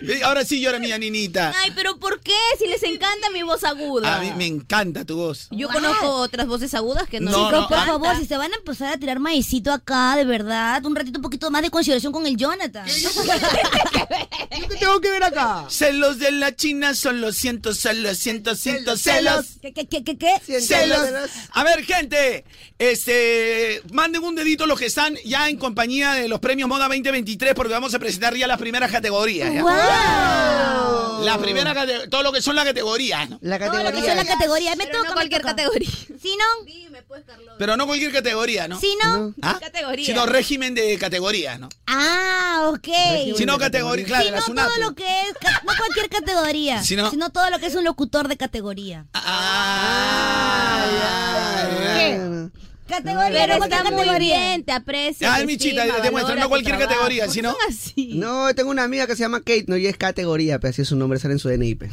Speaker 11: Ve, Ahora sí llora mi aninita.
Speaker 17: Ay, pero ¿por qué? Si les encanta mi voz aguda.
Speaker 11: A mí me encanta tu voz.
Speaker 17: Yo conozco otras voces agudas que no.
Speaker 11: No,
Speaker 3: Chicos,
Speaker 11: no,
Speaker 3: por
Speaker 11: ah.
Speaker 3: favor, si se van a empezar a tirar maicito acá, de verdad, un ratito, un poquito más de consideración con el Jonathan.
Speaker 6: ¿Qué tengo que ver acá?
Speaker 11: Celos de la China son los cientos, celos, cientos, cientos, celos.
Speaker 3: ¿Qué, qué, qué, qué? qué?
Speaker 11: Celos. A ver, gente, este, manden un dedito los que están ya en compañía de los premios Moda 2023 porque vamos a presentar ya las primeras categorías. ya. Las primeras categorías, todo lo que son las categorías, ¿no?
Speaker 6: La
Speaker 3: Todo lo que sea la categoría. Me toca, cualquier categoría. Si no,
Speaker 11: Pero no cualquier categoría, ¿no?
Speaker 3: si no.
Speaker 11: ¿Ah?
Speaker 3: Categoría.
Speaker 11: Sino régimen de categorías, ¿no?
Speaker 3: Ah, ok.
Speaker 11: Si no, categoría, claro,
Speaker 3: Si
Speaker 11: la
Speaker 3: no
Speaker 11: SUNAT.
Speaker 3: todo lo que es, ca- no cualquier categoría,
Speaker 11: Si no-
Speaker 3: sino todo lo que es un locutor de categoría. ¿Qué? Categoría,
Speaker 17: Pero
Speaker 3: no cualquier
Speaker 17: está muy
Speaker 3: categoría.
Speaker 17: bien, te aprecio.
Speaker 11: Ay,
Speaker 17: te
Speaker 11: mi chita,
Speaker 17: estima,
Speaker 11: demuestra,
Speaker 17: valora
Speaker 11: no
Speaker 17: tu
Speaker 11: cualquier
Speaker 17: trabajo.
Speaker 11: categoría, si no-
Speaker 3: Ah,
Speaker 6: No, tengo una amiga que se llama Kate, no, y es categoría, pero así es su nombre, sale en su DNI. pe.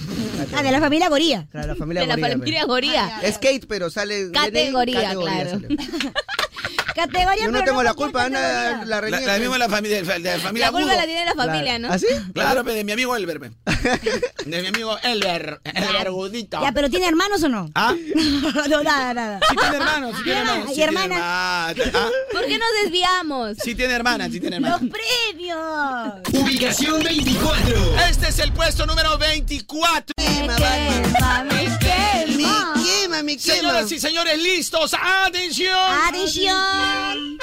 Speaker 3: Ah, de la familia Goría.
Speaker 6: Claro, la familia
Speaker 17: De la
Speaker 6: Goría, pe.
Speaker 17: familia Goría.
Speaker 6: Es Kate, pero sale. en DNI,
Speaker 17: Categoría, claro.
Speaker 6: sale.
Speaker 3: Categoría,
Speaker 6: Yo no
Speaker 3: pero
Speaker 6: tengo la
Speaker 3: cualquier
Speaker 6: culpa, Ana,
Speaker 3: categoría.
Speaker 6: la
Speaker 11: La,
Speaker 6: reñé.
Speaker 11: la misma la familia, de la familia
Speaker 17: La culpa
Speaker 11: Agudo.
Speaker 17: la tiene la familia, ¿no?
Speaker 6: ¿Ah, sí?
Speaker 11: Claro, pe, de mi amigo Elber. pe. De mi amigo Elber, Elber Agudito.
Speaker 3: Ya, pero ¿tiene hermanos o no?
Speaker 11: ¿Ah?
Speaker 3: no, nada, nada.
Speaker 11: Sí tiene hermanos, sí tiene hermanos.
Speaker 3: Y
Speaker 11: sí tiene
Speaker 3: hermanas.
Speaker 11: hermanas, ¿ah?
Speaker 17: ¿Por qué nos desviamos?
Speaker 11: Sí tiene hermanas, sí tiene
Speaker 3: Los
Speaker 11: hermanas.
Speaker 3: premios.
Speaker 11: Ubicación 24. Este es el puesto número 24.
Speaker 6: Me quema, me quema.
Speaker 11: Señoras y señores, listos. Atención.
Speaker 3: Atención.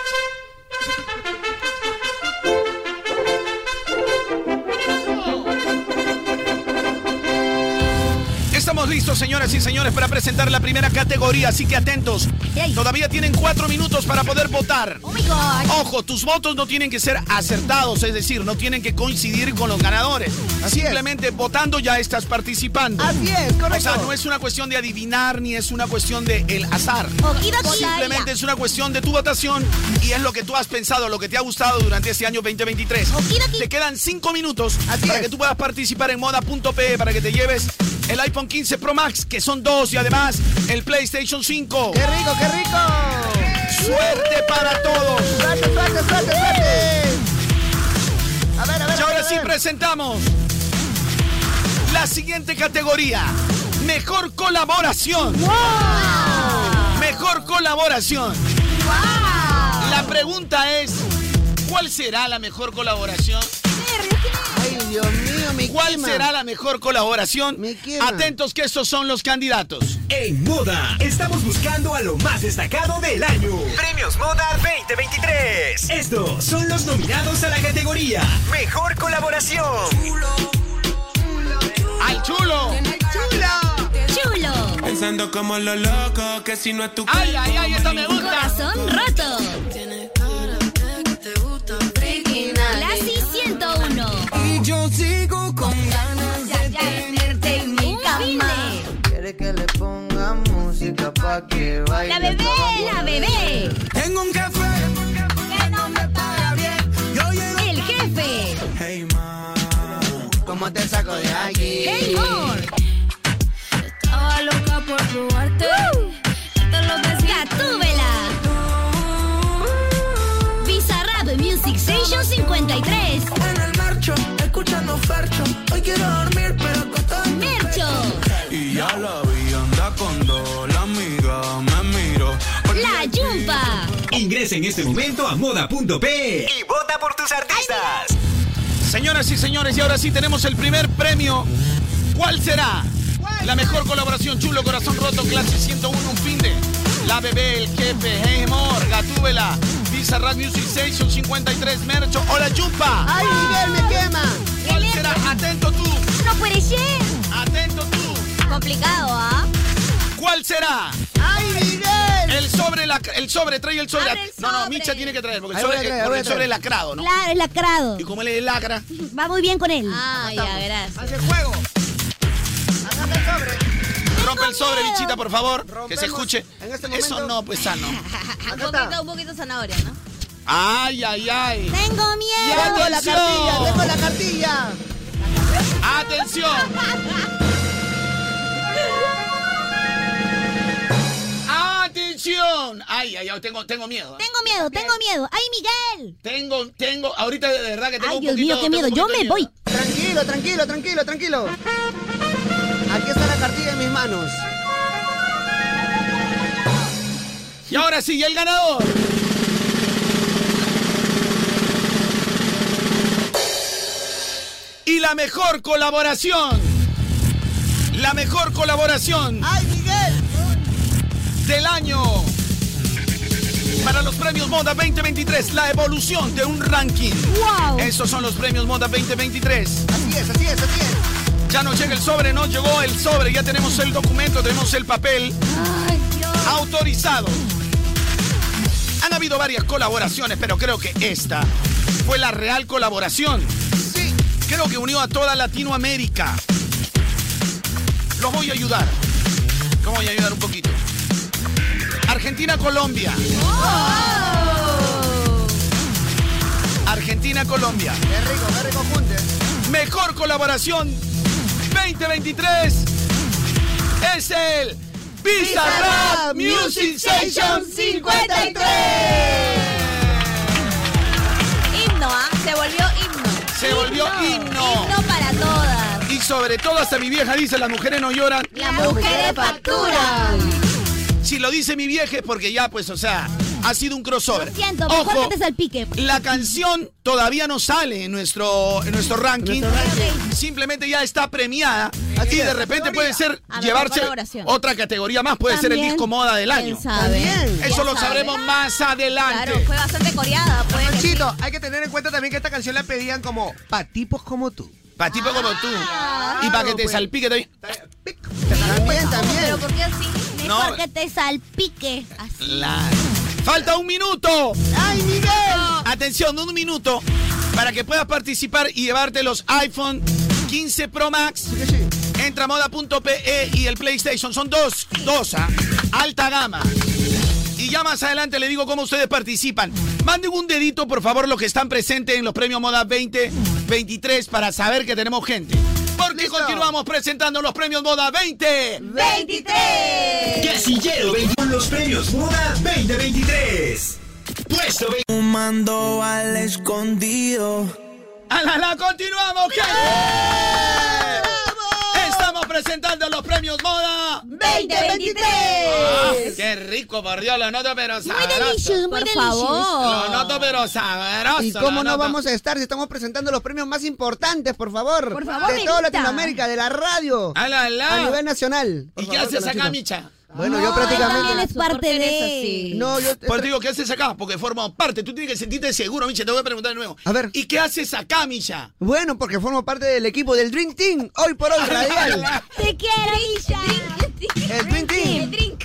Speaker 11: Estamos listos, señoras y señores, para presentar la primera categoría, así que atentos. Todavía tienen cuatro minutos para poder votar.
Speaker 3: Oh
Speaker 11: Ojo, tus votos no tienen que ser acertados, es decir, no tienen que coincidir con los ganadores. Simplemente votando ya estás participando.
Speaker 6: Así es, correcto.
Speaker 11: O sea, no es una cuestión de adivinar ni es una cuestión de el azar.
Speaker 3: Okidoki.
Speaker 11: Pues Simplemente es una cuestión de tu votación y es lo que tú has pensado, lo que te ha gustado durante este año 2023. Te quedan 5 minutos para que tú puedas participar en moda.pe para que te lleves el iPhone 15 Pro Max, que son dos, y además el PlayStation 5.
Speaker 6: ¡Qué rico, qué rico!
Speaker 11: ¡Suerte para todos!
Speaker 6: ¡Suerte, suerte, suerte, suerte! A ver, a ver.
Speaker 11: Y ahora sí presentamos la siguiente categoría. Mejor colaboración. Mejor colaboración. La pregunta es, ¿cuál será la mejor colaboración?
Speaker 6: Ay, Dios mío, me
Speaker 11: ¿Cuál
Speaker 6: quema.
Speaker 11: será la mejor colaboración?
Speaker 6: quema.
Speaker 11: Atentos que estos son los candidatos.
Speaker 1: En Moda, estamos buscando a lo más destacado del año. Premios Moda 2023. Estos son los nominados a la categoría Mejor Colaboración.
Speaker 11: ¡Al chulo!
Speaker 3: Chulo.
Speaker 19: Pensando como los locos, que si no es tu
Speaker 2: Ah,
Speaker 11: ¡Ay, ay, ay! ¡Esta me gusta!
Speaker 3: Corazón roto. Classy 101.
Speaker 2: Y yo sigo con ganas
Speaker 3: Ya, ya.
Speaker 2: de tenerte en mi
Speaker 3: Un
Speaker 2: cama.
Speaker 3: finde.
Speaker 2: Quiere que le ponga música pa' que
Speaker 3: La bebé, la bebé.
Speaker 2: Tengo un café que no me paga bien. Yo llego
Speaker 3: El jefe.
Speaker 2: Hey ma, ¿cómo te saco de aquí?
Speaker 5: Hey, Mon. Estaba loca por probarte. Te lo decía.
Speaker 3: Gatúbela. Bizarrap Music Station 53.
Speaker 2: En el marcho, escuchando farcho. Hoy quiero dormir, pero con todo el
Speaker 3: Mercho.
Speaker 19: Y ya la vi, anda con dos, la amiga me miró.
Speaker 3: La Yumpa.
Speaker 1: Ingresa en este momento a moda.p y vota por tus artistas.
Speaker 11: Señoras y señores, y ahora sí tenemos el primer premio. ¿Cuál será? La mejor colaboración, chulo, corazón roto, clase 101, un fin de. La bebé, el jefe, Hey Mor, Gatúbela, Visa Rad Music Station 53, Mercho, Hola Chupa.
Speaker 6: ¡Ay, Miguel, me quema!
Speaker 11: ¿Cuál será? Atento tú,
Speaker 3: No puede ser.
Speaker 11: atento tú.
Speaker 3: Complicado, ¿ah?
Speaker 11: ¿Cuál será?
Speaker 6: ¡Ay, Miguel!
Speaker 11: El sobre, la- el sobre, trae el sobre.
Speaker 3: Abre el
Speaker 11: No, no,
Speaker 3: sobre.
Speaker 11: Micha tiene que traer, porque el
Speaker 6: Ahí voy
Speaker 11: sobre,
Speaker 6: a traer,
Speaker 11: porque
Speaker 6: voy a
Speaker 11: el sobre
Speaker 6: traer.
Speaker 11: es lacrado, ¿no?
Speaker 3: Claro, es lacrado.
Speaker 11: Y como le lacra,
Speaker 3: Va muy bien con él.
Speaker 17: Ah, ya, gracias.
Speaker 6: ¡Hace juego! ¡Hágame el sobre!
Speaker 11: rompe el sobre, bichita, por favor, que se
Speaker 6: Rompemos
Speaker 11: escuche.
Speaker 6: en este
Speaker 11: Eso
Speaker 6: momento.
Speaker 11: no, pues sano.
Speaker 17: Un
Speaker 6: Acá está.
Speaker 17: poquito, un poquito zanahoria, ¿no?
Speaker 11: Ay, ay, ay.
Speaker 3: Tengo miedo.
Speaker 6: ¡Tengo la
Speaker 11: ¡Atención!
Speaker 6: cartilla! ¡Tengo la cartilla!
Speaker 11: ¡Atención! ¡Atención! Ay, ay, ay, tengo, tengo miedo. ¿eh?
Speaker 3: Tengo miedo, tengo miedo. ¡Ay, Miguel!
Speaker 11: Tengo, tengo, ahorita de verdad que tengo
Speaker 3: Ay,
Speaker 11: un
Speaker 3: Dios
Speaker 11: poquito-
Speaker 3: mío, qué
Speaker 11: tengo
Speaker 3: miedo.
Speaker 11: un
Speaker 3: Yo
Speaker 11: poquito
Speaker 3: me
Speaker 11: de
Speaker 3: voy.
Speaker 11: miedo.
Speaker 6: Tranquilo, tranquilo, tranquilo, tranquilo. Aquí está la cartilla en mis manos.
Speaker 11: Y ahora sí, y el ganador. Y la mejor colaboración. La mejor colaboración
Speaker 6: ¡Ay, Miguel!
Speaker 11: del año. Para los premios Moda 2023, la evolución de un ranking.
Speaker 3: ¡Wow!
Speaker 11: Estos son los premios Moda 2023.
Speaker 6: Así es, así es, así es.
Speaker 11: Ya no llega el sobre, no llegó el sobre. Ya tenemos el documento, tenemos el papel
Speaker 3: Ay, Dios.
Speaker 11: autorizado. Han habido varias colaboraciones, pero creo que esta fue la real colaboración.
Speaker 6: Sí.
Speaker 11: Creo que unió a toda Latinoamérica. Los voy a ayudar. Los voy a ayudar un poquito. Argentina-Colombia.
Speaker 6: Oh.
Speaker 11: Argentina-Colombia.
Speaker 6: Qué rico, qué rico junte.
Speaker 11: Mejor colaboración 2023 es el Bizarrap Music Station
Speaker 6: 53.
Speaker 17: Himno, ¿ah? Se volvió himno.
Speaker 11: Se volvió himno.
Speaker 17: Himno para todas.
Speaker 11: Y sobre todo hasta mi vieja dice, las mujeres no lloran.
Speaker 17: Las mujeres facturan.
Speaker 11: Si lo dice mi vieja es porque ya, pues, o sea, ha sido un crossover.
Speaker 3: Lo siento, mejor
Speaker 11: Ojo,
Speaker 3: que te salpique.
Speaker 11: la canción todavía no sale en nuestro, en nuestro ranking. Simplemente ya está premiada. Y de repente puede ser
Speaker 17: A mejor
Speaker 11: llevarse
Speaker 17: colaboración.
Speaker 11: otra categoría más. Puede ser el
Speaker 3: También,
Speaker 11: disco moda del año.
Speaker 17: Él sabe.
Speaker 6: También.
Speaker 11: Eso
Speaker 17: Ya
Speaker 11: lo
Speaker 17: sabe.
Speaker 11: sabremos más adelante.
Speaker 17: Claro, fue bastante coreada, pues.
Speaker 15: Chito, hay que tener en cuenta también que esta canción la pedían como pa' tipos como tú.
Speaker 11: Para tipo como tú. Y para que te
Speaker 6: pues.
Speaker 11: salpique también.
Speaker 6: También, también.
Speaker 17: Pero ¿por qué así?
Speaker 3: Mejor
Speaker 11: no.
Speaker 3: que te salpique. Así.
Speaker 11: Claro. Falta un minuto.
Speaker 6: ¡Ay, Miguel!
Speaker 11: Atención, un minuto para que puedas participar y llevarte los iPhone 15 Pro Max.
Speaker 6: Sí que sí.
Speaker 11: Entra a moda.pe y el PlayStation. Son dos, dos, ¿ah? alta gama. Y ya más adelante le digo cómo ustedes participan. Manden un dedito, por favor, los que están presentes en los premios Moda 2023 para saber que tenemos gente. Porque
Speaker 6: Listo.
Speaker 11: continuamos presentando los premios Moda 20.
Speaker 1: Casillero 21 los premios Moda 2023. Puesto 20.
Speaker 2: Fumando al escondido.
Speaker 11: ¡Alala! ¡Continuamos, gente! Estamos presentando los premios Moda.
Speaker 3: 2023.
Speaker 11: ¡Qué rico, por Dios! Lo noto, pero
Speaker 3: Muy
Speaker 11: sabroso.
Speaker 3: delicious, muy
Speaker 17: Por
Speaker 3: delicious.
Speaker 11: Lo
Speaker 17: favor.
Speaker 11: noto, pero sabroso.
Speaker 6: ¿Y cómo
Speaker 11: lo
Speaker 6: no
Speaker 11: noto.
Speaker 6: vamos a estar si estamos presentando los premios más importantes, por favor?
Speaker 17: Por favor, Ah.
Speaker 6: De toda
Speaker 17: Melita.
Speaker 6: Latinoamérica, de la radio.
Speaker 11: ¡Alala!
Speaker 6: A nivel nacional. Por
Speaker 11: ¿Y qué
Speaker 6: favor,
Speaker 11: haces
Speaker 6: Carlosito.
Speaker 11: acá, Micha?
Speaker 6: Bueno, yo
Speaker 3: también
Speaker 6: prácticamente...
Speaker 3: es parte
Speaker 17: Porque eres
Speaker 3: de-
Speaker 17: así.
Speaker 6: No, yo...
Speaker 11: Pues te digo, ¿qué haces acá? Porque formo parte. Tú tienes que sentirte seguro, Micha. Te voy a preguntar de nuevo.
Speaker 6: A ver.
Speaker 11: ¿Y qué haces acá, Micha?
Speaker 6: Bueno, porque formo parte del equipo del Dream Team, hoy por hoy, radial.
Speaker 3: Te quiero, Isha.
Speaker 6: El Dream Team.
Speaker 17: El drink. El drink.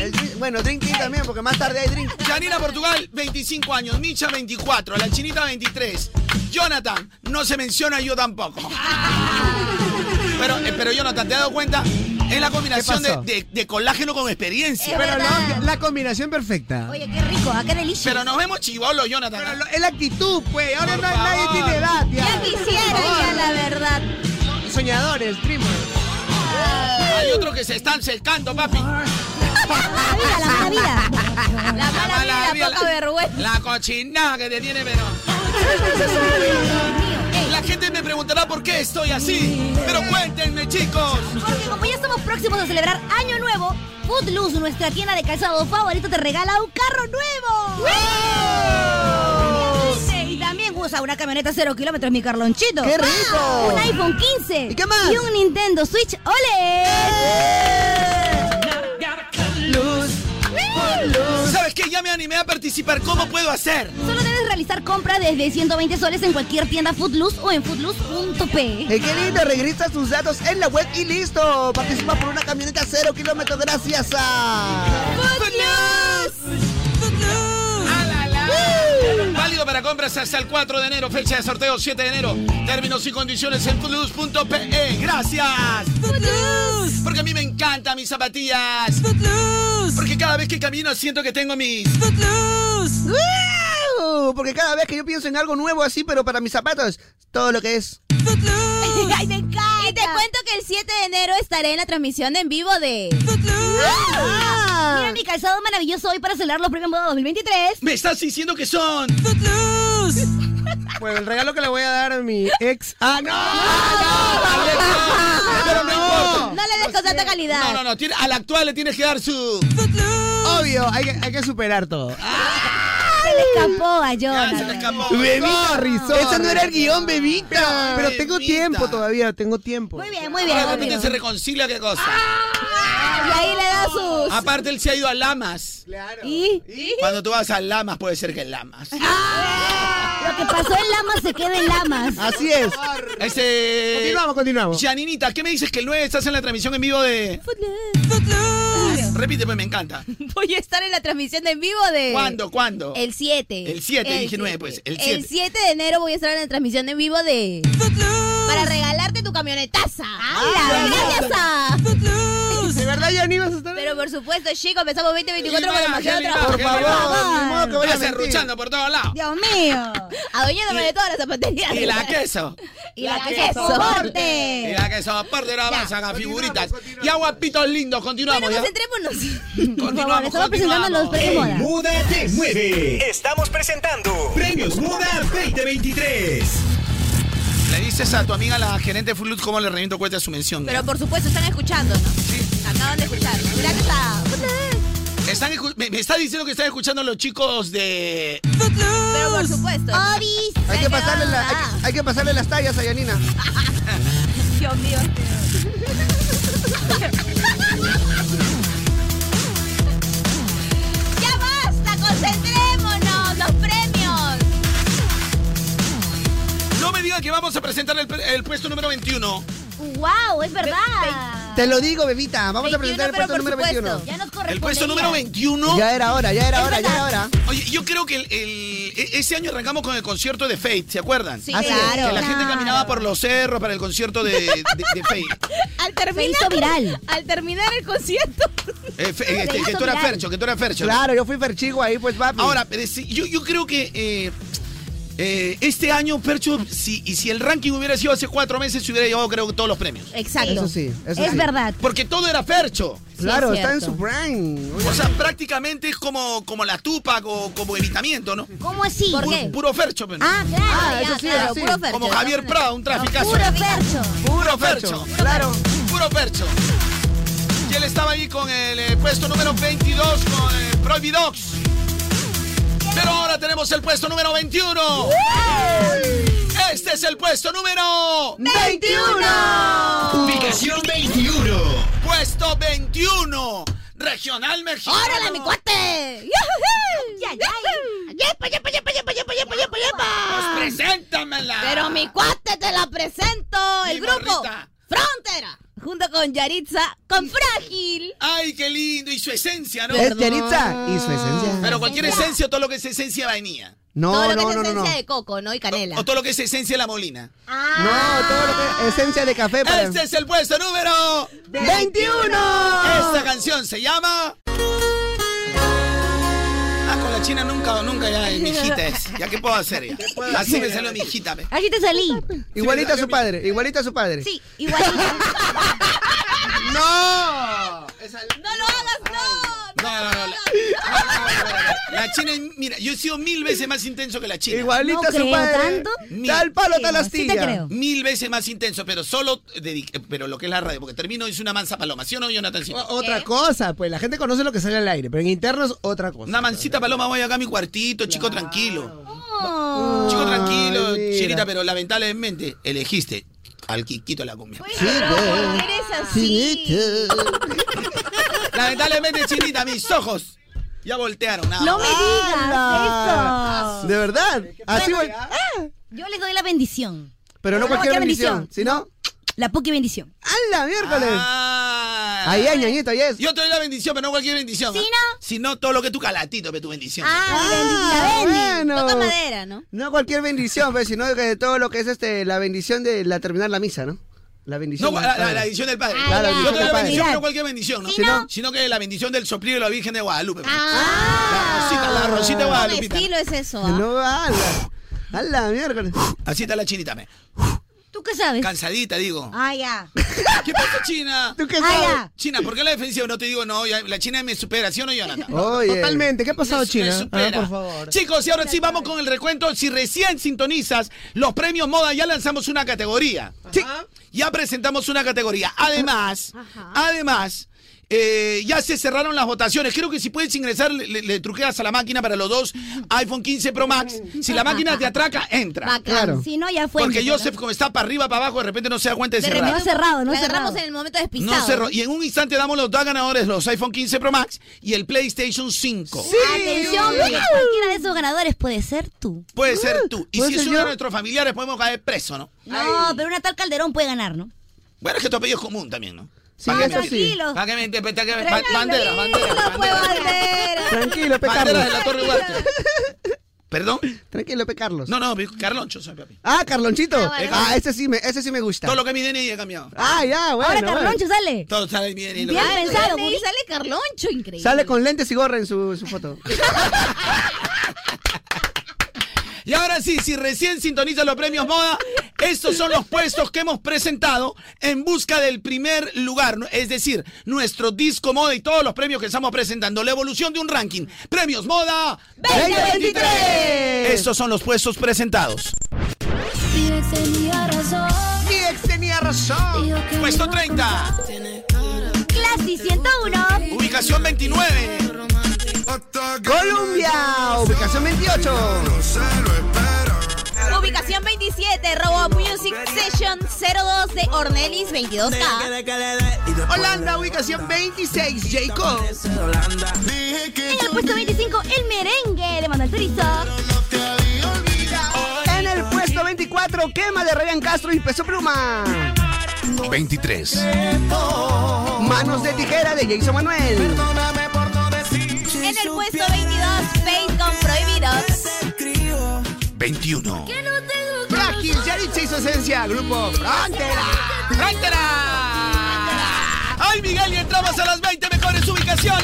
Speaker 6: El drink- bueno, drink tea también, porque más tarde hay drink.
Speaker 11: Janina Portugal, 25 años. Micha, 24. La chinita, 23. Jonathan, no se menciona yo tampoco. Pero, eh, pero Jonathan, ¿te has dado cuenta? Es la combinación
Speaker 15: ¿Qué
Speaker 11: de,
Speaker 15: pasó?
Speaker 11: de- de colágeno con experiencia.
Speaker 15: Pero
Speaker 6: Ah.
Speaker 15: no, la combinación perfecta.
Speaker 3: Oye, qué rico, ah, qué delicioso.
Speaker 11: Pero nos vemos chivolo, Jonathan. Pero
Speaker 15: es la actitud, pues. Ahora no, nadie tiene edad, ya.
Speaker 3: Ya quisiera, ya la verdad.
Speaker 15: Soñadores, primo.
Speaker 11: Hay otros que se están secando, papi.
Speaker 3: La mala vida, la mala vida. La mala vida, la
Speaker 11: vida,
Speaker 3: poca vergüenza.
Speaker 11: La cochinada que te tiene, pero. La gente me preguntará por qué estoy así. Pero cuéntenme, chicos.
Speaker 3: Porque como ya estamos próximos a celebrar Año Nuevo, Footloose, nuestra tienda de calzado favorito, te regala un carro nuevo. Y también usa una camioneta 0 kilómetros, mi Carlonchito.
Speaker 2: ¡Qué rico!
Speaker 3: Un iPhone 15. ¿Y qué
Speaker 2: más?
Speaker 3: Y un Nintendo Switch E
Speaker 2: ¡Eh!
Speaker 3: OLED.
Speaker 11: ¿Sabes qué? Ya me animé a participar. ¿Cómo puedo hacer?
Speaker 3: Solo debes realizar compras desde 120 soles en cualquier tienda Footloose o en footloose.pe.
Speaker 6: Eh, qué lindo, regresa sus datos en la web y listo. Participa por una camioneta cero kilómetros gracias a...
Speaker 11: Ah, Válido para compras hasta el 4 de enero, fecha de sorteo 7 de enero. Términos y condiciones en footloose.pe. Gracias. Porque a mí me encantan mis zapatillas. Porque cada vez que camino siento que tengo mis
Speaker 6: ¡Wow! Porque cada vez que yo pienso en algo nuevo así, pero para mis zapatos, todo lo que es...
Speaker 17: Ay, me encanta. Y te cuento que el 7 de enero estaré en la transmisión en vivo de.
Speaker 3: Ah. Mira mi calzado maravilloso hoy para celebrar los premios Moda 2023.
Speaker 11: Me estás diciendo que son.
Speaker 15: Pues el regalo que le voy a dar a mi ex. ¡Ah,
Speaker 11: Pero no importa.
Speaker 17: No le des con tanta calidad.
Speaker 11: No, no, no. tiene- al actual le tienes que dar su.
Speaker 15: no! Obvio, hay que, hay que superar todo.
Speaker 1: Ah,
Speaker 3: Se le escapó a
Speaker 11: Ah,
Speaker 3: Jonathan.
Speaker 15: Bebita,
Speaker 6: Sorry, sorry.
Speaker 15: Ese no era el guión, bebita. Pero,
Speaker 6: Pero
Speaker 15: tengo tiempo todavía, tengo tiempo.
Speaker 3: Muy bien, muy bien.
Speaker 11: De
Speaker 3: muy
Speaker 11: repente
Speaker 3: bien.
Speaker 11: se reconcilia qué cosa.
Speaker 3: Y ahí le da sus.
Speaker 11: Aparte, él se ha ido a Lamas.
Speaker 3: ¿Y?
Speaker 11: Cuando tú vas a Lamas, puede ser que en Lamas.
Speaker 3: Lo que pasó en Lamas se queda en Lamas.
Speaker 15: Así es.
Speaker 11: Este...
Speaker 15: Continuamos, continuamos.
Speaker 11: Janinita, ¿qué me dices que el 9 estás en la transmisión en vivo de. Footloose. Repite, pues me encanta.
Speaker 17: Voy a estar en la transmisión en vivo de.
Speaker 11: ¿Cuándo? ¿Cuándo?
Speaker 17: El 7.
Speaker 11: El 7, dije 9, pues. El 7.
Speaker 17: El 7 de enero voy a estar en la transmisión en vivo de. Para regalarte tu camionetaza.
Speaker 6: Ah,
Speaker 17: ¡Hala! ¡Gracias!
Speaker 15: De verdad ya ni vas a estar.
Speaker 17: Pero por supuesto, chicos, empezamos 2024 con demasiado
Speaker 11: Janina,
Speaker 17: trabajo.
Speaker 11: por favor. Estás serruchando por todos lados.
Speaker 17: Dios mío. Adueñándome de todas las zapaterías.
Speaker 11: Y la queso.
Speaker 17: Y la, que soporte.
Speaker 11: Y la queso aparte no avanzan a figuritas. Y aguapitos lindos, continuamos.
Speaker 17: Bueno, pues,
Speaker 11: ya.
Speaker 17: concentrémonos.
Speaker 11: Continuamos,
Speaker 17: estamos presentando los premios
Speaker 11: continuamos.
Speaker 17: Moda.
Speaker 1: Muda te mueve. Estamos presentando Premios Muda 2023.
Speaker 11: Le dices a tu amiga la gerente de Fulut cómo le reviento cuenta su mención.
Speaker 17: Pero por supuesto están escuchando, ¿no? Acaban de escuchar. Gracias a-
Speaker 11: Están escu- me, me está diciendo que están escuchando los chicos de.
Speaker 17: Pero por supuesto.
Speaker 6: Hay que pasarle, la- hay,
Speaker 17: Ah.
Speaker 6: que- hay que pasarle las tallas a Yanina.
Speaker 17: Dios mío. ¡Ya basta! ¡Concentrémonos! ¡Los premios!
Speaker 11: No me digan que vamos a presentar el, pre- el puesto número 21.
Speaker 3: ¡Wow! Es verdad.
Speaker 6: Te lo digo, bebita. Vamos a presentar el
Speaker 3: 21,
Speaker 6: puesto número
Speaker 3: pero por
Speaker 6: 21.
Speaker 3: supuesto, Ya nos
Speaker 11: El
Speaker 3: corresponde.
Speaker 11: puesto número 21.
Speaker 6: Ya era hora, ya era hora, ya era hora.
Speaker 11: Oye, yo creo que el, el- e- ese año arrancamos con el concierto de Fate, ¿se acuerdan?
Speaker 17: Sí, Así es. claro.
Speaker 11: Que la gente
Speaker 17: Claro.
Speaker 11: caminaba por los cerros para el concierto de, de- de Fate.
Speaker 17: Al terminar,
Speaker 3: hizo viral.
Speaker 17: Al terminar el concierto.
Speaker 11: Eh, Fe- eh,
Speaker 17: Se
Speaker 11: que,
Speaker 17: hizo
Speaker 11: que tú eras
Speaker 17: viral.
Speaker 11: Fercho, que tú eras Fercho.
Speaker 6: Claro, yo fui perchigo ahí, pues papi.
Speaker 11: Ahora, pero sí, yo, yo creo que eh, eh, este año, Fercho, si, y si el ranking hubiera sido hace cuatro meses, se hubiera llevado creo que todos los premios.
Speaker 17: Exacto.
Speaker 6: Eso sí, eso
Speaker 3: Es
Speaker 6: sí.
Speaker 3: verdad.
Speaker 11: Porque todo era Fercho.
Speaker 6: Claro,
Speaker 11: es
Speaker 6: está en
Speaker 11: cierto.
Speaker 6: su brain.
Speaker 11: O sea, prácticamente es como, como la Tupac o como evitamiento, ¿no?
Speaker 3: ¿Cómo así?
Speaker 11: Pu- Puro Fercho, pero.
Speaker 3: Ah, claro,
Speaker 17: Ah,
Speaker 3: ya,
Speaker 17: eso sí,
Speaker 3: claro,
Speaker 17: eso sí.
Speaker 3: puro Fercho.
Speaker 11: Como Javier Prada, un traficazo.
Speaker 3: Puro Fercho.
Speaker 11: Puro Fercho. Claro. Puro Fercho. Y él estaba ahí con el eh, puesto número 22 con eh, Prohibidox. Pero ahora tenemos el puesto número 21. Este es el puesto número
Speaker 2: 21.
Speaker 11: Ubicación 21. Puesto 21. Regional Mexicano.
Speaker 17: ¡Órale, mi cuate!
Speaker 3: Ya, ya.
Speaker 17: ¡Yepa, yepa, yepa, yepa, yepa, yepa, yepa,
Speaker 11: Pues
Speaker 17: yepa!
Speaker 11: preséntamela.
Speaker 17: Pero mi cuate te la presento, el grupo Frontera, junto con Yaritza, con Frágil.
Speaker 11: Ay, qué lindo. Y su esencia, ¿no?
Speaker 6: Es Yaritza y su esencia.
Speaker 11: Pero cualquier esencia, todo lo que es esencia vainilla.
Speaker 6: No,
Speaker 17: todo lo que
Speaker 6: no,
Speaker 17: es
Speaker 6: no, no,
Speaker 17: esencia
Speaker 6: no.
Speaker 17: de coco, ¿no? Y canela.
Speaker 11: O todo lo que es esencia de la molina.
Speaker 6: No, todo lo que esencia de café para...
Speaker 11: Este es el puesto número
Speaker 6: 21.
Speaker 11: Esta canción se llama. Ah, con la china nunca, nunca ya, eh, mi hijita es. ¿Ya qué puedo hacer? ya?
Speaker 6: puedo
Speaker 11: Así me
Speaker 6: hacer?
Speaker 11: salió mi hijita. ve.
Speaker 3: Así te salí.
Speaker 6: Igualita a su padre, igualita a su padre.
Speaker 3: Sí, igualita.
Speaker 6: ¡No!
Speaker 17: ¡No lo hagas, no!
Speaker 11: No, no, no. La, la china, mira, yo he sido mil veces más intenso que la china.
Speaker 6: Igualita No a su creo padre. tanto. Tal palo, tal Sí, sí te astilla. creo.
Speaker 11: Mil veces más intenso, pero solo, dedic- pero lo que es la radio, porque termino es una mansa paloma, ¿sí o no, Jonathan? Silva?
Speaker 15: Otra cosa, pues la gente conoce lo que sale al aire, pero en interno es otra cosa.
Speaker 11: Una mansita paloma, voy acá a mi cuartito, chico tranquilo. Chico tranquilo,
Speaker 15: mira.
Speaker 11: chinita, pero lamentablemente elegiste al Quiquito de la cumbia.
Speaker 17: Eres así.
Speaker 11: lamentablemente, chinita, mis ojos ya voltearon. nada
Speaker 3: No me
Speaker 11: más.
Speaker 3: digas eso.
Speaker 6: De verdad. Así
Speaker 3: Bueno, ah, Yo les doy la bendición.
Speaker 6: Pero no cualquier bendición,
Speaker 3: sino la poqui bendición.
Speaker 6: ¡A la miércoles!
Speaker 11: Ah.
Speaker 6: Ahí, ahí, ñañito, ahí es.
Speaker 11: Yo te doy la bendición, pero no cualquier bendición.
Speaker 3: ¿Sí,
Speaker 11: ¿ah?
Speaker 3: no?
Speaker 11: Sino todo lo que tú calatito, pero tu bendición.
Speaker 3: Ah, la bendi- la bendi.
Speaker 6: bueno.
Speaker 3: Toca madera, ¿no?
Speaker 6: No cualquier bendición, pues, sino que todo lo que es este la bendición de la terminar la misa, ¿no? La bendición.
Speaker 11: No,
Speaker 6: del
Speaker 11: la, la-
Speaker 6: padre.
Speaker 11: la bendición del Padre.
Speaker 6: Ah, la
Speaker 11: Yo
Speaker 6: bendición
Speaker 11: te
Speaker 6: del
Speaker 11: doy la
Speaker 6: Padre.
Speaker 11: bendición,
Speaker 6: Mirad.
Speaker 11: pero cualquier bendición, ¿no?
Speaker 6: Si no-
Speaker 11: Sino que la bendición del soplido de la Virgen de Guadalupe. pues.
Speaker 3: Ah.
Speaker 11: la Rosita, la Rosita de
Speaker 17: No,
Speaker 11: Guadalupe.
Speaker 17: estilo es eso. ¿ah?
Speaker 6: No, a la, a la miércoles.
Speaker 11: Así está la chinita, me.
Speaker 3: ¿Tú qué sabes?
Speaker 11: Cansadita, digo.
Speaker 3: Ah, ya. Ah,
Speaker 11: ¿Qué pasa, China?
Speaker 6: ¿Tú qué
Speaker 3: sabes?
Speaker 11: China, ¿por qué la defensiva? No te digo, no, ya- la China me supera, ¿sí o no, Jonathan?
Speaker 6: Oye.
Speaker 15: Totalmente, ¿qué ha pasado,
Speaker 11: Me su- me
Speaker 15: China? A ver,
Speaker 11: supera.
Speaker 15: por favor.
Speaker 11: Chicos, y ahora sí vamos con el recuento. Si recién sintonizas los premios moda, ya lanzamos una categoría. Sí. Ya presentamos una categoría. Además, además. eh, ya se cerraron las votaciones. Creo que si puedes ingresar, le, le- le truqueas a la máquina para los dos iPhone 15 Pro Max. Si la máquina te atraca, entra.
Speaker 3: Bacán. Si no, ya fue.
Speaker 11: Porque Joseph, como está para arriba, para abajo, de repente no se da cuenta de
Speaker 17: De
Speaker 11: cerrar.
Speaker 17: repente
Speaker 3: No cerrado, no
Speaker 17: la agarramos
Speaker 3: cerrado.
Speaker 17: en el momento despistado.
Speaker 11: No cerró. Y en un instante damos los dos ganadores, los iPhone 15 Pro Max y el PlayStation 5.
Speaker 3: Atención, porque cualquiera de esos ganadores puede ser tú.
Speaker 11: Puede ser tú.
Speaker 3: Ah,
Speaker 11: Y
Speaker 3: ¿Puede
Speaker 11: si
Speaker 3: ser
Speaker 11: es uno
Speaker 3: yo?
Speaker 11: de nuestros familiares, podemos caer preso, ¿no?
Speaker 3: No, pero una tal Calderón puede ganar, ¿no?
Speaker 11: Bueno, es que tu apellido es común también, ¿no?
Speaker 3: Sí, eso sí. Tranquilo.
Speaker 11: ¿Para que me interpreta que me- ba-
Speaker 3: Tranquilo,
Speaker 11: Bandera, bandera, bandera.
Speaker 6: Tranquilo, pe
Speaker 11: Bandera
Speaker 6: Carlos.
Speaker 11: de la Torre Huerta. ¿Perdón?
Speaker 6: Tranquilo, pe Carlos.
Speaker 11: No, no, Carloncho soy, papi.
Speaker 6: Ah, Carlonchito.
Speaker 11: Ah,
Speaker 6: Ah,
Speaker 11: bueno.
Speaker 6: ese sí me, ese sí me gusta.
Speaker 11: Todo lo que es mi DNI ha cambiado.
Speaker 6: Ah, ya, bueno.
Speaker 3: Ahora Carloncho
Speaker 6: bueno.
Speaker 3: sale.
Speaker 11: Todo sale mi DNI. lo
Speaker 3: Bien
Speaker 11: que-
Speaker 3: pensado,
Speaker 17: Y
Speaker 3: Guti.
Speaker 17: sale Carloncho, increíble.
Speaker 6: Sale con lentes y gorra en su, su foto.
Speaker 11: Y ahora sí, si recién sintonizas los premios moda, estos son los puestos que hemos presentado en busca del primer lugar, ¿no? es decir, nuestro disco moda y todos los premios que estamos presentando, la evolución de un ranking. Premios moda
Speaker 2: 2023.
Speaker 11: Estos son los puestos presentados.
Speaker 2: Mi ex tenía razón. Mi ex tenía razón.
Speaker 11: Puesto 30,
Speaker 3: Classy 101.
Speaker 11: ubicación 29,
Speaker 6: Colombia, ubicación 28.
Speaker 17: Ubicación 27, Robo Music Session 02 de Ornelis 22K.
Speaker 6: Holanda, ubicación 26, Jacob.
Speaker 3: En el puesto 25, el merengue de Manuel Turizo.
Speaker 6: En el puesto 24, quema de Ryan Castro y Peso Pluma.
Speaker 11: 23.
Speaker 6: Manos de tijera de Jason Manuel.
Speaker 17: En el puesto 22, Faith con Prohibidos.
Speaker 11: 21,
Speaker 6: Frágil, Yaritza y su esencia, grupo Frontera.
Speaker 11: ¡Frontera! ¡Ay, Miguel! Y entramos a las 20 mejores ubicaciones.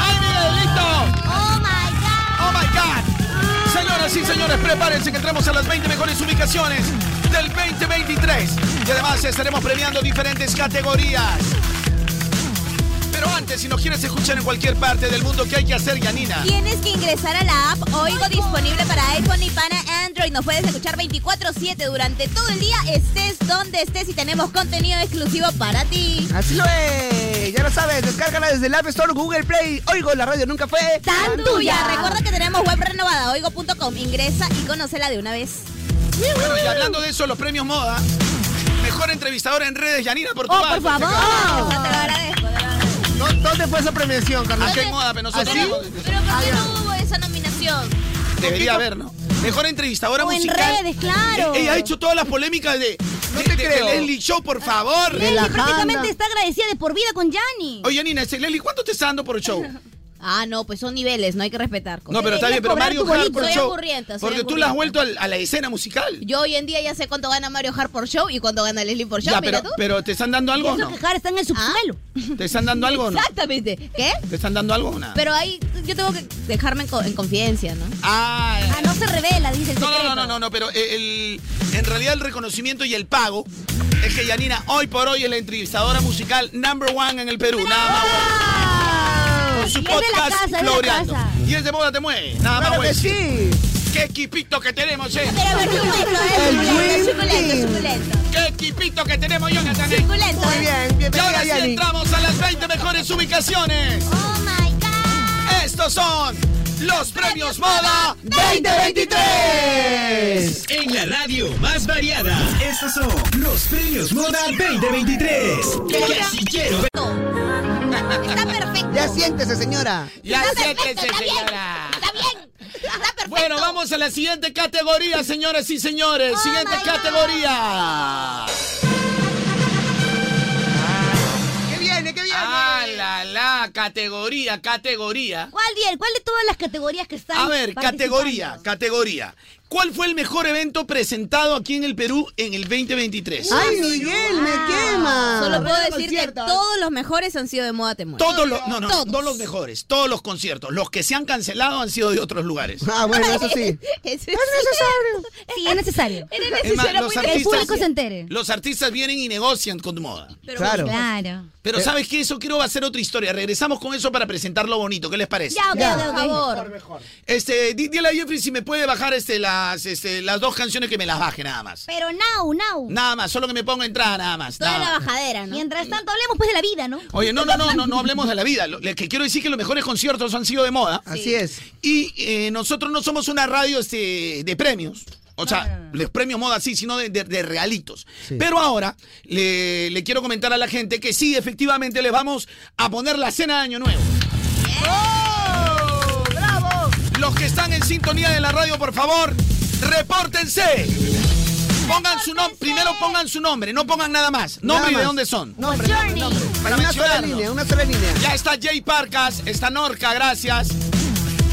Speaker 11: ¡Ay, Miguel, listo!
Speaker 3: Oh my god.
Speaker 11: ¡Oh, my God! Señoras y señores, prepárense que entramos a las 20 mejores ubicaciones del 2023. Y además estaremos premiando diferentes categorías. Pero antes, si nos quieres escuchar en cualquier parte del mundo, ¿qué hay que hacer, Yanina?
Speaker 17: Tienes que ingresar a la app Oigo disponible para iPhone y para Android. Nos puedes escuchar 24/7 durante todo el día, estés donde estés y tenemos contenido exclusivo para ti.
Speaker 6: Así lo es. Ya lo sabes, descárgala desde el App Store, Google Play. Oigo, la radio nunca fue
Speaker 17: Tan tuya. Recuerda que tenemos web renovada, oigo.com. Ingresa y conócela de una vez.
Speaker 11: Bueno, y hablando de eso, los premios moda. Mejor entrevistadora en redes, Yanina, por tu
Speaker 17: Oh,
Speaker 11: parte.
Speaker 17: por favor. Te lo agradezco.
Speaker 15: ¿Dó- ¿Dónde fue esa premiación, Carlos?
Speaker 11: Aquí hay moda, pero
Speaker 17: ¿Ah,
Speaker 11: nosotros
Speaker 15: ¿Así?
Speaker 11: no.
Speaker 17: Pero ¿por qué no hubo esa nominación?
Speaker 11: Debería haber, ¿no? Mejor entrevistadora
Speaker 17: O en
Speaker 11: musical. E-,
Speaker 17: redes, claro.
Speaker 11: Ella ha hecho todas las polémicas de. No
Speaker 6: te creo.
Speaker 11: Leslie Show, por favor.
Speaker 3: Leslie prácticamente está agradecida de por vida con Yanni.
Speaker 11: Oye, Nina, este Leslie, ¿cuánto te está dando por show?
Speaker 17: Ah, no, pues son niveles, no hay que respetar.
Speaker 11: No, pero está bien, pero Mario Hart
Speaker 17: Hart
Speaker 11: por
Speaker 17: soy
Speaker 11: show.
Speaker 17: aburrienta, soy
Speaker 11: Porque tú la has
Speaker 17: aburrienta.
Speaker 11: vuelto al- a la escena musical.
Speaker 17: Yo hoy en día ya sé cuánto gana Mario Hart por show y cuánto gana Leslie por show,
Speaker 11: Ya,
Speaker 17: mira
Speaker 11: pero,
Speaker 17: tú.
Speaker 11: pero ¿te están dando algo o Oh, no?
Speaker 17: Hart está en el subsuelo.
Speaker 11: ¿Te están dando algo o no?
Speaker 17: Exactamente. ¿Qué?
Speaker 11: ¿Te están dando algo o no?
Speaker 17: Pero ahí yo tengo que dejarme en, co- en confidencia, ¿no?
Speaker 11: Ah,
Speaker 17: no se revela, dice el
Speaker 11: No, no, no, no, no, no, pero eh, el, el- en realidad el reconocimiento y el pago es que Yanina hoy por hoy es la entrevistadora musical number one en el Perú. Nada más. bueno. Con su
Speaker 2: Y es de la
Speaker 11: podcast
Speaker 2: casa, es de la
Speaker 11: floreando.
Speaker 2: casa.
Speaker 11: Y es de moda te mueve. Nada
Speaker 2: Claro
Speaker 11: más. bueno.
Speaker 2: que sí.
Speaker 11: ¡Qué equipito que tenemos, eh!
Speaker 2: Pero, pero, suculento, eh, El suculento, Dream suculento, Team. suculento.
Speaker 11: ¡Qué equipito que tenemos, Jonathan! eh.
Speaker 2: Suculento, Muy eh. bien, bienvenida,
Speaker 11: Y ahora sí
Speaker 2: Yani.
Speaker 11: entramos a las 20 mejores ubicaciones. ¡Oh, my God! Estos son los premios Moda 2023.
Speaker 1: En la radio más variada, estos son los premios Moda 2023. Que así quiero ver.
Speaker 17: Está perfecto.
Speaker 6: Ya siéntese, señora.
Speaker 11: Ya siéntese, señora. Está bien. Bueno, vamos a la siguiente categoría, señoras y señores.
Speaker 3: Oh
Speaker 11: siguiente categoría.
Speaker 6: ¿Qué viene? ¿Qué viene?
Speaker 11: Ah, la, la, categoría, categoría.
Speaker 3: ¿Cuál, Diel? ¿Cuál de todas las categorías que están?
Speaker 11: A ver, categoría, categoría. ¿Cuál fue el mejor evento presentado aquí en el Perú en el 2023?
Speaker 17: Miguel, me
Speaker 11: quema.
Speaker 17: Solo puedo
Speaker 11: Hablando de
Speaker 17: decir que todos los mejores han sido de moda temor.
Speaker 11: Todos los, no, no, no los mejores, todos los conciertos. Los que se han cancelado han sido de otros lugares.
Speaker 6: Ah, bueno, eso sí.
Speaker 17: Es
Speaker 3: necesario. Sí, es necesario.
Speaker 11: Es más, los
Speaker 3: que el
Speaker 11: artistas-
Speaker 3: público se entere.
Speaker 11: Los artistas vienen y negocian con moda.
Speaker 3: Claro. Claro.
Speaker 11: Pero ¿sabes qué? Eso quiero hacer otra historia. Regresamos con eso para presentar lo bonito. ¿Qué les parece?
Speaker 3: Ya, ok, Ya. ok, ok.
Speaker 11: Por favor. Este, di- dile a Jeffrey si me puede bajar este, las, este, las dos canciones que me las baje nada más.
Speaker 3: Pero now, now.
Speaker 11: Nada más, solo que me ponga entrada nada más.
Speaker 3: Toda
Speaker 11: nada
Speaker 3: la
Speaker 11: más.
Speaker 3: bajadera, ¿no? Mientras tanto, hablemos pues de la vida, ¿no?
Speaker 11: Oye, no, no, no, no, no hablemos de la vida. Lo, le- que quiero decir que los mejores conciertos han sido de moda.
Speaker 6: Así es.
Speaker 11: Y eh, nosotros no somos una radio este, de premios. O sea, los premios moda sí, sino de, de- de realitos. Pero ahora le, le quiero comentar a la gente que sí, efectivamente, les vamos a poner la cena de Año Nuevo. ¡Bravo! Los que están en sintonía de la radio, por favor, repórtense. Pongan su nombre, primero pongan su nombre, no pongan nada más. Nombre y de
Speaker 6: más.
Speaker 11: dónde son.
Speaker 6: Nombre, nombre, nombre.
Speaker 11: Para
Speaker 6: Una sola
Speaker 11: mencionarnos.
Speaker 6: línea, una sola línea.
Speaker 11: Ya está Jay Parcas, está Norca, gracias.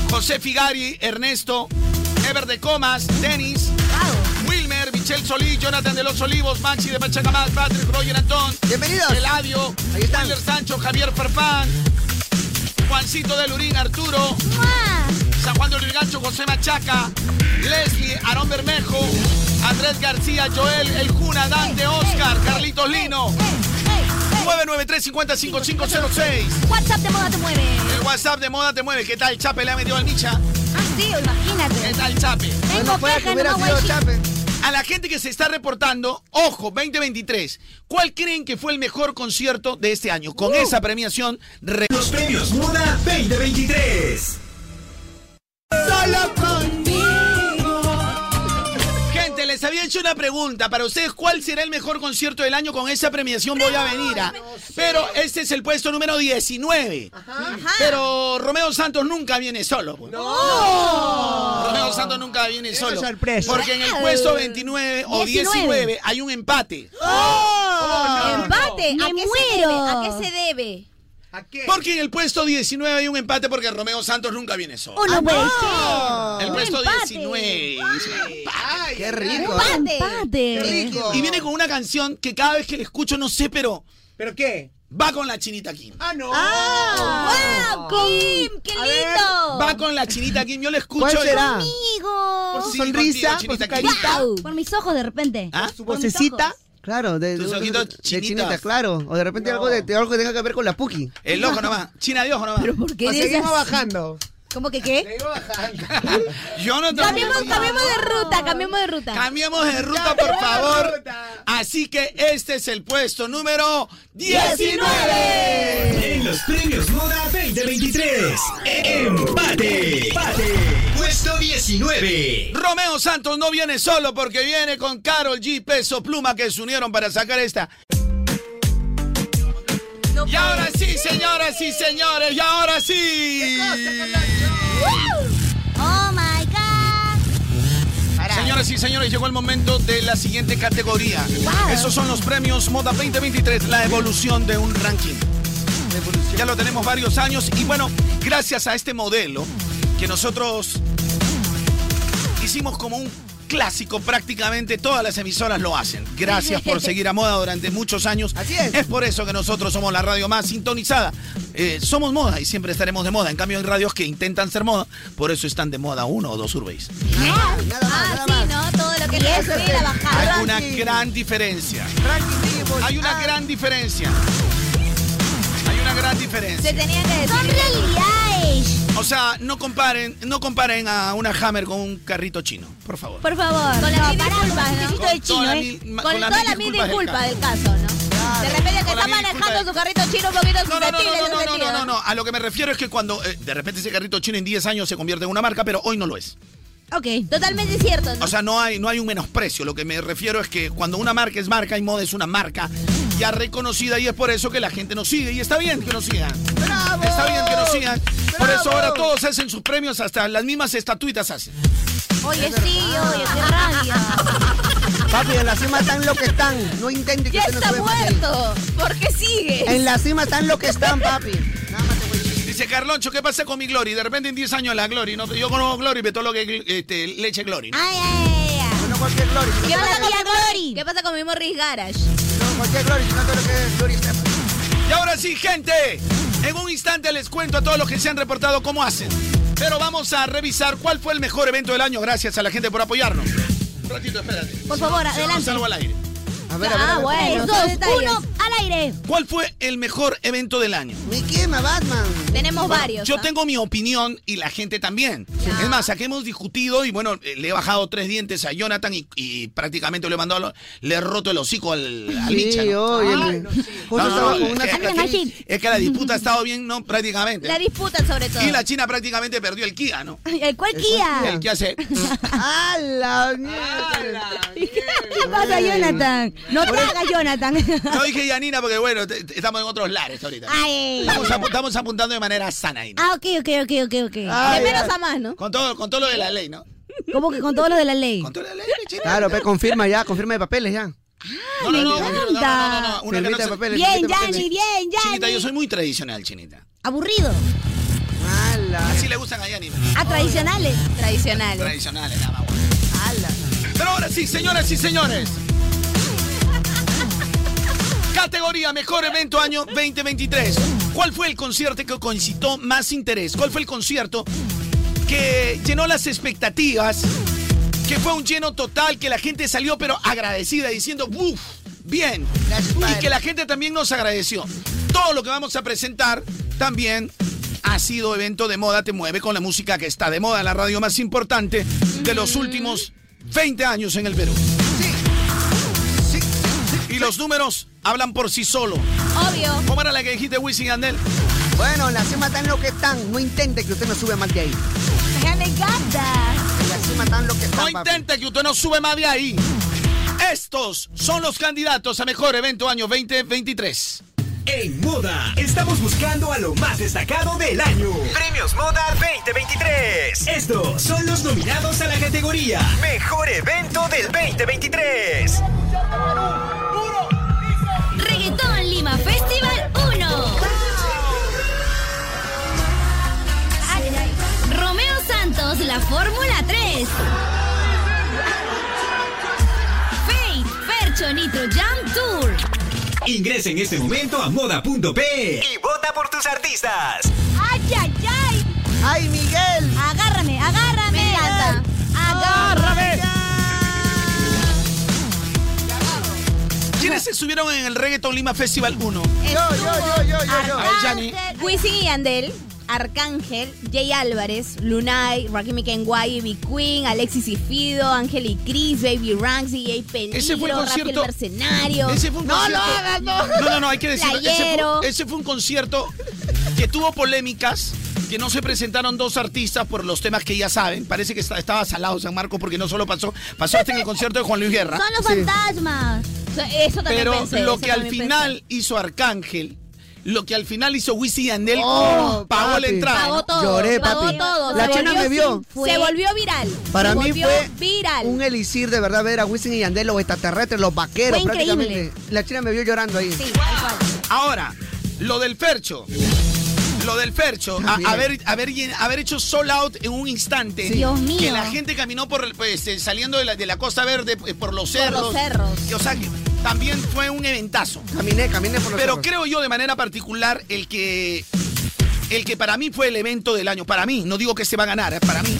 Speaker 11: José Figari, Ernesto, Ever de Comas, Denis, Wilmer, Michel Solís, Jonathan de los Olivos, Maxi de Pachacamás, Patrick, Roger Antón.
Speaker 6: Bienvenidos.
Speaker 11: Eladio, Wilmer Sancho, Javier Farfán, Juancito de Lurín, Arturo, San Juan de Lurigancho, José Machaca, Leslie, Aarón Bermejo, Andrés García, Joel, El Cuna, Dante, Oscar, Carlitos Lino. 993-50-5506.
Speaker 3: WhatsApp de moda te mueve.
Speaker 11: El WhatsApp de moda te mueve. ¿Qué tal, Chape? Le ha metido al Micha.
Speaker 3: Ah, Sí, imagínate.
Speaker 11: ¿Qué tal, Chape?
Speaker 3: Tengo
Speaker 6: fuera que
Speaker 3: queja,
Speaker 6: hubiera
Speaker 3: no
Speaker 6: sido
Speaker 3: guaychi.
Speaker 6: Chape.
Speaker 11: A la gente que se está reportando, ojo, 2023. ¿Cuál creen que fue el mejor concierto de este año? Con esa premiación, los
Speaker 1: premios Moda 2023.
Speaker 11: Solo conmigo. Gente, les había hecho una pregunta para ustedes. ¿Cuál será el mejor concierto del año? Con esa premiación voy a venir. ¿ah? Pero este es el puesto número 19. Pero Romeo Santos nunca viene solo. pues. Romeo Santos nunca viene solo.
Speaker 2: sorpresa.
Speaker 11: Porque en el puesto 29 o
Speaker 17: 19.
Speaker 11: 19 hay un empate.
Speaker 3: Oh,
Speaker 11: Oh,
Speaker 17: ¡Empate! ¿A,
Speaker 3: Me
Speaker 17: qué se
Speaker 3: muero.
Speaker 17: debe? ¿A qué se debe?
Speaker 11: Porque en el puesto 19 hay un empate porque Romeo Santos nunca viene solo.
Speaker 17: Oh, no puede
Speaker 11: Ah,
Speaker 17: ser.
Speaker 11: El
Speaker 17: Un
Speaker 11: puesto
Speaker 17: empate.
Speaker 11: 19. Ay,
Speaker 6: Qué rico.
Speaker 3: Empate.
Speaker 11: Y viene con una canción que cada vez que la escucho no sé, pero. ¿Pero qué? Va con la chinita Kim.
Speaker 6: Ah, no.
Speaker 11: ¡Ah!
Speaker 17: ¡Wow! ¡Kim! ¡Qué lindo!
Speaker 11: Va con la chinita Kim, yo la escucho.
Speaker 6: ¿Cuál
Speaker 11: y-
Speaker 6: será?
Speaker 3: Amigo.
Speaker 11: Por su Sí, sonrisa, contigo, por su chinita aquí. carita.
Speaker 3: Wow. Por mis ojos, de repente.
Speaker 11: ¿Ah?
Speaker 3: Su
Speaker 6: Claro, de,
Speaker 11: Tus
Speaker 6: de-
Speaker 11: ojitos
Speaker 6: de
Speaker 11: chinitas.
Speaker 6: chinita, claro. O de repente algo, de, algo que tenga que ver con la Puki.
Speaker 11: El ojo nomás. China de ojo nomás. ¿Pero por
Speaker 6: qué O seguimos dices-
Speaker 11: bajando.
Speaker 17: ¿Cómo que qué?
Speaker 11: Yo no
Speaker 17: Cambiemos, cambiemos de ruta, cambiemos de ruta.
Speaker 11: Cambiemos de ruta, por favor. Así que este es el puesto número 19.
Speaker 1: En los premios Moda 2023. Empate. Empate. Puesto 19.
Speaker 11: Romeo Santos no viene solo porque viene con Carol G, Peso Pluma que se unieron para sacar esta. y ahora sí, señoras y señores, y ahora sí.
Speaker 3: Oh my god.
Speaker 11: Señoras y señores, llegó el momento de la siguiente categoría. Esos son los premios Moda 2023, la evolución de un ranking. Ya lo tenemos varios años y bueno, gracias a este modelo que nosotros hicimos como un clásico prácticamente todas las emisoras lo hacen. Gracias por seguir a moda durante muchos años. Así es. Es por eso que nosotros somos la radio más sintonizada. Eh, somos moda y siempre estaremos de moda. En cambio hay radios que intentan ser moda, por eso están de moda uno o dos Urbays.
Speaker 17: ¿Eh? Ah, sí, ¿no? Todo lo que le sube la bajada.
Speaker 11: Hay una gran diferencia. Hay
Speaker 17: Ah.
Speaker 11: una gran diferencia. Hay una gran diferencia.
Speaker 17: Se tenían que decir. Son realidades.
Speaker 11: O sea, no comparen, no comparen a una Hammer con un carrito chino, por favor.
Speaker 17: Por favor. Con las mil disculpas, necesito
Speaker 11: Con
Speaker 17: de chino,
Speaker 11: toda la
Speaker 17: ¿eh?
Speaker 11: mil- ma-
Speaker 17: Con
Speaker 11: con la
Speaker 17: toda
Speaker 11: mil
Speaker 17: la mil
Speaker 11: disculpas
Speaker 17: disculpas
Speaker 11: del
Speaker 17: del caso, ¿no? De repente que
Speaker 11: con la
Speaker 17: está
Speaker 11: mil
Speaker 17: manejando su carrito chino un poquito
Speaker 11: No, no, no,
Speaker 17: susceptible,
Speaker 11: no, no, no, no,
Speaker 17: susceptible.
Speaker 11: no, no. A lo que me refiero es que cuando eh, de repente ese carrito chino en 10 años se convierte en una marca, pero hoy no lo es.
Speaker 17: Ok, totalmente cierto.
Speaker 11: O sea, no hay, no hay un menosprecio. Lo que me refiero es que cuando una marca es marca y moda es una marca ya reconocida y es por eso que la gente nos sigue. Y está bien que nos sigan. Está bien que nos sigan. Por eso ahora todos hacen sus premios, hasta las mismas estatuitas hacen.
Speaker 17: Oye, sí, oye, qué rabia.
Speaker 6: Papi, en la cima están los que están. No intentes que
Speaker 17: Ya
Speaker 6: usted no
Speaker 17: está
Speaker 6: sube más de ahí.
Speaker 17: muerto. ¿Por qué sigue?
Speaker 6: En la cima están los que están, papi.
Speaker 11: Dice Carloncho, ¿qué pasa con mi Glory? De repente en 10 años la Glory, ¿no? Yo conozco Glory, pero todo lo que es gl- este, leche Glory. ¿no?
Speaker 17: Ay, ay, ay.
Speaker 6: No cualquier glory.
Speaker 17: ¿Qué pasa con mi Glory? ¿Qué pasa con mi Morris Garage?
Speaker 6: No cualquier glory, sino todo lo que es glory.
Speaker 11: Y ahora sí, gente, en un instante les cuento a todos los que se han reportado cómo hacen. Pero vamos a revisar cuál fue el mejor evento del año. Gracias a la gente por apoyarnos. Un ratito, espérate.
Speaker 17: Por favor,
Speaker 11: Si no,
Speaker 17: adelante.
Speaker 11: salgo al aire.
Speaker 6: A
Speaker 11: ver,
Speaker 17: Ah, bueno. 3, 2, 1, al aire.
Speaker 11: ¿Cuál fue el mejor evento del año?
Speaker 6: Me quema, Batman.
Speaker 17: Tenemos varios.
Speaker 11: Yo
Speaker 17: ¿ah?
Speaker 11: tengo mi opinión y la gente también. Es más, aquí hemos discutido y bueno, eh, le he bajado tres dientes a Jonathan y, y prácticamente le he mandado, a lo- le he roto el hocico al, al
Speaker 6: Sí,
Speaker 11: hincha, ¿no?
Speaker 6: óyele.
Speaker 11: Ay, no, sí.
Speaker 6: Justo
Speaker 11: No,
Speaker 6: estaba
Speaker 11: no,
Speaker 6: con una
Speaker 11: es,
Speaker 6: cicatriz.
Speaker 11: que, es que la disputa ha estado bien, ¿no? Prácticamente.
Speaker 17: La disputan sobre todo.
Speaker 11: Y la China prácticamente perdió el Kia, ¿no?
Speaker 17: ¿El cuál
Speaker 11: El
Speaker 17: Kia?
Speaker 11: Kia se...
Speaker 6: ¡Hala!
Speaker 17: ¿Qué pasa, Jonathan? No te hagas, Jonathan.
Speaker 11: No dije Yanina porque bueno, te- te- estamos en otros lares ahorita.
Speaker 17: Ay.
Speaker 11: Estamos, apu- estamos apuntando de manera sana ahí. ¿no?
Speaker 17: Ah, ok, ok, ok, ok, ok.
Speaker 11: Ay,
Speaker 17: de menos
Speaker 11: ay.
Speaker 17: a más, ¿no?
Speaker 11: Con todo, con todo lo de la ley, ¿no?
Speaker 17: ¿Cómo que con todo lo de la ley?
Speaker 6: Claro, pe, confirma ya, confirma de papeles ya.
Speaker 11: No, no, no, no, no, no, no, no,
Speaker 17: encanta.
Speaker 11: una que no
Speaker 6: Firmita de
Speaker 11: se-
Speaker 6: papeles,
Speaker 17: Bien,
Speaker 6: firmita de
Speaker 17: Yanni,
Speaker 6: papeles.
Speaker 17: bien,
Speaker 11: Chinita, yo
Speaker 17: Yanni.
Speaker 11: soy muy tradicional, Chinita.
Speaker 17: Aburrido.
Speaker 11: Así le gustan a Yanni.
Speaker 17: Ah, tradicionales. Tradicionales.
Speaker 11: Tradicionales, nada más. bueno. Pero ahora sí, señoras y señores. Categoría Mejor Evento Año 2023. ¿Cuál fue el concierto que concitó más interés? ¿Cuál fue el concierto que llenó las expectativas? Que fue un lleno total, que la gente salió pero agradecida, diciendo, ¡buf! Bien. Y que la gente también nos agradeció. Todo lo que vamos a presentar también ha sido evento de moda, te mueve con la música que está de moda, la radio más importante de los últimos 20 años en el Perú. Y los números hablan por sí solo.
Speaker 17: Obvio.
Speaker 11: ¿Cómo era la que dijiste, Wisin y Yandel?
Speaker 6: Bueno, en la cima están los que están. No intente que usted no sube más de ahí.
Speaker 17: Ya Me encanta.
Speaker 6: En la cima están los que
Speaker 11: No
Speaker 6: están, papi.
Speaker 11: intente que usted no sube más de ahí. Estos son los candidatos a mejor evento año 2023.
Speaker 1: En Moda, estamos buscando a lo más destacado del año. Premios Moda 2023. Estos son los nominados a la categoría Mejor Evento del 2023.
Speaker 3: Reggaetón Lima Festival 1. Romeo Santos, la Fórmula 3. Fate, Fercho Nitro Jam Tour.
Speaker 1: Ingresa en este momento a moda.p y vota por tus artistas.
Speaker 17: ¡Ay, ay, ay!
Speaker 6: ¡Ay, Miguel!
Speaker 17: Agárrame, agárrame. Me encanta. Agárrame.
Speaker 11: ¿Quiénes se subieron en el Reggaeton Lima Festival 1?
Speaker 17: Yo,
Speaker 6: yo, yo, yo, yo, yo.
Speaker 11: A ver, Yanni.
Speaker 17: Ah, Wisin y Andel, Arcángel, Jay Álvarez, Lunay, Rakim Kenway, B Queen, Alexis y Fido, Ángel y Chris, Baby Ranks, DJ Peligro,
Speaker 11: Ese fue un
Speaker 17: Rafael
Speaker 11: concierto.
Speaker 17: Mercenario.
Speaker 11: Ese fue un
Speaker 17: no
Speaker 11: concierto.
Speaker 17: lo hagas, no.
Speaker 11: No, no, no, hay que decirlo. Ese
Speaker 17: Playero.
Speaker 11: fue, ese fue un concierto que tuvo polémicas, que no se presentaron dos artistas por los temas que ya saben. Parece que está- estaba salado San Marcos porque no solo pasó, pasó hasta en el concierto de Juan Luis Guerra.
Speaker 17: Son los fantasmas. O sea, Eso también
Speaker 11: Pero
Speaker 17: pensé,
Speaker 11: lo
Speaker 17: eso
Speaker 11: que al
Speaker 17: también
Speaker 11: final hizo Arcángel, lo que al final hizo Wisin y Yandel,
Speaker 6: Oh,
Speaker 11: pagó la
Speaker 6: papi.
Speaker 11: entrada.
Speaker 17: Pagó
Speaker 11: ¿no?
Speaker 17: todo.
Speaker 6: Lloré,
Speaker 17: pagó
Speaker 6: papi.
Speaker 17: todo.
Speaker 6: La
Speaker 17: se
Speaker 6: china
Speaker 17: volvió
Speaker 6: me vio.
Speaker 17: sin- Se volvió viral.
Speaker 6: Para
Speaker 17: se
Speaker 6: mí
Speaker 17: volvió
Speaker 6: fue
Speaker 17: viral.
Speaker 6: Un elixir de verdad ver a Wisin y Yandel, los extraterrestres, los vaqueros
Speaker 17: Fue increíble.
Speaker 6: prácticamente. La china me vio llorando ahí.
Speaker 17: Sí, tal cual.
Speaker 11: Ahora, lo del Fercho, lo del Fercho, a-
Speaker 16: También.
Speaker 11: haber, haber, llen- haber hecho sold out en un instante.
Speaker 16: Sí. Dios mío.
Speaker 11: Que la gente caminó por el- pues, eh, saliendo de la, de la Costa Verde, eh, por los cerros.
Speaker 17: cerros.
Speaker 11: Y, o sea, que también fue un eventazo.
Speaker 6: Caminé, caminé por los
Speaker 11: Pero
Speaker 6: cerros.
Speaker 11: creo yo de manera particular el que. El que para mí fue el evento del año. Para mí, no digo que se va a ganar, eh, para mí.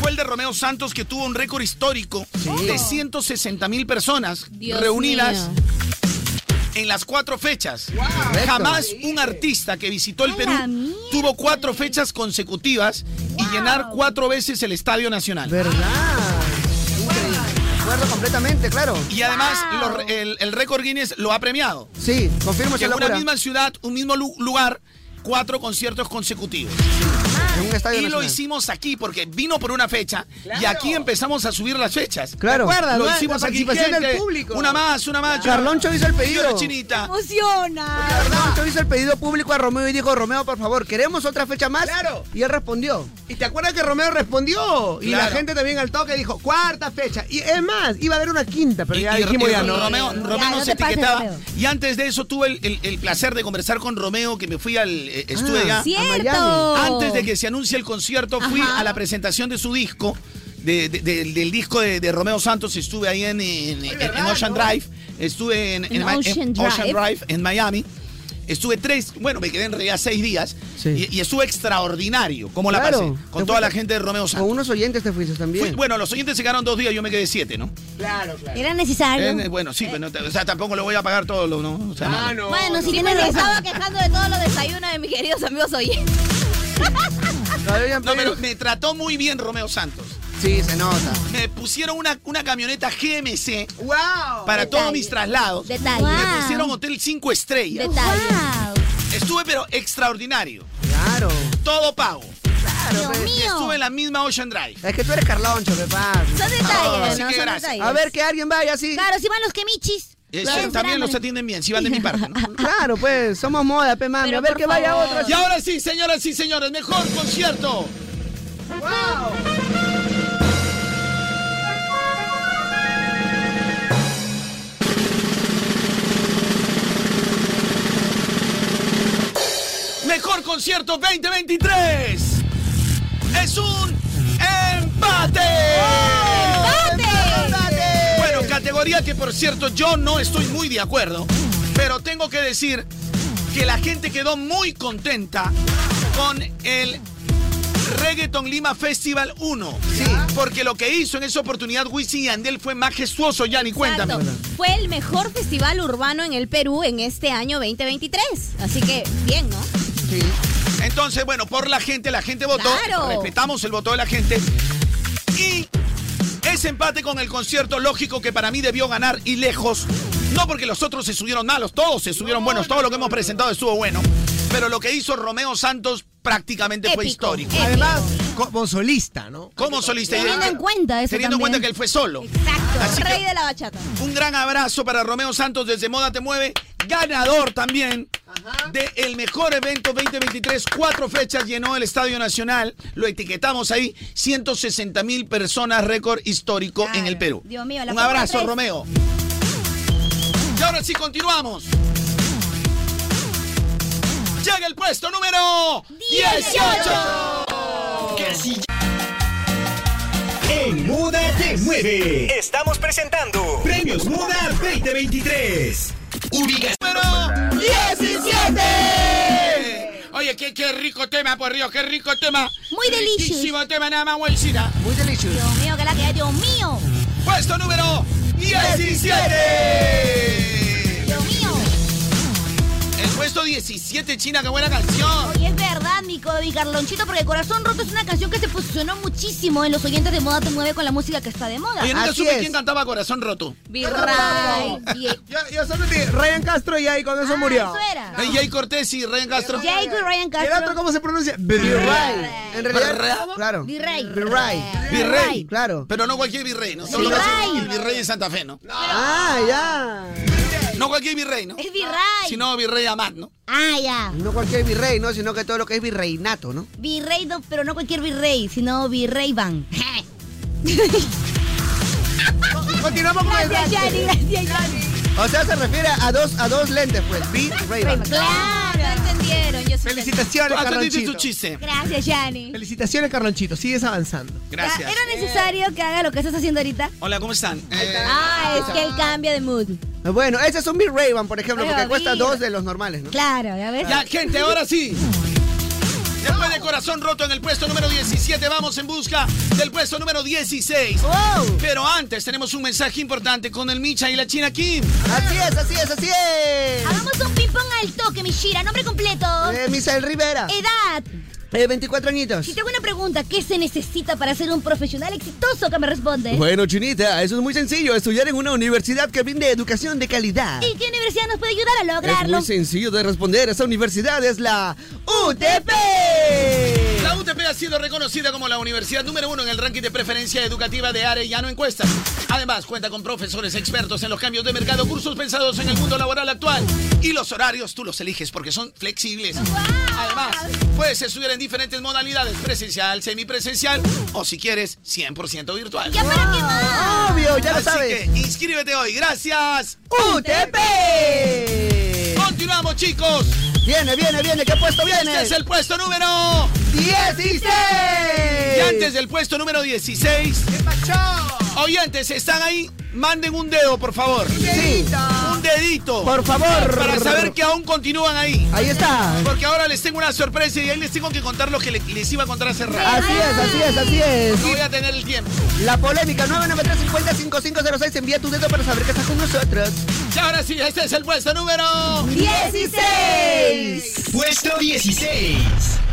Speaker 11: Fue el de Romeo Santos que tuvo un récord histórico de 160 mil personas
Speaker 17: Dios
Speaker 11: reunidas
Speaker 17: mío.
Speaker 11: en las cuatro fechas. Jamás un artista que visitó el Perú tuvo cuatro fechas consecutivas y llenar cuatro veces el Estadio Nacional.
Speaker 6: ¿Verdad? Acuerdo completamente, claro.
Speaker 11: Y además los- el, el récord Guinness lo ha premiado.
Speaker 6: Sí, confirmo
Speaker 11: Que
Speaker 6: esa
Speaker 11: Pues en una
Speaker 6: locura.
Speaker 11: misma ciudad, un mismo lu- lugar, cuatro conciertos consecutivos.
Speaker 6: En un estadio
Speaker 11: y lo
Speaker 6: nacional.
Speaker 11: hicimos aquí porque vino por una fecha y aquí empezamos a subir las fechas.
Speaker 6: Claro. ¿Te acuerdas,
Speaker 11: Lo
Speaker 6: no?
Speaker 11: hicimos
Speaker 6: La
Speaker 11: aquí.
Speaker 6: participación del
Speaker 11: gente.
Speaker 6: público.
Speaker 11: Una más, una más.
Speaker 6: Carloncho hizo el pedido.
Speaker 11: Señora Chinita.
Speaker 17: Emociona.
Speaker 6: Carloncho hizo el pedido público a Romeo y dijo, Romeo, por favor, queremos otra fecha más. Claro. Y él respondió.
Speaker 15: ¿Y te acuerdas que Ah, Romeo respondió? Y la
Speaker 6: Claro.
Speaker 15: gente también al toque dijo, cuarta fecha. Y es más, iba a haber una quinta, pero ya
Speaker 11: Y
Speaker 15: dijimos
Speaker 11: Ro-
Speaker 15: ya
Speaker 11: y
Speaker 15: no.
Speaker 11: Romeo, Romeo nos etiquetaba. y antes de eso tuve el, el- el placer de conversar con Romeo, que me fui al eh,
Speaker 6: Ah,
Speaker 11: estuve allá.
Speaker 17: Ah, ¡Cierto!
Speaker 11: Antes de que se anuncie el concierto, fui
Speaker 17: Ajá.
Speaker 11: a la presentación de su disco, de- de- de- del disco de, de Romeo Santos. Estuve ahí en, en- en- en Ocean Drive. Estuve en, en
Speaker 17: En
Speaker 11: Ma- en
Speaker 17: Ocean
Speaker 11: Ocean
Speaker 17: Drive.
Speaker 11: Drive, en Miami. Estuve tres, bueno, me quedé en realidad seis días. Y, y estuvo extraordinario, como la pasé, con toda la gente de Romeo Santos.
Speaker 6: Con unos oyentes te fuiste también.
Speaker 11: Fui- bueno, los oyentes se quedaron dos días, yo me quedé siete, ¿no?
Speaker 15: Claro, claro.
Speaker 3: Era necesario.
Speaker 11: Eh, bueno, sí, pero no te- o sea, tampoco lo voy a pagar todo, lo, ¿no? O sea, no.
Speaker 3: Bueno, si
Speaker 17: Sí,
Speaker 3: tienes
Speaker 17: me
Speaker 3: razón.
Speaker 17: estaba quejando de todos los desayunos de mis queridos amigos oyentes.
Speaker 11: No, pero me trató muy bien Romeo Santos.
Speaker 6: Sí, se nota.
Speaker 11: Me pusieron una, una camioneta GMC
Speaker 15: ¡Wow!
Speaker 11: para
Speaker 17: Detalle.
Speaker 11: todos mis traslados.
Speaker 17: Detalle.
Speaker 11: Me
Speaker 17: Wow.
Speaker 11: pusieron hotel 5 estrellas.
Speaker 17: Ah,
Speaker 11: Estuve, pero extraordinario.
Speaker 6: Claro.
Speaker 11: Todo pago. Claro,
Speaker 6: pues.
Speaker 11: y estuve en la misma Ocean Drive.
Speaker 6: Es que tú eres Carloncho, papá.
Speaker 3: Son
Speaker 11: Ah,
Speaker 3: detalles,
Speaker 11: así
Speaker 3: ¿no?
Speaker 11: que
Speaker 3: Son
Speaker 11: gracias.
Speaker 3: detalles.
Speaker 6: A ver, que alguien vaya así.
Speaker 3: Claro, si van los quemichis.
Speaker 11: Eh,
Speaker 3: Claro,
Speaker 11: sí, también los atienden bien, si van de mi parte. ¿no?
Speaker 6: Claro, pues, somos moda, pe mami.
Speaker 3: Pero
Speaker 6: a ver
Speaker 3: por
Speaker 6: que vaya
Speaker 3: favor.
Speaker 6: otro.
Speaker 11: Y ahora sí, señoras y señores, mejor concierto. Mejor concierto 2023. Es un empate. Bueno, categoría que por cierto yo no estoy muy de acuerdo, pero tengo que decir que la gente quedó muy contenta con el Reggaeton Lima Festival 1. Porque lo que hizo en esa oportunidad Wisin y Andel fue majestuoso, ya ni cuéntame.
Speaker 17: Exacto. Fue el mejor festival urbano en el Perú en este año 2023. Así que, bien, ¿no?
Speaker 11: Entonces, bueno, por la gente, la gente votó.
Speaker 17: Claro.
Speaker 11: Respetamos el voto de la gente. Y ese empate con el concierto lógico que para mí debió ganar y lejos. No porque los otros se subieron malos, todos se subieron buenos, todo lo que hemos presentado estuvo bueno. Pero lo que hizo Romeo Santos prácticamente fue
Speaker 15: Épico,
Speaker 11: histórico.
Speaker 15: épico. Además, como solista, ¿no?
Speaker 11: Como solista. y-
Speaker 3: Teniendo en
Speaker 1: eh,
Speaker 3: cuenta eso
Speaker 11: Teniendo
Speaker 3: también.
Speaker 11: en cuenta que él fue solo. Así que-
Speaker 17: Rey de la bachata.
Speaker 11: un gran abrazo para Romeo Santos desde Moda Te Mueve, ganador también de el mejor evento 2023. Cuatro fechas llenó el Estadio Nacional, lo etiquetamos ahí, 160 mil personas, récord histórico en el Perú.
Speaker 17: Dios mío, la
Speaker 11: un
Speaker 17: Fórmula
Speaker 11: abrazo,
Speaker 17: 3.
Speaker 11: Romeo. Y ahora sí, continuamos. Llega el puesto número 18.
Speaker 1: En Muda te mueve. Estamos presentando Premios Muda 2023. Ubicación
Speaker 11: este número
Speaker 1: 17.
Speaker 11: Oye, qué, qué rico tema, por Dios, qué rico tema.
Speaker 17: Muy delicious.
Speaker 11: Riquísimo tema, nada más, Welcina.
Speaker 6: Muy delicioso.
Speaker 17: Dios mío, que la que hay, Dios mío.
Speaker 11: Puesto número 17.
Speaker 17: Dios mío.
Speaker 11: El puesto 17, China, qué buena canción.
Speaker 3: Oye, es verdad, mi, co- mi Carlonchito, porque Corazón Roto es una canción que se posicionó muchísimo en los oyentes de Moda Te Mueve con la música que está de moda.
Speaker 11: Oye, nunca supe quién cantaba Corazón Roto.
Speaker 17: Virray.
Speaker 15: Yo, yo solo te Ryan Castro y ahí con
Speaker 6: Ah,
Speaker 15: eso murió.
Speaker 3: Ah, Eso era.
Speaker 11: Ey, Jay Cortés y Ryan Castro.
Speaker 3: Jake y Ryan
Speaker 15: ¿Y el
Speaker 3: Castro.
Speaker 15: otro cómo se pronuncia?
Speaker 6: Virrey. En realidad,
Speaker 11: Virrey.
Speaker 6: claro.
Speaker 3: Virrey. Eh,
Speaker 6: Virrey.
Speaker 11: Virrey.
Speaker 6: Claro.
Speaker 11: Pero no cualquier virrey, ¿no? Solo
Speaker 3: Virrey.
Speaker 11: El virrey de Santa Fe, ¿no?
Speaker 6: Ah, ya.
Speaker 11: No cualquier virrey, ¿no?
Speaker 3: Es Virrey.
Speaker 11: Sino virrey Amat, ¿no?
Speaker 3: Ah, ya.
Speaker 6: No cualquier virrey, ¿no? Sino que todo lo que es virreinato, ¿no?
Speaker 3: Virrey, no- pero no cualquier virrey, sino Virrey Van.
Speaker 6: Continuamos con el
Speaker 17: Gracias,
Speaker 6: ranking.
Speaker 17: Yanni. Gracias, Yanni.
Speaker 6: O sea, se refiere a dos, a dos lentes, pues. Virrey.
Speaker 17: Claro, ya entendí. entendieron, yo sí
Speaker 20: Felicitaciones,
Speaker 17: entendí.
Speaker 20: Carlonchito.
Speaker 17: Gracias, Yani.
Speaker 20: Felicitaciones, Carlonchito. Sigues avanzando.
Speaker 11: Gracias.
Speaker 3: ¿Era necesario que haga lo que estás haciendo ahorita?
Speaker 11: Hola, ¿cómo están?
Speaker 17: Ah, es que él cambia de mood.
Speaker 1: Bueno, ese es un Mid Ray-Ban, por ejemplo,
Speaker 17: Oiga,
Speaker 1: porque cuesta
Speaker 17: mira.
Speaker 1: dos de los normales, ¿no?
Speaker 3: Claro, ya ves.
Speaker 11: Ya, gente, ahora sí. Después de corazón roto en el puesto número 17, vamos en busca del puesto número 16. Pero antes tenemos un mensaje importante con el Micha y la China Kim.
Speaker 1: Así es, así es, así es.
Speaker 3: Hagamos un ping-pong al toque, mi Shira. Nombre completo.
Speaker 1: Eh, Misael Rivera.
Speaker 3: Edad.
Speaker 1: Eh, 24 añitos.
Speaker 3: Si tengo una pregunta, ¿qué se necesita para ser un profesional exitoso que me responde?
Speaker 1: Bueno, Chinita, eso es muy sencillo. Estudiar en una universidad que brinde educación de calidad.
Speaker 3: ¿Y qué universidad nos puede ayudar a
Speaker 1: Es
Speaker 3: lograrlo?
Speaker 1: muy sencillo de responder. Esa universidad es la UTP.
Speaker 11: La UTP ha sido reconocida como la universidad número uno en el ranking de preferencia educativa de Arellano Encuestas. Además, cuenta con profesores expertos en los cambios de mercado, cursos pensados en el mundo laboral actual. Y los horarios tú los eliges porque son flexibles. Además, puedes estudiar en diferentes modalidades, presencial, semipresencial o si quieres, 100% virtual.
Speaker 3: ¿Ya para qué más?
Speaker 1: Obvio, ya lo
Speaker 11: Así
Speaker 1: sabes.
Speaker 11: que inscríbete hoy. Gracias.
Speaker 1: UTP.
Speaker 11: Continuamos, chicos.
Speaker 1: Viene, viene, viene. ¿Qué puesto viene?
Speaker 11: Este es el puesto número
Speaker 1: 16.
Speaker 11: Y antes del puesto número 16. Oyentes, ¿están ahí? Manden un dedo, por favor. Un dedito.
Speaker 1: Por favor.
Speaker 11: Para saber que aún continúan ahí.
Speaker 1: Ahí está.
Speaker 11: Porque ahora les tengo una sorpresa y ahí les tengo que contar lo que le- les iba a contar hace rato.
Speaker 1: Así es, así es, así es.
Speaker 11: No voy a tener el tiempo.
Speaker 1: La polémica 993-50-5506. Envía tu dedo para saber que estás con nosotros.
Speaker 11: Y ahora sí, este es el puesto número
Speaker 1: 16.
Speaker 11: Puesto 16.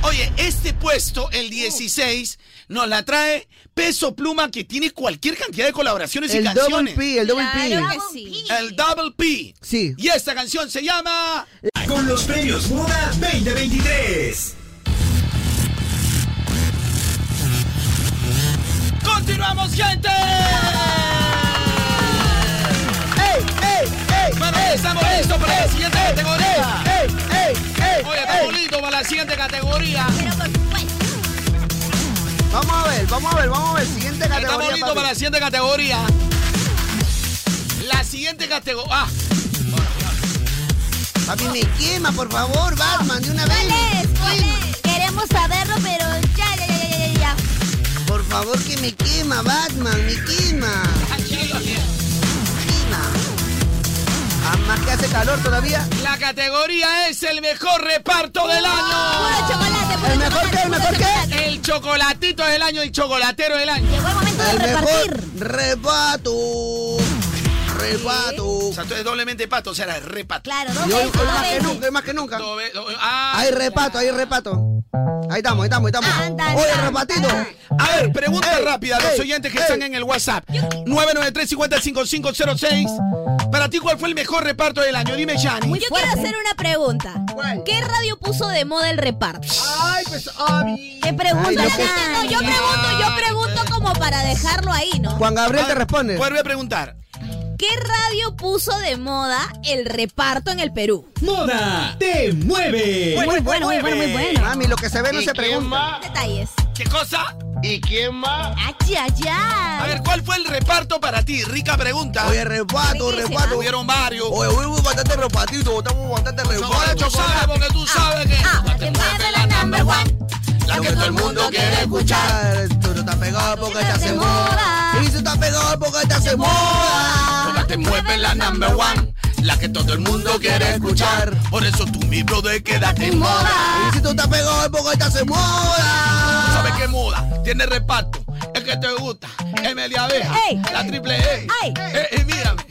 Speaker 11: Oye, este puesto, el 16, nos la trae Peso Pluma, que tiene cualquier cantidad de colaboraciones y
Speaker 1: El Double
Speaker 11: canciones.
Speaker 1: P, el Double
Speaker 17: Claro
Speaker 1: P.
Speaker 17: que sí.
Speaker 11: El Double P.
Speaker 1: Sí.
Speaker 11: Y esta canción se llama.
Speaker 10: Con los premios Moda 2023.
Speaker 11: ¡Continuamos, gente!
Speaker 1: ¡Ey, ey, ey!
Speaker 11: Bueno, estamos listos para la siguiente categoría.
Speaker 1: ¡Ey, ey, ey!
Speaker 11: Oye,
Speaker 1: ey.
Speaker 11: estamos listos para la siguiente categoría.
Speaker 1: Vamos a ver, vamos a ver, vamos a ver. Siguiente
Speaker 11: Estamos
Speaker 1: categoría.
Speaker 11: listos para la
Speaker 1: papi.
Speaker 11: siguiente categoría. La siguiente categoría. Ah,
Speaker 1: Papi, me quema, por favor, Batman, de una
Speaker 3: ¿Cuál
Speaker 1: vez.
Speaker 3: es? ¿Cuál es? Queremos saberlo, pero ya, ya, ya, ya, ya, ya.
Speaker 1: Por favor, que me quema, Batman, me quema. Quema. Ah, más que hace calor todavía.
Speaker 11: la categoría es el mejor reparto del año.
Speaker 3: Puro chocolate, puro
Speaker 1: ¿El mejor
Speaker 3: chocolate,
Speaker 1: qué? ¿El
Speaker 3: puro
Speaker 1: mejor qué?
Speaker 3: chocolate.
Speaker 11: El chocolatito del año, el chocolatero del año.
Speaker 3: Llegó el momento de
Speaker 1: El
Speaker 3: repartir.
Speaker 1: mejor rebato. Rebato.
Speaker 11: O sea, tú eres doblemente pato, o sea, eres repato.
Speaker 3: Claro, dos
Speaker 1: Y hoy, hoy
Speaker 3: veces, dos
Speaker 1: más que
Speaker 3: veces.
Speaker 1: nunca, hoy más que nunca.
Speaker 11: Doble- doble- ah.
Speaker 1: Hay repato, hay repato. Ahí estamos, ahí estamos, ahí
Speaker 3: Anda,
Speaker 1: estamos. Oye,
Speaker 3: anda.
Speaker 1: repatito.
Speaker 11: A ver, pregunta
Speaker 1: Ey,
Speaker 11: rápida a los
Speaker 1: ey,
Speaker 11: oyentes que
Speaker 1: ey.
Speaker 11: están en el WhatsApp. 993-505506. Para ti, ¿cuál fue el mejor reparto del año? Dime, Shani.
Speaker 17: Yo quiero hacer una pregunta.
Speaker 1: ¿Cuál?
Speaker 17: ¿Qué radio puso de moda el reparto?
Speaker 1: Ay, pues, ay.
Speaker 3: ¿Qué pregunta?
Speaker 1: Ay, yo
Speaker 3: la
Speaker 1: que-
Speaker 3: nana?
Speaker 17: No, yo pregunto, yo pregunto como para dejarlo ahí, ¿no?
Speaker 1: Juan Gabriel te responde.
Speaker 11: Vuelve a preguntar.
Speaker 17: ¿Qué radio puso de moda el reparto en el Perú?
Speaker 10: Moda te mueve.
Speaker 1: pues,
Speaker 3: Muy bueno, muy bueno, muy bueno.
Speaker 1: Mami, lo que se ve no se pregunta.
Speaker 17: Detalles.
Speaker 11: ¿Qué cosa?
Speaker 21: ¿Y quién más?
Speaker 3: Ay, ay,
Speaker 11: A
Speaker 3: ay.
Speaker 11: ver, ¿cuál fue el reparto para ti? Rica pregunta.
Speaker 1: Oye, repato,
Speaker 17: Riquísima.
Speaker 1: repato.
Speaker 11: Tuvieron varios.
Speaker 1: Oye, hoy hubo bastante repatito, botamos bastante
Speaker 11: Chocolate,
Speaker 1: repato.
Speaker 11: sabe, porque tú sabes que.
Speaker 17: ah,
Speaker 11: la que mueve la number one. La que todo el mundo quiere escuchar.
Speaker 1: Tú no estás pegado porque te
Speaker 3: se
Speaker 1: hace moda.
Speaker 3: moda.
Speaker 1: Y tú estás pegado porque te hace moda.
Speaker 11: La te mueve la number one. La que todo el mundo quiere escuchar. Por eso tú, mi brother, quédate en moda.
Speaker 1: Y si tú estás pegado porque te hace moda.
Speaker 11: ¿Sabes qué moda? Tiene reparto. Es que te gusta. Es media abeja.
Speaker 17: Ey.
Speaker 11: La triple E.
Speaker 17: Ey.
Speaker 11: Eh, eh, mírame.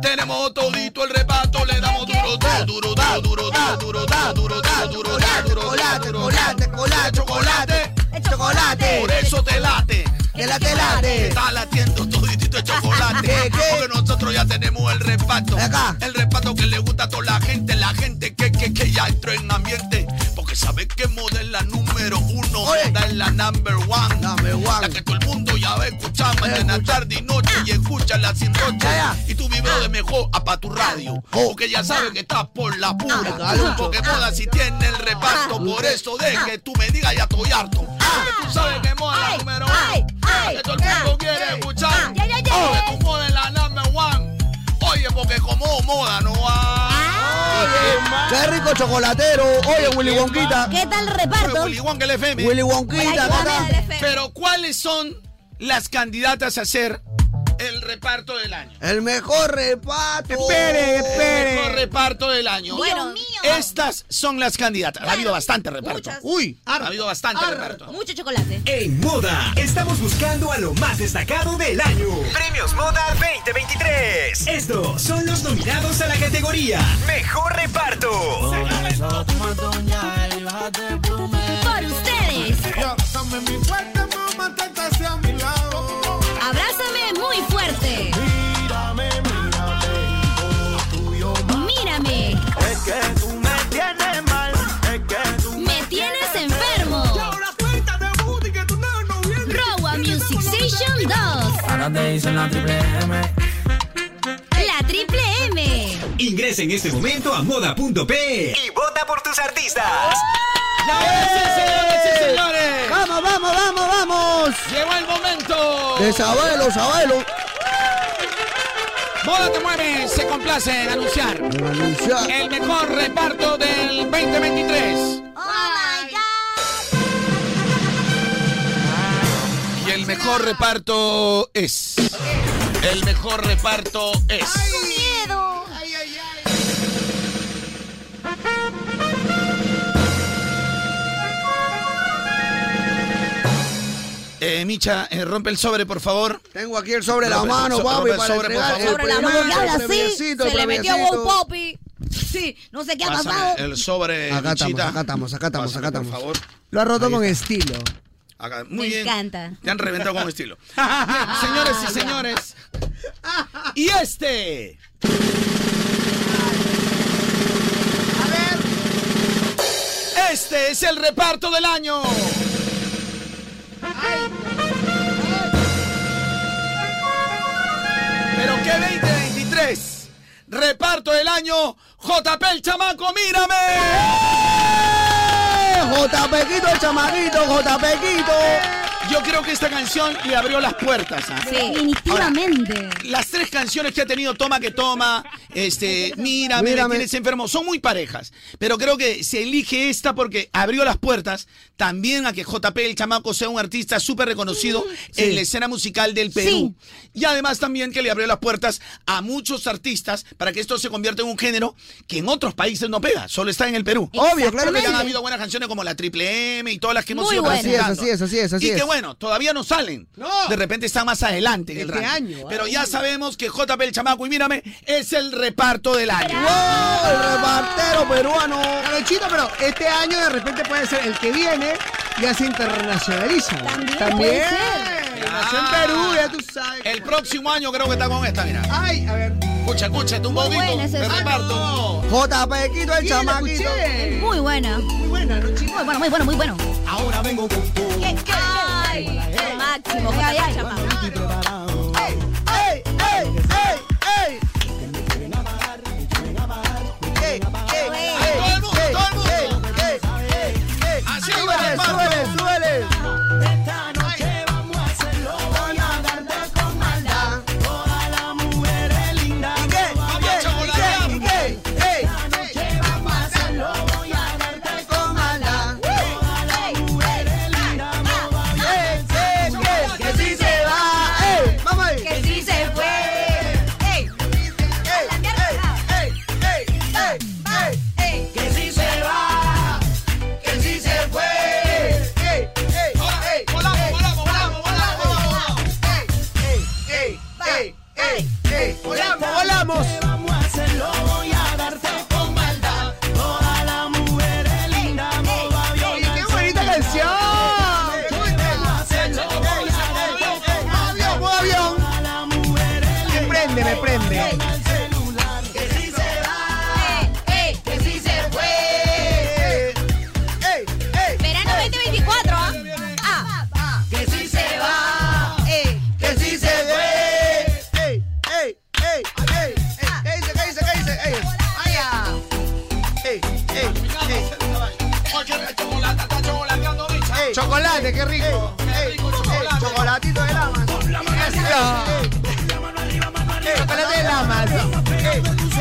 Speaker 11: Tenemos todito el reparto. Le damos duro, duro, duro, duro, duro, duro, duro, duro, duro, duro, duro,
Speaker 1: Chocolate,
Speaker 11: duro,
Speaker 1: chocolate,
Speaker 11: duro,
Speaker 1: chocolate, chocolate, chocolate. Chocolate.
Speaker 11: Por eso te late.
Speaker 1: Que la te late.
Speaker 11: Está latiendo toditito el chocolate.
Speaker 1: ¿Qué, qué?
Speaker 11: Porque nosotros ya tenemos el reparto.
Speaker 1: Acá.
Speaker 11: El reparto que le gusta a toda la gente. La gente que, que, que ya entró en ambiente. Porque sabe que moda es la número uno.
Speaker 1: Oye.
Speaker 11: Moda es la number one.
Speaker 1: Number one.
Speaker 11: La que todo el mundo ya va a escuchar mañana, tarde y noche. Y escúchala sin noche.
Speaker 1: Ya, Oh.
Speaker 11: Y tu vibro de mejor a pa' tu radio. Porque ya sabes que estás por la pura.
Speaker 1: Ah,
Speaker 11: Porque moda si tiene el reparto. Por eso de que tú me digas ya estoy harto.
Speaker 1: Ah.
Speaker 11: Porque tú sabes que moda es la
Speaker 3: Ay,
Speaker 11: número
Speaker 3: ay,
Speaker 11: uno.
Speaker 3: ay, Ah,
Speaker 11: Que todo el mundo
Speaker 3: ay,
Speaker 11: quiere
Speaker 3: ay.
Speaker 11: escuchar.
Speaker 3: Ya, ya, ya. Ah,
Speaker 11: Porque tú moda es la number one. Oye, porque como moda no hay.
Speaker 17: Ah,
Speaker 3: Ay,
Speaker 1: ¡Qué rico chocolatero! Oye, Willy Wonquita.
Speaker 3: ¿Qué tal reparto?
Speaker 11: Willy Wonka, el FM.
Speaker 1: Willy Wonquita, acá.
Speaker 11: Pero ¿cuáles son las candidatas a ser el reparto del año?
Speaker 1: El mejor reparto.
Speaker 11: Espere, espere. El mejor reparto del año.
Speaker 17: Bueno,
Speaker 11: Estas son las candidatas. Ha habido bastante reparto. Uy, ha habido bastante reparto.
Speaker 17: mucho chocolate.
Speaker 2: En Moda, estamos buscando a lo más destacado del año. Premios Moda 2023. Estos son los nominados a la categoría Mejor Reparto.
Speaker 10: Por
Speaker 17: ustedes.
Speaker 10: Abrázame mi fuerte, mamá, tanta hacia mi lado.
Speaker 17: Abrázame muy fuerte.
Speaker 10: Mírame,
Speaker 17: Mírame.
Speaker 10: Es que tú me tienes mal. Es que tú
Speaker 17: Me tienes enfermo.
Speaker 10: Y ahora cuéntate, Booty, que tú no, no vienes.
Speaker 17: Rowa Music Station 2.
Speaker 10: Ahora te dicen la triple M.
Speaker 17: La triple M.
Speaker 2: Ingresa en este momento a moda.p y vota por tus artistas.
Speaker 11: señores y señores!
Speaker 1: ¡Vamos, vamos, vamos, vamos!
Speaker 11: ¡Llegó el momento!
Speaker 1: Desabelo, sabelo.
Speaker 11: Moda te mueve, se complace en anunciar
Speaker 1: anunciar.
Speaker 11: el mejor reparto del 2023
Speaker 17: Oh my
Speaker 11: y el mejor reparto es el mejor reparto es
Speaker 17: miedo.
Speaker 11: eh, Micha eh, rompe el sobre por favor
Speaker 1: Tengo aquí el sobre de la
Speaker 11: Rompe el
Speaker 1: mano,
Speaker 11: so-
Speaker 1: papi,
Speaker 11: rompe el
Speaker 1: para
Speaker 11: sobre, por
Speaker 1: entregar
Speaker 11: favor. Sobre
Speaker 1: el
Speaker 11: la
Speaker 17: Como que
Speaker 1: premio,
Speaker 17: habla
Speaker 1: el
Speaker 17: así,
Speaker 1: premiecito,
Speaker 17: se le metió
Speaker 1: premiecito.
Speaker 17: Wow Poppy. Sí, no sé qué ha
Speaker 11: Pásame
Speaker 17: pasado.
Speaker 11: el sobre
Speaker 1: Acá estamos,
Speaker 11: Michita.
Speaker 1: acá estamos, acá estamos, acá
Speaker 11: Pásame,
Speaker 1: estamos.
Speaker 11: por favor
Speaker 1: Lo ha roto con estilo.
Speaker 11: Acá, muy
Speaker 17: Me
Speaker 11: bien
Speaker 17: encanta.
Speaker 11: te han reventado con estilo señores y señores y este
Speaker 1: A ver.
Speaker 11: Este es el reparto del año. Pero qué 2023. Reparto del año. JP el chamaco, mírame.
Speaker 1: JPquito, el chamaguito, JPquito.
Speaker 11: Yo creo que esta canción le abrió las puertas. ¿ah?
Speaker 3: Definitivamente.
Speaker 11: Las tres canciones que ha tenido Toma que Toma, este, Mírame, Me
Speaker 1: Mírame.
Speaker 11: Tienes Enfermo, son muy parejas. Pero creo que se elige esta porque abrió las puertas también a que JP el Chamaco sea un artista súper reconocido en la escena musical del Perú. Y además también que le abrió las puertas a muchos artistas para que esto se convierta en un género que en otros países no pega, solo está en el Perú.
Speaker 1: Obvio, claro que
Speaker 11: Porque
Speaker 1: sí.
Speaker 11: han habido buenas canciones como la Triple M y todas las que hemos
Speaker 17: Muy
Speaker 11: ido
Speaker 17: buenas.
Speaker 1: Así es,
Speaker 11: presentando.
Speaker 1: así es, así es, así
Speaker 11: Y que
Speaker 1: es.
Speaker 11: bueno, todavía no salen.
Speaker 1: No.
Speaker 11: De repente están más adelante en el
Speaker 1: Este
Speaker 11: ranking.
Speaker 1: año,
Speaker 11: Pero ya sabemos que JP el chamaco y mírame es el reparto del año.
Speaker 1: ¡Wow! El repartero peruano.
Speaker 22: Cabechito, pero este año de repente puede ser el que viene, ya se internacionaliza. También.
Speaker 1: puede
Speaker 22: Nació en Perú, ya tú sabes.
Speaker 11: El próximo año creo que está con esta, mira.
Speaker 22: Ay, a ver.
Speaker 11: Escucha, escucha, tu
Speaker 17: Muy
Speaker 11: modito
Speaker 17: buena esa
Speaker 11: de
Speaker 17: escena.
Speaker 11: reparto.
Speaker 1: JPquito, el
Speaker 22: Sí, la
Speaker 1: chamaguito.
Speaker 22: escuché.
Speaker 3: Muy buena.
Speaker 22: Muy buena, ¿no, chicos?
Speaker 3: Muy bueno, muy bueno, muy bueno.
Speaker 2: Ahora vengo con todo
Speaker 17: ¿Qué, qué? Ay, lo máximo,
Speaker 3: Ay, ay,
Speaker 17: JP Chamaco.
Speaker 2: y preparado.
Speaker 1: ¡Ey, ey, ey, ey! ¡Ey, ey, ey!
Speaker 11: Todo el mundo,
Speaker 1: ey,
Speaker 11: todo el mundo.
Speaker 1: ey, ey, ey, ey!
Speaker 11: Así va
Speaker 1: ¡Súbele,
Speaker 11: el reparto.
Speaker 1: súbele, súbele!
Speaker 10: Esta noche vamos a hacerlo. Voy a darte con maldad. Toda la mujer es linda.
Speaker 1: ¿Y qué? ¿Y qué? ¿Y qué? ¿Y qué? ¡Ey!
Speaker 10: Esta noche vamos a hacerlo. Voy a darte con maldad. Toda la mujer es linda. No va a
Speaker 1: ¡Ey, ey, ey! ¡Que sí se va! ¡Ey! ¡Vamos ahí!
Speaker 17: Que sí se fue.
Speaker 1: ¡Ey,
Speaker 17: Ey,
Speaker 1: ey, ey, ey, ey, ey!
Speaker 17: ey.
Speaker 10: Que si se va, que si se fue.
Speaker 1: ¡Ey, ey, ey!
Speaker 11: Volamos, volamos, volamos, volamos, volamos.
Speaker 1: ¡Ey, ey, ey, ey! ¡Volamos, volamos!
Speaker 10: Vamos a hacerlo, voy a darte con maldad. Toda la mujer es linda, no va a
Speaker 1: ¡Y qué
Speaker 10: violar.
Speaker 1: bonita canción!
Speaker 10: Vamos a hacerlo, voy a darte con
Speaker 1: ¡Avión, un avión!
Speaker 10: Toda la mujer es
Speaker 22: Me prende, me prende.
Speaker 10: linda, el celular. Que si se va,
Speaker 17: Ey, ey.
Speaker 10: que si se fue.
Speaker 1: ¡Ey, ey!
Speaker 17: Verano 2024. Ah, ah.
Speaker 10: Que si se va,
Speaker 17: Ey.
Speaker 10: que si se fue.
Speaker 1: ¡Ey, ey, ey, ey! ¿Qué dice, qué dice, qué dice? ¡Ey! ¡Ay, ah! ¡Ey, ey, ey!
Speaker 11: Oye, la chocolata está chocolateando, bicha.
Speaker 1: ¡Ey!
Speaker 22: Chocolate, qué rico.
Speaker 1: ¡Ey, ey! ¡Chocolatito de lamas! ¡Eso!
Speaker 22: Chocolate de lamas.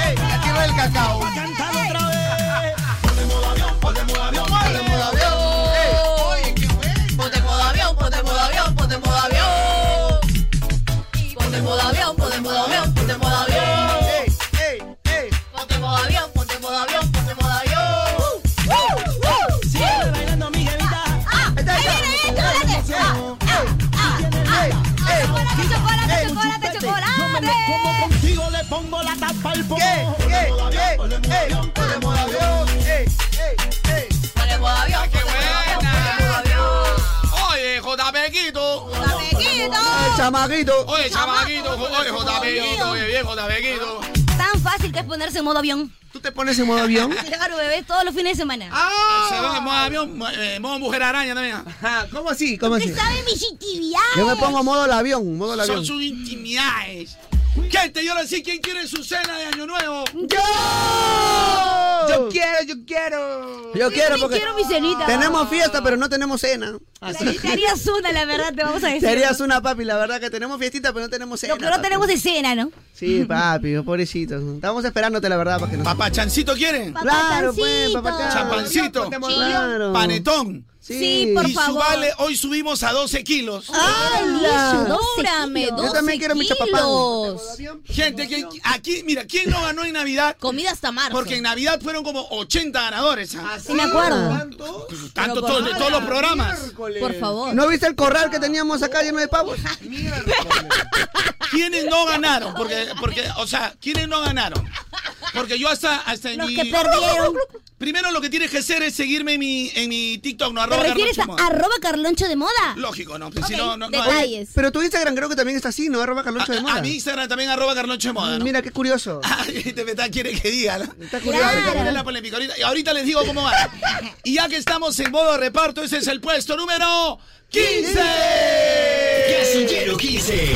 Speaker 17: chocolate, chocolate, chocolate.
Speaker 2: Como contigo le pongo la tapa al pomo. Ponemos avión, ey, ey, ey. Ponemos avión, ponemos avión.
Speaker 11: Oye, Jotapequito.
Speaker 17: Jotapequito.
Speaker 4: chamaquito.
Speaker 11: Oye, chamaquito. Oye, Jotapequito. Oye, bien, Jotapequito.
Speaker 3: Tan fácil que es ponerse en modo avión.
Speaker 4: ¿Tú te pones en modo avión? Ah,
Speaker 3: Claro, bebé, todos los fines de semana.
Speaker 11: Se ve en modo avión, eh, modo mujer araña también.
Speaker 4: ¿Cómo así? ¿Cómo así?
Speaker 3: sabe mi intimidad?
Speaker 4: Yo me pongo modo el avión, modo el avión.
Speaker 11: Son sus intimidades. Gente, yo ahora sí, ¿quién quiere su cena de Año Nuevo?
Speaker 4: ¡Yo! Yo quiero, yo quiero. Yo quiero porque Tenemos fiesta, pero no tenemos cena.
Speaker 3: Serías una, la verdad, te vamos a decir.
Speaker 4: Serías una, papi, la verdad que tenemos fiestita, pero no tenemos cena.
Speaker 3: Lo que no
Speaker 4: papi.
Speaker 3: tenemos es cena, ¿no?
Speaker 4: Sí, papi, pobrecito. Estamos esperándote, la verdad, para que nos...
Speaker 11: ¿Papachancito quieren?
Speaker 4: Claro, pues, papachán.
Speaker 11: Chapancito.
Speaker 4: Claro.
Speaker 11: Panetón.
Speaker 4: Sí. Sí, por
Speaker 11: y su
Speaker 4: favor. Ah.
Speaker 11: vale, hoy subimos a 12 kilos.
Speaker 4: ¡Hala!
Speaker 17: Dórame,
Speaker 4: Yo también quiero mi chapapán.
Speaker 11: Gente, que aquí, mira, ¿quién no ganó en Navidad?
Speaker 17: Comida hasta marzo.
Speaker 11: Porque en Navidad fueron como 80 ganadores. ¿ah?
Speaker 3: Sí, me acuerdo.
Speaker 11: Tanto todo- de todos los programas.
Speaker 17: Por favor.
Speaker 4: ¿No viste el corral que teníamos acá lleno de pavos?
Speaker 11: ¿Quiénes no ganaron? Porque, porque, o sea, ¿quiénes no ganaron? Porque yo hasta, hasta en
Speaker 3: Los
Speaker 11: mi-
Speaker 3: que perdieron.
Speaker 11: Primero lo que tienes que hacer es seguirme en mi, en mi TikTok, no
Speaker 3: ¿Te
Speaker 11: arroba
Speaker 3: refieres a
Speaker 11: Carlos Chumbo.
Speaker 3: arroba carloncho de moda?
Speaker 11: Lógico, no, pues si no, no, no.
Speaker 4: Pero tu Instagram creo que también está así, ¿no? Arroba Carloncho de Moda.
Speaker 11: A mi Instagram también arroba Carloncho de Moda, ¿no?
Speaker 4: Mira, qué curioso.
Speaker 11: Ay, te me está- quiere que diga, ¿no?
Speaker 4: curioso.
Speaker 11: Ahorita voy a poner la polémica, ahorita, y ahorita les digo cómo va. Y ya que estamos en modo reparto, ese es el puesto número 15.
Speaker 10: Casillero 15.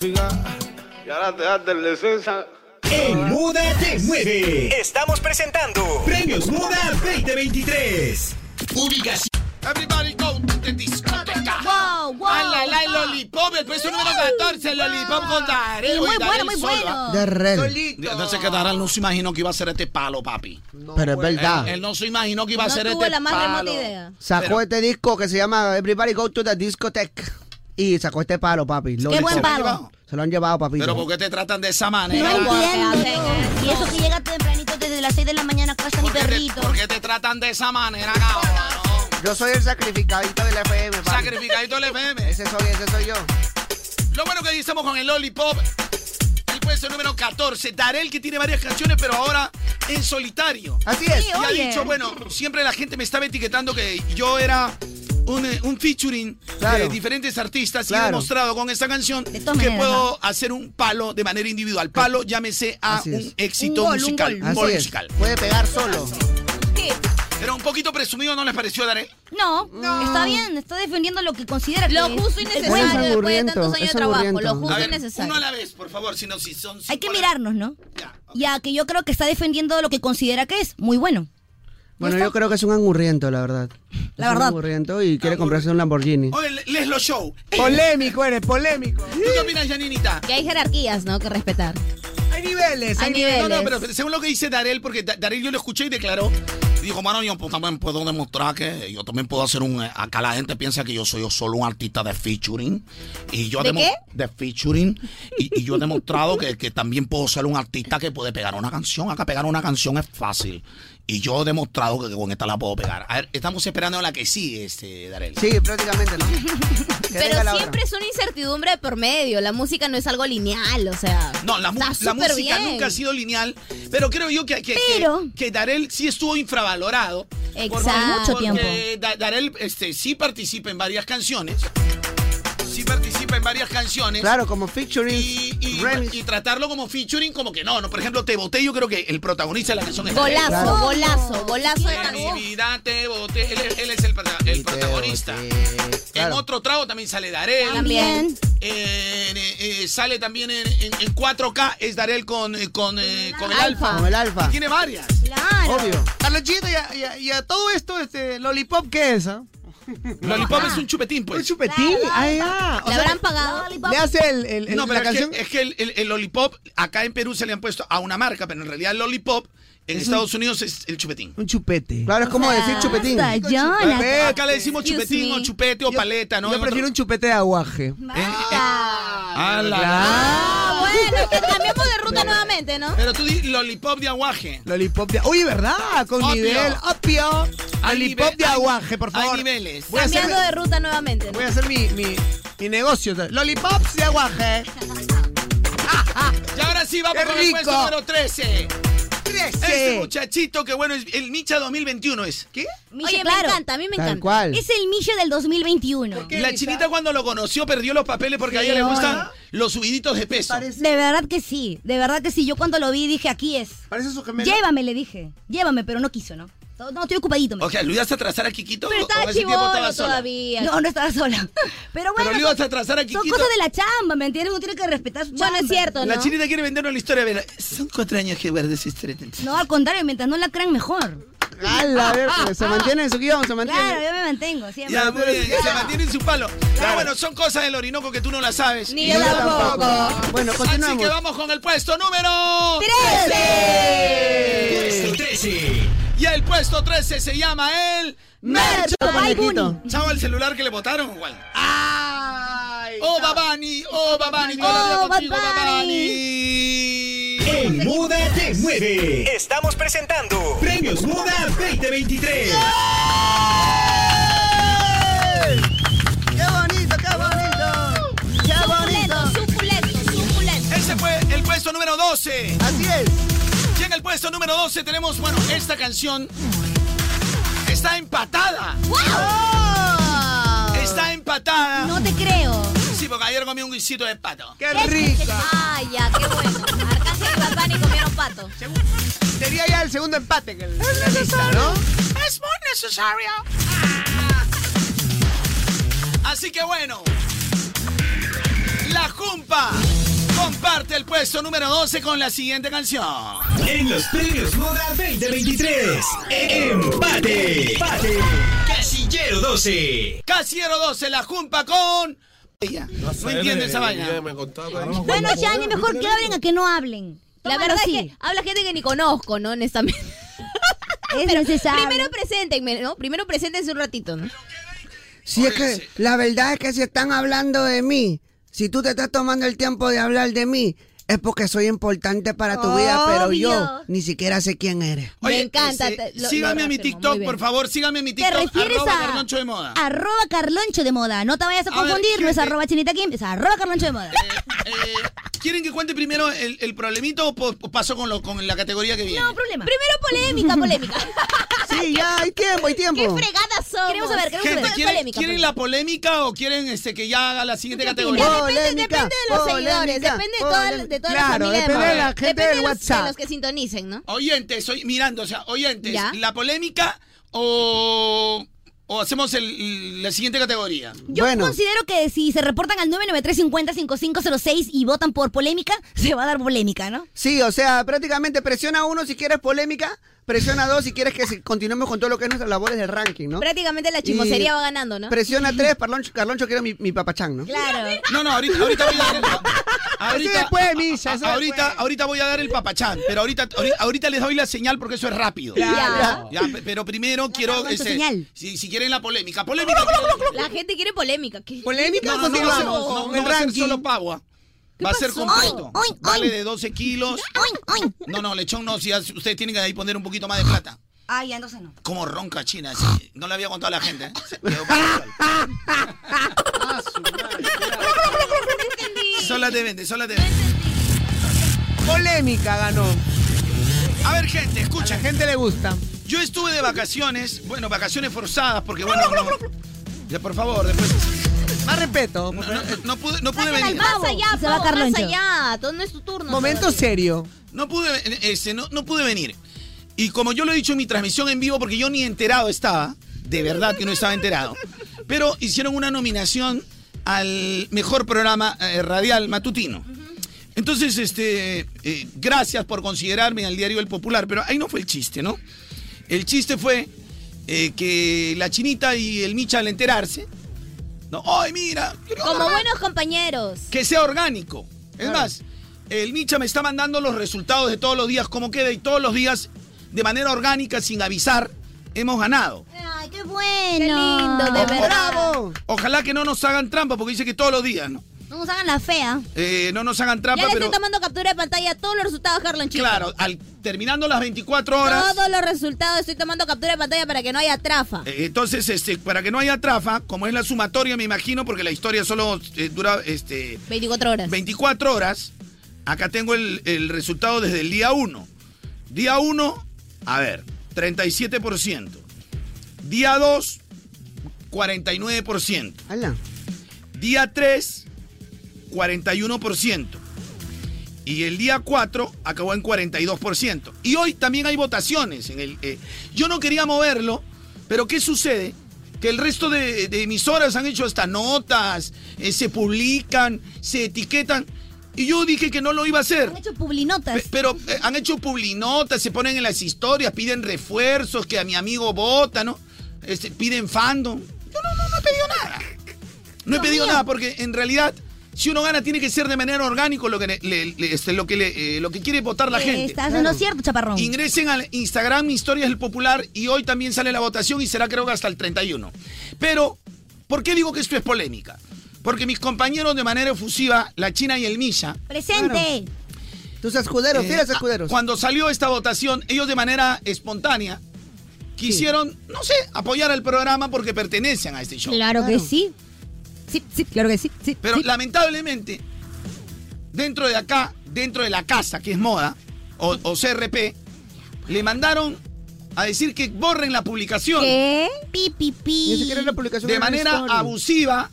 Speaker 23: Y ahora te das del descenso.
Speaker 10: En Moda te mueve. Estamos presentando Premios Moda 2023. Ubicación.
Speaker 11: Everybody go to the discoteca.
Speaker 17: Wow, wow.
Speaker 11: Ay, la, la, el lollipop, el puesto número 14, el lollipop con Daré.
Speaker 17: Y muy bueno, muy bueno.
Speaker 4: Darrell.
Speaker 11: Entonces que Darrell no se imaginó que iba a ser este palo, papi.
Speaker 4: Pero es verdad.
Speaker 11: Él, él no se imaginó que iba a
Speaker 17: No
Speaker 11: ser
Speaker 17: tuvo
Speaker 11: este
Speaker 17: la más remota
Speaker 11: palo.
Speaker 17: idea.
Speaker 4: Sacó este disco que se llama Everybody Go to the Discotheque. Y sacó este palo, papi. Lo-
Speaker 3: Qué buen
Speaker 4: se-
Speaker 3: palo.
Speaker 4: Se lo han llevado, papi.
Speaker 11: Pero ¿por qué te tratan de esa
Speaker 3: No
Speaker 11: manera?
Speaker 3: entiendo. Y eso que llega tempranito desde las 6 de la mañana, cuesta mi perrito.
Speaker 11: ¿Por qué te tratan de esa manera, cabrón?
Speaker 4: Yo soy el sacrificadito del FM, papi.
Speaker 11: Sacrificadito el FM.
Speaker 4: Ese soy, ese soy yo.
Speaker 11: Lo bueno que ahí estamos con el Lollipop. El puesto número 14. Darel que tiene varias canciones, pero ahora en solitario.
Speaker 4: Así es.
Speaker 11: Y ha
Speaker 4: oye.
Speaker 11: dicho, bueno, siempre la gente me estaba etiquetando que yo era un, eh, un featuring de
Speaker 4: Claro.
Speaker 11: diferentes artistas y he
Speaker 4: Claro.
Speaker 11: demostrado con esta canción que
Speaker 3: todas maneras,
Speaker 11: puedo hacer un palo de manera individual. Palo, llámese a
Speaker 4: Así
Speaker 11: un
Speaker 4: es.
Speaker 11: éxito
Speaker 4: Un gol, un
Speaker 11: musical.
Speaker 4: gol.
Speaker 11: un gol
Speaker 4: Así es.
Speaker 11: musical.
Speaker 4: Puede pegar solo.
Speaker 11: Pero un poquito presumido, ¿no les pareció, Darel?
Speaker 3: No, está bien, está defendiendo lo que considera
Speaker 17: Lo
Speaker 3: que
Speaker 17: justo y
Speaker 3: es
Speaker 17: necesario
Speaker 3: bueno.
Speaker 17: después de
Speaker 4: aburriento,
Speaker 17: tantos años
Speaker 4: es
Speaker 17: de trabajo.
Speaker 4: aburriento.
Speaker 17: Lo
Speaker 11: A
Speaker 17: justo y
Speaker 11: ver,
Speaker 17: necesario.
Speaker 11: uno a la vez, por favor, si no, si son...
Speaker 3: Hay que mirarnos, ¿no? Ya, que yo creo que está defendiendo lo que considera que es muy bueno.
Speaker 4: Bueno, yo creo que es un angurriento, la verdad.
Speaker 3: La
Speaker 4: Es
Speaker 3: verdad.
Speaker 4: Un angurriento y quiere comprarse un Lamborghini.
Speaker 11: Oye, Le- Leslo Show.
Speaker 6: Polémico eres, polémico.
Speaker 11: ¿Tú qué opinas, Janinita?
Speaker 17: Que hay jerarquías, ¿no? Que respetar.
Speaker 6: Hay niveles, hay,
Speaker 17: Hay
Speaker 6: niveles.
Speaker 11: No, no, pero según lo que dice Darel, porque Da- Darel yo lo escuché y declaró, dijo, mano, yo pues, también puedo demostrar que yo también puedo hacer un... eh, Acá la gente piensa que yo soy yo solo un artista de featuring. Y yo
Speaker 17: ¿De
Speaker 11: demo-
Speaker 17: qué?
Speaker 11: De featuring. Y, y yo he demostrado que, que también puedo ser un artista que puede pegar una canción. Acá pegar una canción es fácil. Y yo he demostrado que con esta la puedo pegar. A ver, estamos esperando a la que sigue, este, Darel.
Speaker 4: Sí, prácticamente, ¿no?
Speaker 17: Pero siempre es una incertidumbre de por medio. La música no es algo lineal, o sea.
Speaker 11: No, la, mu-
Speaker 17: Está
Speaker 11: la
Speaker 17: súper
Speaker 11: música
Speaker 17: bien.
Speaker 11: nunca ha sido lineal, pero creo yo que, que, que- que Darel sí estuvo infravalorado.
Speaker 17: Exacto.
Speaker 11: Porque-
Speaker 17: Mucho
Speaker 11: Porque Da- Darel este, sí participa en varias canciones. Sí participa en varias canciones.
Speaker 4: Claro, como featuring.
Speaker 11: Y, y tratarlo como featuring, como que no, no. Por ejemplo, Te Boté, yo creo que el protagonista de la canción es Darel.
Speaker 17: Golazo, golazo, golazo de
Speaker 11: Mi
Speaker 17: canción.
Speaker 11: vida te boté. Él, es- él es el, prota- el protagonista. En otro trago también sale Darel.
Speaker 17: También.
Speaker 11: En, eh, eh, sale también en, en- en 4K es Darel con, eh, con, eh, con el
Speaker 17: Alfa.
Speaker 11: Alfa.
Speaker 4: Con el Alfa.
Speaker 11: Tiene varias.
Speaker 4: Obvio.
Speaker 6: Carlonchito, y a, y a- y a todo esto, este, Lollipop, ¿qué es? ah?
Speaker 11: Lollipop es un chupetín, pues.
Speaker 6: ¿Un chupetín? Ah, ya. O
Speaker 17: ¿Le
Speaker 6: sea,
Speaker 17: habrán pagado?
Speaker 6: Le hace el, el- el-
Speaker 11: No,
Speaker 6: la
Speaker 11: pero es
Speaker 6: canción.
Speaker 11: que, es que el, el- el Lollipop acá en Perú se le han puesto a una marca, pero en realidad el Lollipop en Estados Unidos es el chupetín.
Speaker 6: Un chupete.
Speaker 4: Claro, es como decir chupetín.
Speaker 11: Acá, acá le decimos
Speaker 17: Excuse
Speaker 11: chupetín
Speaker 17: me.
Speaker 11: o chupete o paleta, ¿no?
Speaker 6: Yo
Speaker 11: En otro- Eh,
Speaker 6: prefiero un chupete de aguaje.
Speaker 11: Ah, la-
Speaker 17: Ah, bueno, que cambiamos de ruta nuevamente, ¿no?
Speaker 11: Pero tú di Lollipop de aguaje.
Speaker 6: Lollipop de Oye, ¿verdad? Con
Speaker 11: Opio.
Speaker 6: nivel. Opio.
Speaker 11: Hay
Speaker 6: Lollipop
Speaker 11: nivel-
Speaker 6: de
Speaker 11: hay-
Speaker 6: aguaje, por favor.
Speaker 11: Hay niveles.
Speaker 6: Voy a hacer,
Speaker 17: Cambiando de ruta nuevamente. ¿no?
Speaker 6: voy a hacer mi, mi,
Speaker 15: Mi negocio. Lollipops de aguaje.
Speaker 11: Y ahora sí, vamos
Speaker 15: ¡Qué
Speaker 11: con el puesto
Speaker 15: rico!
Speaker 11: número 13. 13. Este muchachito que bueno, es el Micha 2021 es. ¿Qué?
Speaker 3: Oye, me
Speaker 11: claro.
Speaker 3: encanta, a mí me
Speaker 11: Tal
Speaker 3: encanta.
Speaker 11: cual.
Speaker 3: Es el Misha del 2021.
Speaker 11: La chinita cuando lo conoció perdió los papeles porque a
Speaker 3: Sí,
Speaker 11: ella le
Speaker 3: ¿no?
Speaker 11: gustan los subiditos de peso.
Speaker 3: De verdad que sí, de verdad que sí. Yo cuando lo vi dije, aquí es.
Speaker 15: Parece su gemelo.
Speaker 3: Llévame, le dije. Llévame, pero no quiso, ¿no? No, no, estoy ocupadito. me
Speaker 11: O sea, ¿lo ibas a trazar a Kikito?
Speaker 3: Pero
Speaker 11: ¿O en
Speaker 3: estaba
Speaker 11: ese tiempo
Speaker 3: chivolo
Speaker 11: estaba sola?
Speaker 3: todavía. No, no estaba sola. Pero bueno.
Speaker 11: Pero le ibas a trazar a
Speaker 3: Son
Speaker 11: Kikito.
Speaker 3: cosas de la chamba, ¿me entiendes? Uno tiene que respetar su chamba. es cierto,
Speaker 11: La chinita quiere vendernos la historia. Vela. Son cuatro años que guardé esa historia.
Speaker 3: No, al contrario, mientras no la crean mejor.
Speaker 11: Ala, a ver, pues, se mantiene
Speaker 15: en su guión, se
Speaker 11: mantiene.
Speaker 3: Claro, yo me mantengo siempre.
Speaker 11: Ya, muy bien, se mantiene en su palo. Pero bueno, son cosas del Orinoco que tú no las sabes.
Speaker 3: Ni yo tampoco.
Speaker 15: Bueno,
Speaker 11: Así
Speaker 15: continuamos.
Speaker 11: que vamos con el puesto número...
Speaker 2: ¡Trece!
Speaker 11: Puesto 13. Y el puesto 13 se llama el...
Speaker 2: Mercho Baibuni.
Speaker 11: Chavo, el celular que le botaron, igual. ¡Oh, Babani! ¡Oh, Babani!
Speaker 2: Oh,
Speaker 11: ¡Oh, Babani!
Speaker 10: En Moda te mueve. Estamos presentando Premios Moda 2023.
Speaker 15: ¡Qué bonito, qué bonito!
Speaker 11: ¡Qué
Speaker 17: bonito! Suculento, suculento.
Speaker 11: Ese fue el puesto número 12.
Speaker 15: Así
Speaker 11: es. Llega el puesto número 12. Tenemos, bueno, esta canción está empatada. Está empatada.
Speaker 3: No te creo.
Speaker 11: Sí, porque ayer comí un guisito de pato.
Speaker 15: ¡Qué rico!
Speaker 17: Ay, ya, qué bueno. Arcángel y Papá ni comieron pato.
Speaker 15: Sería ya el segundo empate en el, en la lista, ¿no?
Speaker 11: Es muy necesario. Así que bueno, la Jumpa comparte el puesto número 12 con la siguiente canción.
Speaker 10: En los Premios Moda 2023. Empate. Empate. Casillero 12.
Speaker 11: Casiero 12, la Jumpa con... Ella. No entiende esa vaina.
Speaker 3: Bueno, Shani, mejor que hablen a que no hablen.
Speaker 17: La verdad es que habla gente que ni conozco, ¿no? Honestamente.
Speaker 3: Es necesario.
Speaker 17: Primero preséntenme, ¿no? Primero preséntense un ratito, ¿no?
Speaker 6: Si es que la verdad es que si están hablando de mí, si tú te estás tomando el tiempo de hablar de mí, es porque soy importante para tu vida, pero yo
Speaker 17: Obvio.
Speaker 6: ni siquiera sé quién eres.
Speaker 11: Oye,
Speaker 17: Me encanta.
Speaker 11: ese-
Speaker 17: te- lo-
Speaker 11: síganme
Speaker 17: lo
Speaker 11: a mi
Speaker 17: reafirmo, muy
Speaker 11: TikTok,
Speaker 17: bien.
Speaker 11: por favor. Síganme a mi
Speaker 3: ¿Te
Speaker 11: TikTok.
Speaker 3: refieres
Speaker 11: arroba
Speaker 3: a-
Speaker 11: Carloncho de moda.
Speaker 3: Arroba Carloncho de moda. No te vayas a
Speaker 11: ver,
Speaker 3: confundir, no es
Speaker 11: gente.
Speaker 3: arroba Chinita Kim, es arroba Carloncho de moda.
Speaker 11: Eh, ¿Quieren que cuente primero el, el problemito o po- o paso con, lo, con la categoría que viene?
Speaker 3: No, problema.
Speaker 17: Primero polémica, polémica.
Speaker 6: Sí, ya, hay tiempo, hay tiempo.
Speaker 17: ¡Qué fregada somos!
Speaker 3: Queremos saber, queremos
Speaker 11: Gente,
Speaker 3: saber.
Speaker 11: ¿quieren,
Speaker 3: Polémica,
Speaker 17: pues.
Speaker 11: quieren
Speaker 3: polémica.
Speaker 11: la polémica o quieren este, que ya haga la siguiente
Speaker 17: Depende,
Speaker 11: categoría?
Speaker 17: depende, depende de los seguidores, depende de toda, de toda la
Speaker 11: Claro,
Speaker 17: familia
Speaker 11: depende
Speaker 17: Moda.
Speaker 11: de la gente
Speaker 17: Depende
Speaker 11: del
Speaker 17: los-
Speaker 11: WhatsApp.
Speaker 17: De los que sintonicen, ¿no?
Speaker 11: Oyentes, soy mirando, o sea, oyentes,
Speaker 17: Ya.
Speaker 11: ¿la polémica o, o hacemos el- la siguiente categoría?
Speaker 3: Yo considero que si se reportan al 993-50-5506 y votan por polémica, se va a dar polémica, ¿no?
Speaker 6: Sí, o sea, prácticamente presiona uno si quieres polémica, presiona dos si quieres que se- continuemos con todo lo que es nuestras labores del ranking, ¿no?
Speaker 17: Prácticamente la
Speaker 6: Y
Speaker 17: chimosería va ganando, ¿no?
Speaker 6: Presiona tres, Carloncho, Carloncho quiero mi, mi papachán, ¿no?
Speaker 17: Claro.
Speaker 11: No, no, ahorita, ahorita voy a dar el, ahorita,
Speaker 6: Misha,
Speaker 11: a- ahorita, ahorita voy a dar el papachán, pero ahorita, ahorita, ahorita les doy la señal porque eso es rápido.
Speaker 17: Claro.
Speaker 11: Ya, pe- pero primero quiero,
Speaker 17: con tu
Speaker 11: este,
Speaker 17: señal.
Speaker 11: si, si quieren la polémica, polémica.
Speaker 17: La gente quiere polémica. ¿Qué?
Speaker 6: Polémica,
Speaker 11: No, no, no, va a ser-
Speaker 17: continuamos.
Speaker 11: no, no
Speaker 17: El
Speaker 11: va a ser
Speaker 17: ranking.
Speaker 11: solo pagua. Va a ser
Speaker 17: pasó?
Speaker 11: completo.
Speaker 17: Oin, oin,
Speaker 11: Vale
Speaker 17: oin.
Speaker 11: de 12 kilos. No, no, lechón no. Si as- ustedes tienen que ahí poner un poquito más de plata.
Speaker 3: Ay, ya, entonces no.
Speaker 11: Como ronca China. sí. No le había contado a la gente. ¿eh? Se quedó Sola te vende, sola te vende.
Speaker 15: Polémica ganó.
Speaker 11: A ver, gente, escucha.
Speaker 15: A la gente le gusta.
Speaker 11: Yo estuve de vacaciones. Bueno, vacaciones forzadas porque, bueno... no- Ya, por favor, después...
Speaker 15: Más respeto.
Speaker 11: No, no- no- no pude, no pude
Speaker 17: Sáquenla al
Speaker 11: venir.
Speaker 17: Más allá,
Speaker 3: Se va
Speaker 17: Pau, más
Speaker 3: Carloncho.
Speaker 17: allá. Todo no es tu turno.
Speaker 15: Momento
Speaker 17: todavía.
Speaker 15: serio.
Speaker 11: No pude, este, no, no pude venir. Y como yo lo he dicho en mi transmisión en vivo, porque yo ni enterado estaba, de verdad que no estaba enterado, pero hicieron una nominación al mejor programa eh, radial matutino. Entonces, este, eh, gracias por considerarme al diario El Popular, pero ahí no fue el chiste, ¿no? El chiste fue eh, que la chinita y el Micha al enterarse, ¿no? ¡Ay, mira!
Speaker 17: Como buenos compañeros.
Speaker 11: que sea orgánico. Es más, el Micha me está mandando los resultados de todos los días, cómo queda, y todos los días, de manera orgánica, sin avisar, hemos ganado.
Speaker 3: Ay, qué bueno.
Speaker 17: Qué lindo, de verdad.
Speaker 11: Ojalá que no nos hagan trampa, porque dice que todos los días, ¿no?
Speaker 3: No nos hagan la fea.
Speaker 11: Eh, no nos hagan
Speaker 17: ya
Speaker 11: trampa,
Speaker 17: le
Speaker 11: pero
Speaker 17: estoy tomando captura de pantalla a todos los resultados, Carlon Chico.
Speaker 11: claro, al, terminando las 24 horas.
Speaker 17: Todos los resultados estoy tomando captura de pantalla para que no haya trafa.
Speaker 11: Eh, Entonces, este, para que no haya trafa, como es la sumatoria, me imagino, porque la historia solo eh, dura este,
Speaker 17: 24 horas.
Speaker 11: 24 horas. Acá tengo el, el resultado desde el día 1. Día 1, a ver, 37%. Día 2, 49%. Día 3, 41%. Y el día 4 acabó en 42%. Y hoy también hay votaciones. En el, eh, yo no quería moverlo, pero ¿qué sucede? Que el resto de, de emisoras han hecho hasta notas, eh, se publican, se etiquetan. Y yo dije que no lo iba a hacer. Han
Speaker 3: hecho publinotas.
Speaker 11: Pero eh, han hecho publinotas, se ponen en las historias, piden refuerzos, que a mi amigo vota, ¿no? Este, piden fandom. Yo no, no, no he pedido nada. No he pedido nada porque en realidad, si uno gana, tiene que ser de manera orgánica lo que, le- le- le- este, lo que, le- eh, lo que quiere votar la
Speaker 3: Eh,
Speaker 11: gente.
Speaker 3: Estás en lo cierto, chaparrón.
Speaker 11: Ingresen al Instagram Historias del Popular y hoy también sale la votación y será creo que hasta el 31. Pero, ¿por qué digo que esto es polémica? Porque mis compañeros de manera efusiva, la China y el Misha.
Speaker 3: ¡Presente!
Speaker 11: Tus escuderos,
Speaker 6: fieles escuderos.
Speaker 11: Eh, ah, Cuando salió esta votación, ellos de manera espontánea quisieron, no sé, apoyar al programa porque pertenecen a este show.
Speaker 17: Claro que sí. Sí, sí, claro que sí. sí
Speaker 11: Pero lamentablemente, dentro de acá, dentro de la casa, que es moda, o, o CRP, le mandaron a decir que borren la publicación.
Speaker 3: ¿Qué? Pi, pi, pi.
Speaker 6: Ni siquiera es la publicación
Speaker 11: De
Speaker 6: una
Speaker 11: manera
Speaker 6: story.
Speaker 11: abusiva,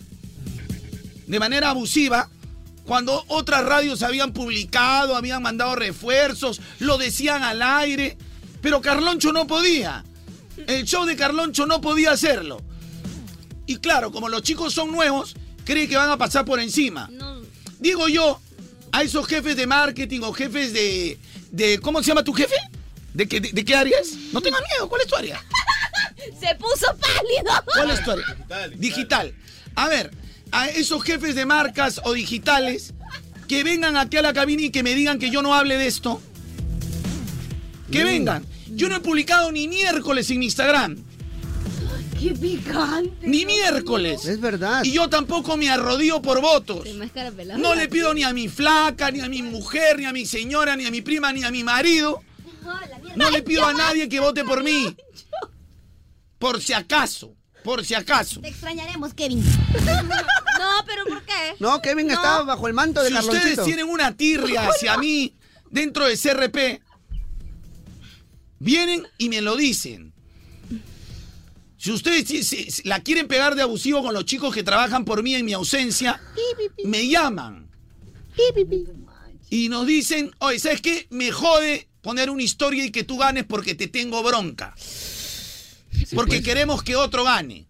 Speaker 11: de manera abusiva, cuando otras radios habían publicado, habían mandado refuerzos, lo decían al aire, pero Carloncho no podía. El show de Carloncho no podía hacerlo. Y claro, como los chicos son nuevos, creen que van a pasar por encima. Digo yo, a esos jefes de marketing o jefes de. de- ¿Cómo se llama tu jefe? ¿De, qué- de, de qué área es? No tengas miedo, ¿cuál es tu área?
Speaker 17: Se puso pálido.
Speaker 11: ¿Cuál es tu área? Digital. A ver, a esos jefes de marcas o digitales que vengan aquí a la cabina y que me digan que yo no hable de esto. Que vengan. Yo no he publicado ni miércoles en mi Instagram.
Speaker 17: ¡Qué picante!
Speaker 11: Ni miércoles. Es verdad. Y yo tampoco me arrodillo por votos. No le pido ni a mi flaca, ni a mi mujer, ni a mi señora, ni a mi prima, ni a mi marido. No le pido a nadie que vote por mí. Por si acaso. Por si acaso.
Speaker 3: Te extrañaremos, Kevin.
Speaker 17: no, pero ¿por qué?
Speaker 6: No, Kevin estaba bajo el manto de
Speaker 11: si
Speaker 6: Carlonchito.
Speaker 11: ustedes tienen una tirria hacia mí dentro de CRP, vienen y me lo dicen. Si ustedes si- si- si la quieren pegar de abusivo con los chicos que trabajan por mí en mi ausencia, me llaman. Y nos dicen, oye, ¿sabes qué? Me jode poner una historia y que tú ganes porque te tengo bronca. porque queremos que otro gane.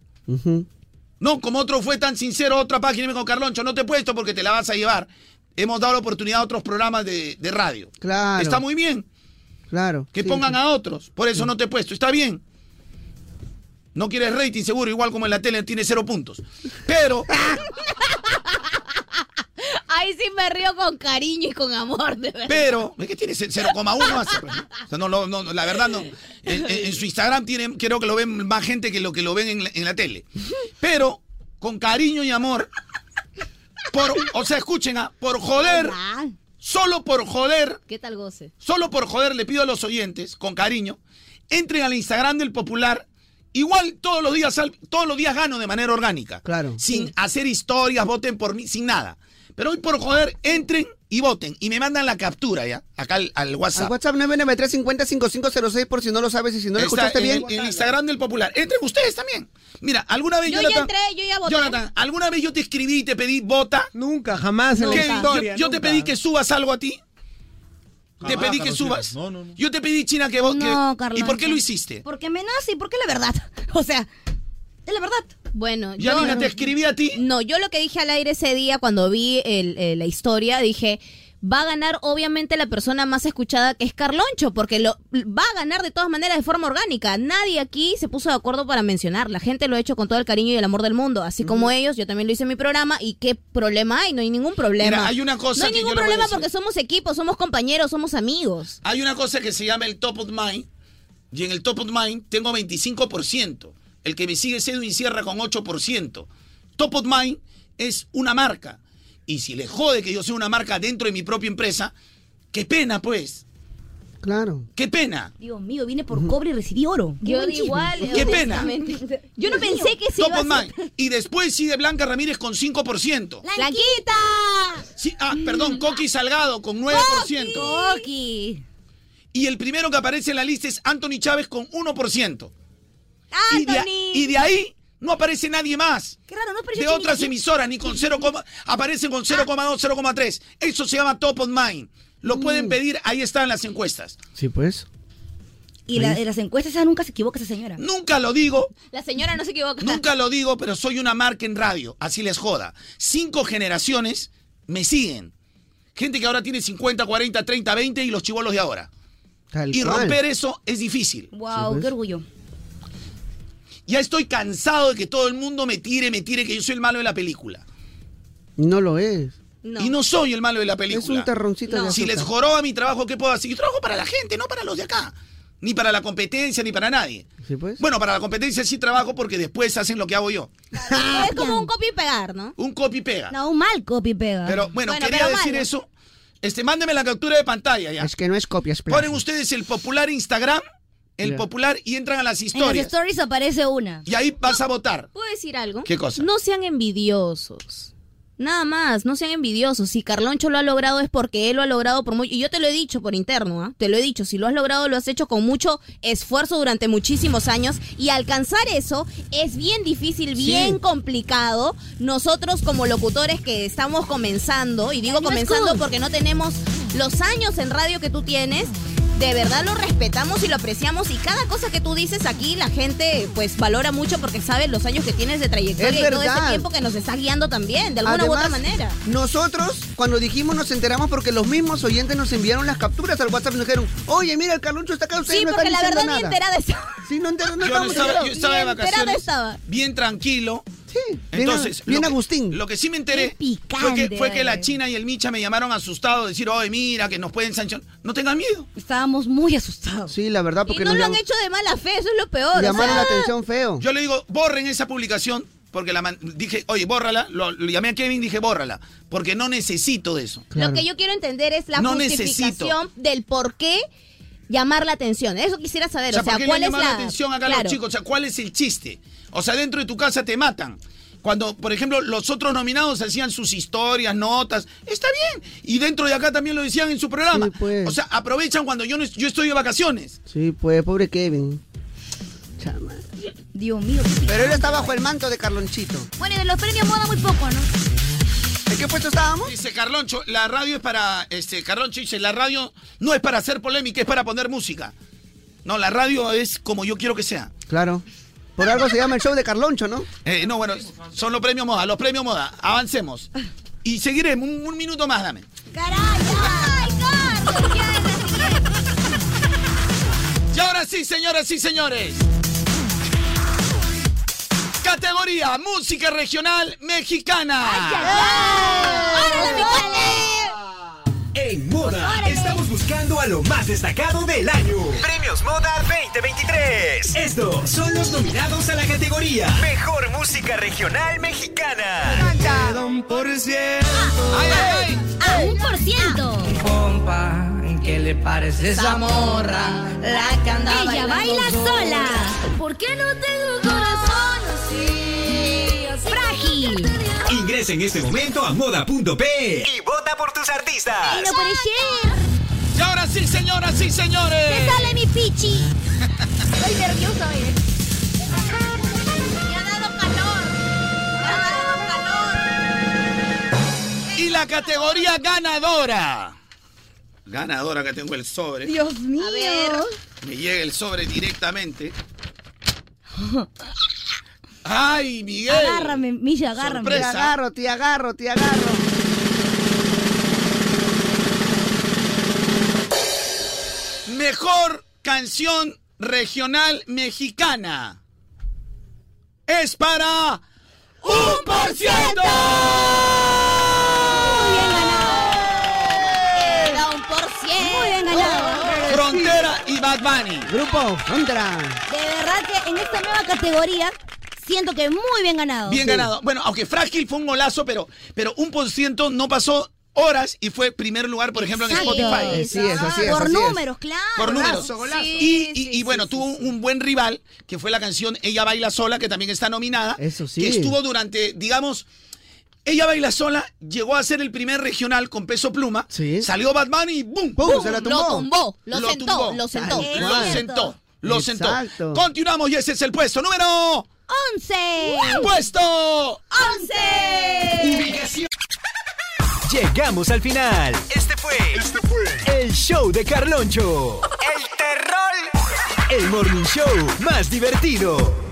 Speaker 11: No, como otro fue tan sincero, otra página me dijo, Carloncho, no te he puesto porque te la vas a llevar. Hemos dado la oportunidad a otros programas de, de radio.
Speaker 6: Claro.
Speaker 11: Está muy bien
Speaker 6: Claro.
Speaker 11: que
Speaker 6: sí,
Speaker 11: pongan
Speaker 6: sí.
Speaker 11: a otros, por eso no te he puesto. Está bien. No quieres rating seguro, igual como en la tele tiene cero puntos. Pero
Speaker 17: Ahí sí me río con cariño y con amor, de verdad.
Speaker 11: Pero, es que tiene ce- 0,1 hace, pues, ¿no? O sea, no, lo- no, no, la verdad no. En, en- en su Instagram tiene, creo que lo ven más gente que lo que lo ven en la, en la tele. Pero, con cariño y amor, por, o sea, escuchen, ah, por joder, solo por joder,
Speaker 17: ¿Qué tal goce?
Speaker 11: solo por joder le pido a los oyentes, con cariño, entren al Instagram del Popular. Igual todos los días sal- todos los días gano de manera orgánica. Claro. Sin hacer historias, voten por mí, sin nada. Pero hoy por joder, entren y voten. Y me mandan la captura ya, acá al, al WhatsApp.
Speaker 6: Al WhatsApp 993-50-5506 por si no lo sabes y si no lo
Speaker 11: Está
Speaker 6: escuchaste
Speaker 11: en-
Speaker 6: bien.
Speaker 11: En, Instagram del Popular. Entren ustedes también. Mira, alguna vez
Speaker 17: Yo ya
Speaker 11: Jonathan,
Speaker 17: entré, yo ya voté.
Speaker 11: Jonathan, ¿alguna vez yo te escribí y te pedí vota?
Speaker 15: Nunca, jamás en la
Speaker 11: Kevin, yo,
Speaker 15: historia,
Speaker 11: yo te
Speaker 15: nunca.
Speaker 11: pedí que subas algo a ti. te
Speaker 15: Jamás,
Speaker 11: pedí que
Speaker 15: Carlos,
Speaker 11: subas.
Speaker 15: no,
Speaker 11: Yo te pedí, China, que vos. que-
Speaker 17: No,
Speaker 11: ¿Y por qué
Speaker 17: Carloncho.
Speaker 11: lo hiciste?
Speaker 17: Porque me nace y porque la verdad. O sea, es la verdad. Bueno,
Speaker 11: Ya, Lina, te escribí a ti.
Speaker 17: No, yo lo que dije al aire ese día cuando vi el- eh, la historia, dije, va a ganar obviamente la persona más escuchada que es Carloncho, porque lo va a ganar de todas maneras de forma orgánica. Nadie aquí se puso de acuerdo para mencionar. La gente lo ha hecho con todo el cariño y el amor del mundo, así
Speaker 11: Mm.
Speaker 17: como ellos, yo también lo hice en mi programa y qué problema hay, no hay ningún problema.
Speaker 11: Mira, hay una cosa
Speaker 17: No hay
Speaker 11: que
Speaker 17: ningún
Speaker 11: yo le voy a
Speaker 17: problema
Speaker 11: decir.
Speaker 17: porque somos equipo, somos compañeros, somos amigos.
Speaker 11: Hay una cosa que se llama el top of mind. Y en el top of mind tengo 25%. El que me sigue es Edwin Sierra con 8%. Top of mind es una marca. Y si le jode que yo sea una marca dentro de mi propia empresa, qué pena, pues.
Speaker 6: Claro.
Speaker 11: Qué pena.
Speaker 3: Dios mío, vine por cobre y recibí oro.
Speaker 17: Yo igual,
Speaker 11: Qué pena.
Speaker 17: honestamente. Yo no pensé que se
Speaker 11: Top
Speaker 17: iba a
Speaker 11: of
Speaker 17: hacer-
Speaker 11: mind. Y después sí de Blanca Ramírez con 5%.
Speaker 3: ¡Blanquita!
Speaker 11: Sí, ah, perdón, Coqui Salgado con 9%.
Speaker 3: Coqui.
Speaker 11: Y el primero que aparece en la lista es Anthony Chávez con 1%. Y de, a-
Speaker 3: ¡Anthony!
Speaker 11: y de ahí no aparece nadie más.
Speaker 3: Qué raro, no apareció
Speaker 11: De otras
Speaker 3: Chiniquí.
Speaker 11: emisoras, ni con 0, aparecen con 0,2, 0,3. Eso se llama top of mind. Lo pueden pedir, ahí están las encuestas.
Speaker 6: Sí, pues.
Speaker 3: Y la- de las encuestas esa nunca se equivoca esa señora.
Speaker 11: Nunca lo digo,
Speaker 17: La señora no se equivoca.
Speaker 11: Nunca lo digo, pero soy una marca en radio. Así les joda. Cinco generaciones me siguen. Gente que ahora tiene 50, 40, 30, 20 y los chivolos de ahora.
Speaker 6: Tal
Speaker 11: y
Speaker 6: cual.
Speaker 11: romper eso es difícil.
Speaker 3: Wow, qué orgullo.
Speaker 11: Ya estoy cansado de que todo el mundo me tire, me tire, que yo soy el malo de la película.
Speaker 6: No lo es.
Speaker 11: Y no soy el malo de la película.
Speaker 6: Es un terroncito de
Speaker 11: Si
Speaker 6: azúcar.
Speaker 11: les joroba mi trabajo, ¿qué puedo hacer? Yo trabajo para la gente, no para los de acá. Ni para la competencia, ni para nadie.
Speaker 6: Sí, pues.
Speaker 11: Bueno, para la competencia sí trabajo porque después hacen lo que hago yo.
Speaker 17: Es como un copy y pegar, ¿no?
Speaker 11: Un copy pega.
Speaker 3: No, un mal copy pega.
Speaker 11: Pero bueno, quería decir eso. Este, mándeme la captura de pantalla ya.
Speaker 6: Es que no es copia, es plagio.
Speaker 11: Ponen ustedes el popular Instagram, el
Speaker 6: Ya.
Speaker 11: popular y entran a las
Speaker 3: En las
Speaker 11: historias.
Speaker 3: stories aparece una.
Speaker 11: Y ahí vas a votar.
Speaker 17: ¿Puedo decir algo?
Speaker 11: ¿Qué cosa?
Speaker 17: No sean envidiosos. Nada más, no sean envidiosos. Si Carloncho lo ha logrado es porque él lo ha logrado por muy... Y yo te lo he dicho por interno, ¿ah? Te lo he dicho. Si lo has logrado, lo has hecho con mucho esfuerzo durante muchísimos años. Y alcanzar eso es bien difícil, bien complicado. Nosotros como locutores que estamos comenzando, y digo
Speaker 3: no es
Speaker 17: comenzando
Speaker 3: cool.
Speaker 17: porque no tenemos los años en radio que tú tienes, de verdad lo respetamos y lo apreciamos y cada cosa que tú dices aquí la gente pues valora mucho porque sabe los años que tienes de trayectoria
Speaker 6: Es
Speaker 17: y todo ese
Speaker 6: verdad.
Speaker 17: tiempo que nos está guiando también de alguna u otra
Speaker 6: Además,
Speaker 17: manera.
Speaker 6: Nosotros, cuando dijimos, nos enteramos porque los mismos oyentes nos enviaron las capturas al WhatsApp y nos dijeron, oye, mira, el Carloncho está acá, ustedes
Speaker 17: Sí,
Speaker 6: no
Speaker 17: porque
Speaker 6: están
Speaker 17: la
Speaker 6: diciendo
Speaker 17: verdad ni
Speaker 6: nada".
Speaker 17: enterada estaba.
Speaker 6: Sí, no enterada, no
Speaker 11: yo, no
Speaker 6: estábamos
Speaker 11: estaba, yo
Speaker 6: enterados.
Speaker 11: estaba de vacaciones.
Speaker 17: estaba.
Speaker 11: Bien tranquilo.
Speaker 6: Sí. bien-
Speaker 11: Entonces,
Speaker 6: bien
Speaker 11: lo que-
Speaker 6: Agustín.
Speaker 11: Lo que sí me enteré fue que, fue que la China y el Micha me llamaron asustados, decir, oye, mira, que nos pueden sancionar. No tengan miedo.
Speaker 3: Estábamos muy asustados.
Speaker 6: Sí, la verdad,
Speaker 17: Y
Speaker 6: porque
Speaker 17: no
Speaker 6: nos
Speaker 17: lo han
Speaker 6: llam-
Speaker 17: hecho de mala fe, eso es lo peor. o
Speaker 6: llamaron
Speaker 17: sea,
Speaker 6: la atención feo.
Speaker 11: Yo le digo, borren esa publicación, porque la man- dije, oye, bórrala. Lo, lo llamé a Kevin y dije, bórrala, porque no necesito de eso.
Speaker 17: Lo que yo quiero entender es la
Speaker 11: No
Speaker 17: justificación
Speaker 11: necesito.
Speaker 17: del por qué llamar la atención. Eso quisiera saber, o sea,
Speaker 11: ¿por qué
Speaker 17: cuál
Speaker 11: le
Speaker 17: es
Speaker 11: llaman
Speaker 17: la
Speaker 11: la atención acá a
Speaker 17: Claro.
Speaker 11: los chicos? O sea, ¿cuál es el chiste? O sea, dentro de tu casa te matan. Cuando, por ejemplo, los otros nominados hacían sus historias, notas, está bien. Y dentro de acá también lo decían en su programa.
Speaker 6: Sí, pues.
Speaker 11: O sea, aprovechan cuando yo no es- yo estoy de vacaciones.
Speaker 6: Sí, pues, pobre Kevin. Chama.
Speaker 3: Dios mío.
Speaker 6: Pero él está bajo el manto de Carlonchito.
Speaker 3: Bueno, y de los premios moda muy poco, ¿no?
Speaker 6: ¿En qué puesto estábamos?
Speaker 11: Dice Carloncho, la radio es para, este, Carloncho dice, la radio no es para hacer polémica, es para poner música. No, la radio es como yo quiero que sea.
Speaker 6: Claro. Por algo se llama el show de Carloncho, ¿no?
Speaker 11: Eh, no, bueno, son los premios moda, los premios moda. Avancemos. Y seguiremos, un, un minuto más, dame. Y ahora sí, señoras y señores. Categoría Música Regional Mexicana.
Speaker 10: En
Speaker 8: Pues
Speaker 10: Moda estamos buscando a lo más destacado del año. Premios Moda 2023. Estos son los nominados a la categoría Mejor Música Regional Mexicana.
Speaker 8: por
Speaker 17: Ah,
Speaker 3: A
Speaker 8: Ah,
Speaker 3: un por ciento.
Speaker 8: Compa, ¿qué le parece esa morra? La que anda
Speaker 2: Ella
Speaker 8: bailando
Speaker 2: baila sola.
Speaker 8: ¿Por qué no tengo corazón así? así
Speaker 3: Frágil.
Speaker 10: Ingresa en este momento a moda.p y vota por tus artistas.
Speaker 3: Ay, no puede ser.
Speaker 11: Y ahora sí, señoras y señores.
Speaker 3: ¡Te sale mi pichi! Estoy nerviosa, eh. oye.
Speaker 11: Y la categoría ganadora. Ganadora que tengo el sobre.
Speaker 3: Dios mío.
Speaker 11: Me llega el sobre directamente. ¡Ay, Miguel!
Speaker 3: Agárrame, Milla, agárrame.
Speaker 6: Te agarro, te agarro, te agarro.
Speaker 11: Mejor canción regional mexicana. Es para... ¡Un por ciento!
Speaker 17: Era un por ciento. Muy bien
Speaker 11: ¡Eh! Frontera y Bad Bunny.
Speaker 6: Grupo Frontera.
Speaker 3: De verdad que en esta nueva categoría siento que muy bien ganado.
Speaker 11: Bien ganado. Bueno, aunque frágil fue un golazo, pero, pero un por ciento no pasó horas y fue primer lugar, por ejemplo,
Speaker 3: Exacto.
Speaker 11: en Spotify.
Speaker 3: Así es, así es, Por así es. números, claro.
Speaker 11: Por números.
Speaker 3: Golazo, golazo.
Speaker 11: Y-
Speaker 3: Sí,
Speaker 11: y, y bueno, tuvo un buen rival, que fue la canción Ella Baila Sola, que también está nominada.
Speaker 6: Eso sí.
Speaker 11: Que estuvo durante, digamos, Ella Baila Sola llegó a ser el primer regional con peso pluma. Salió Batman y ¡bum!
Speaker 6: ¡Pum! Se la tumbó.
Speaker 17: Lo tumbó, lo sentó, lo sentó.
Speaker 11: Lo
Speaker 17: Tal cual.
Speaker 11: sentó, lo sentó.
Speaker 17: Exacto.
Speaker 11: Continuamos y ese es el puesto número...
Speaker 3: 11.
Speaker 11: ¡Puesto!
Speaker 3: 11.
Speaker 10: Ubicación.
Speaker 1: Llegamos al final.
Speaker 10: Este fue. Este fue.
Speaker 1: El show de Carloncho.
Speaker 10: El terror.
Speaker 1: El morning show más divertido.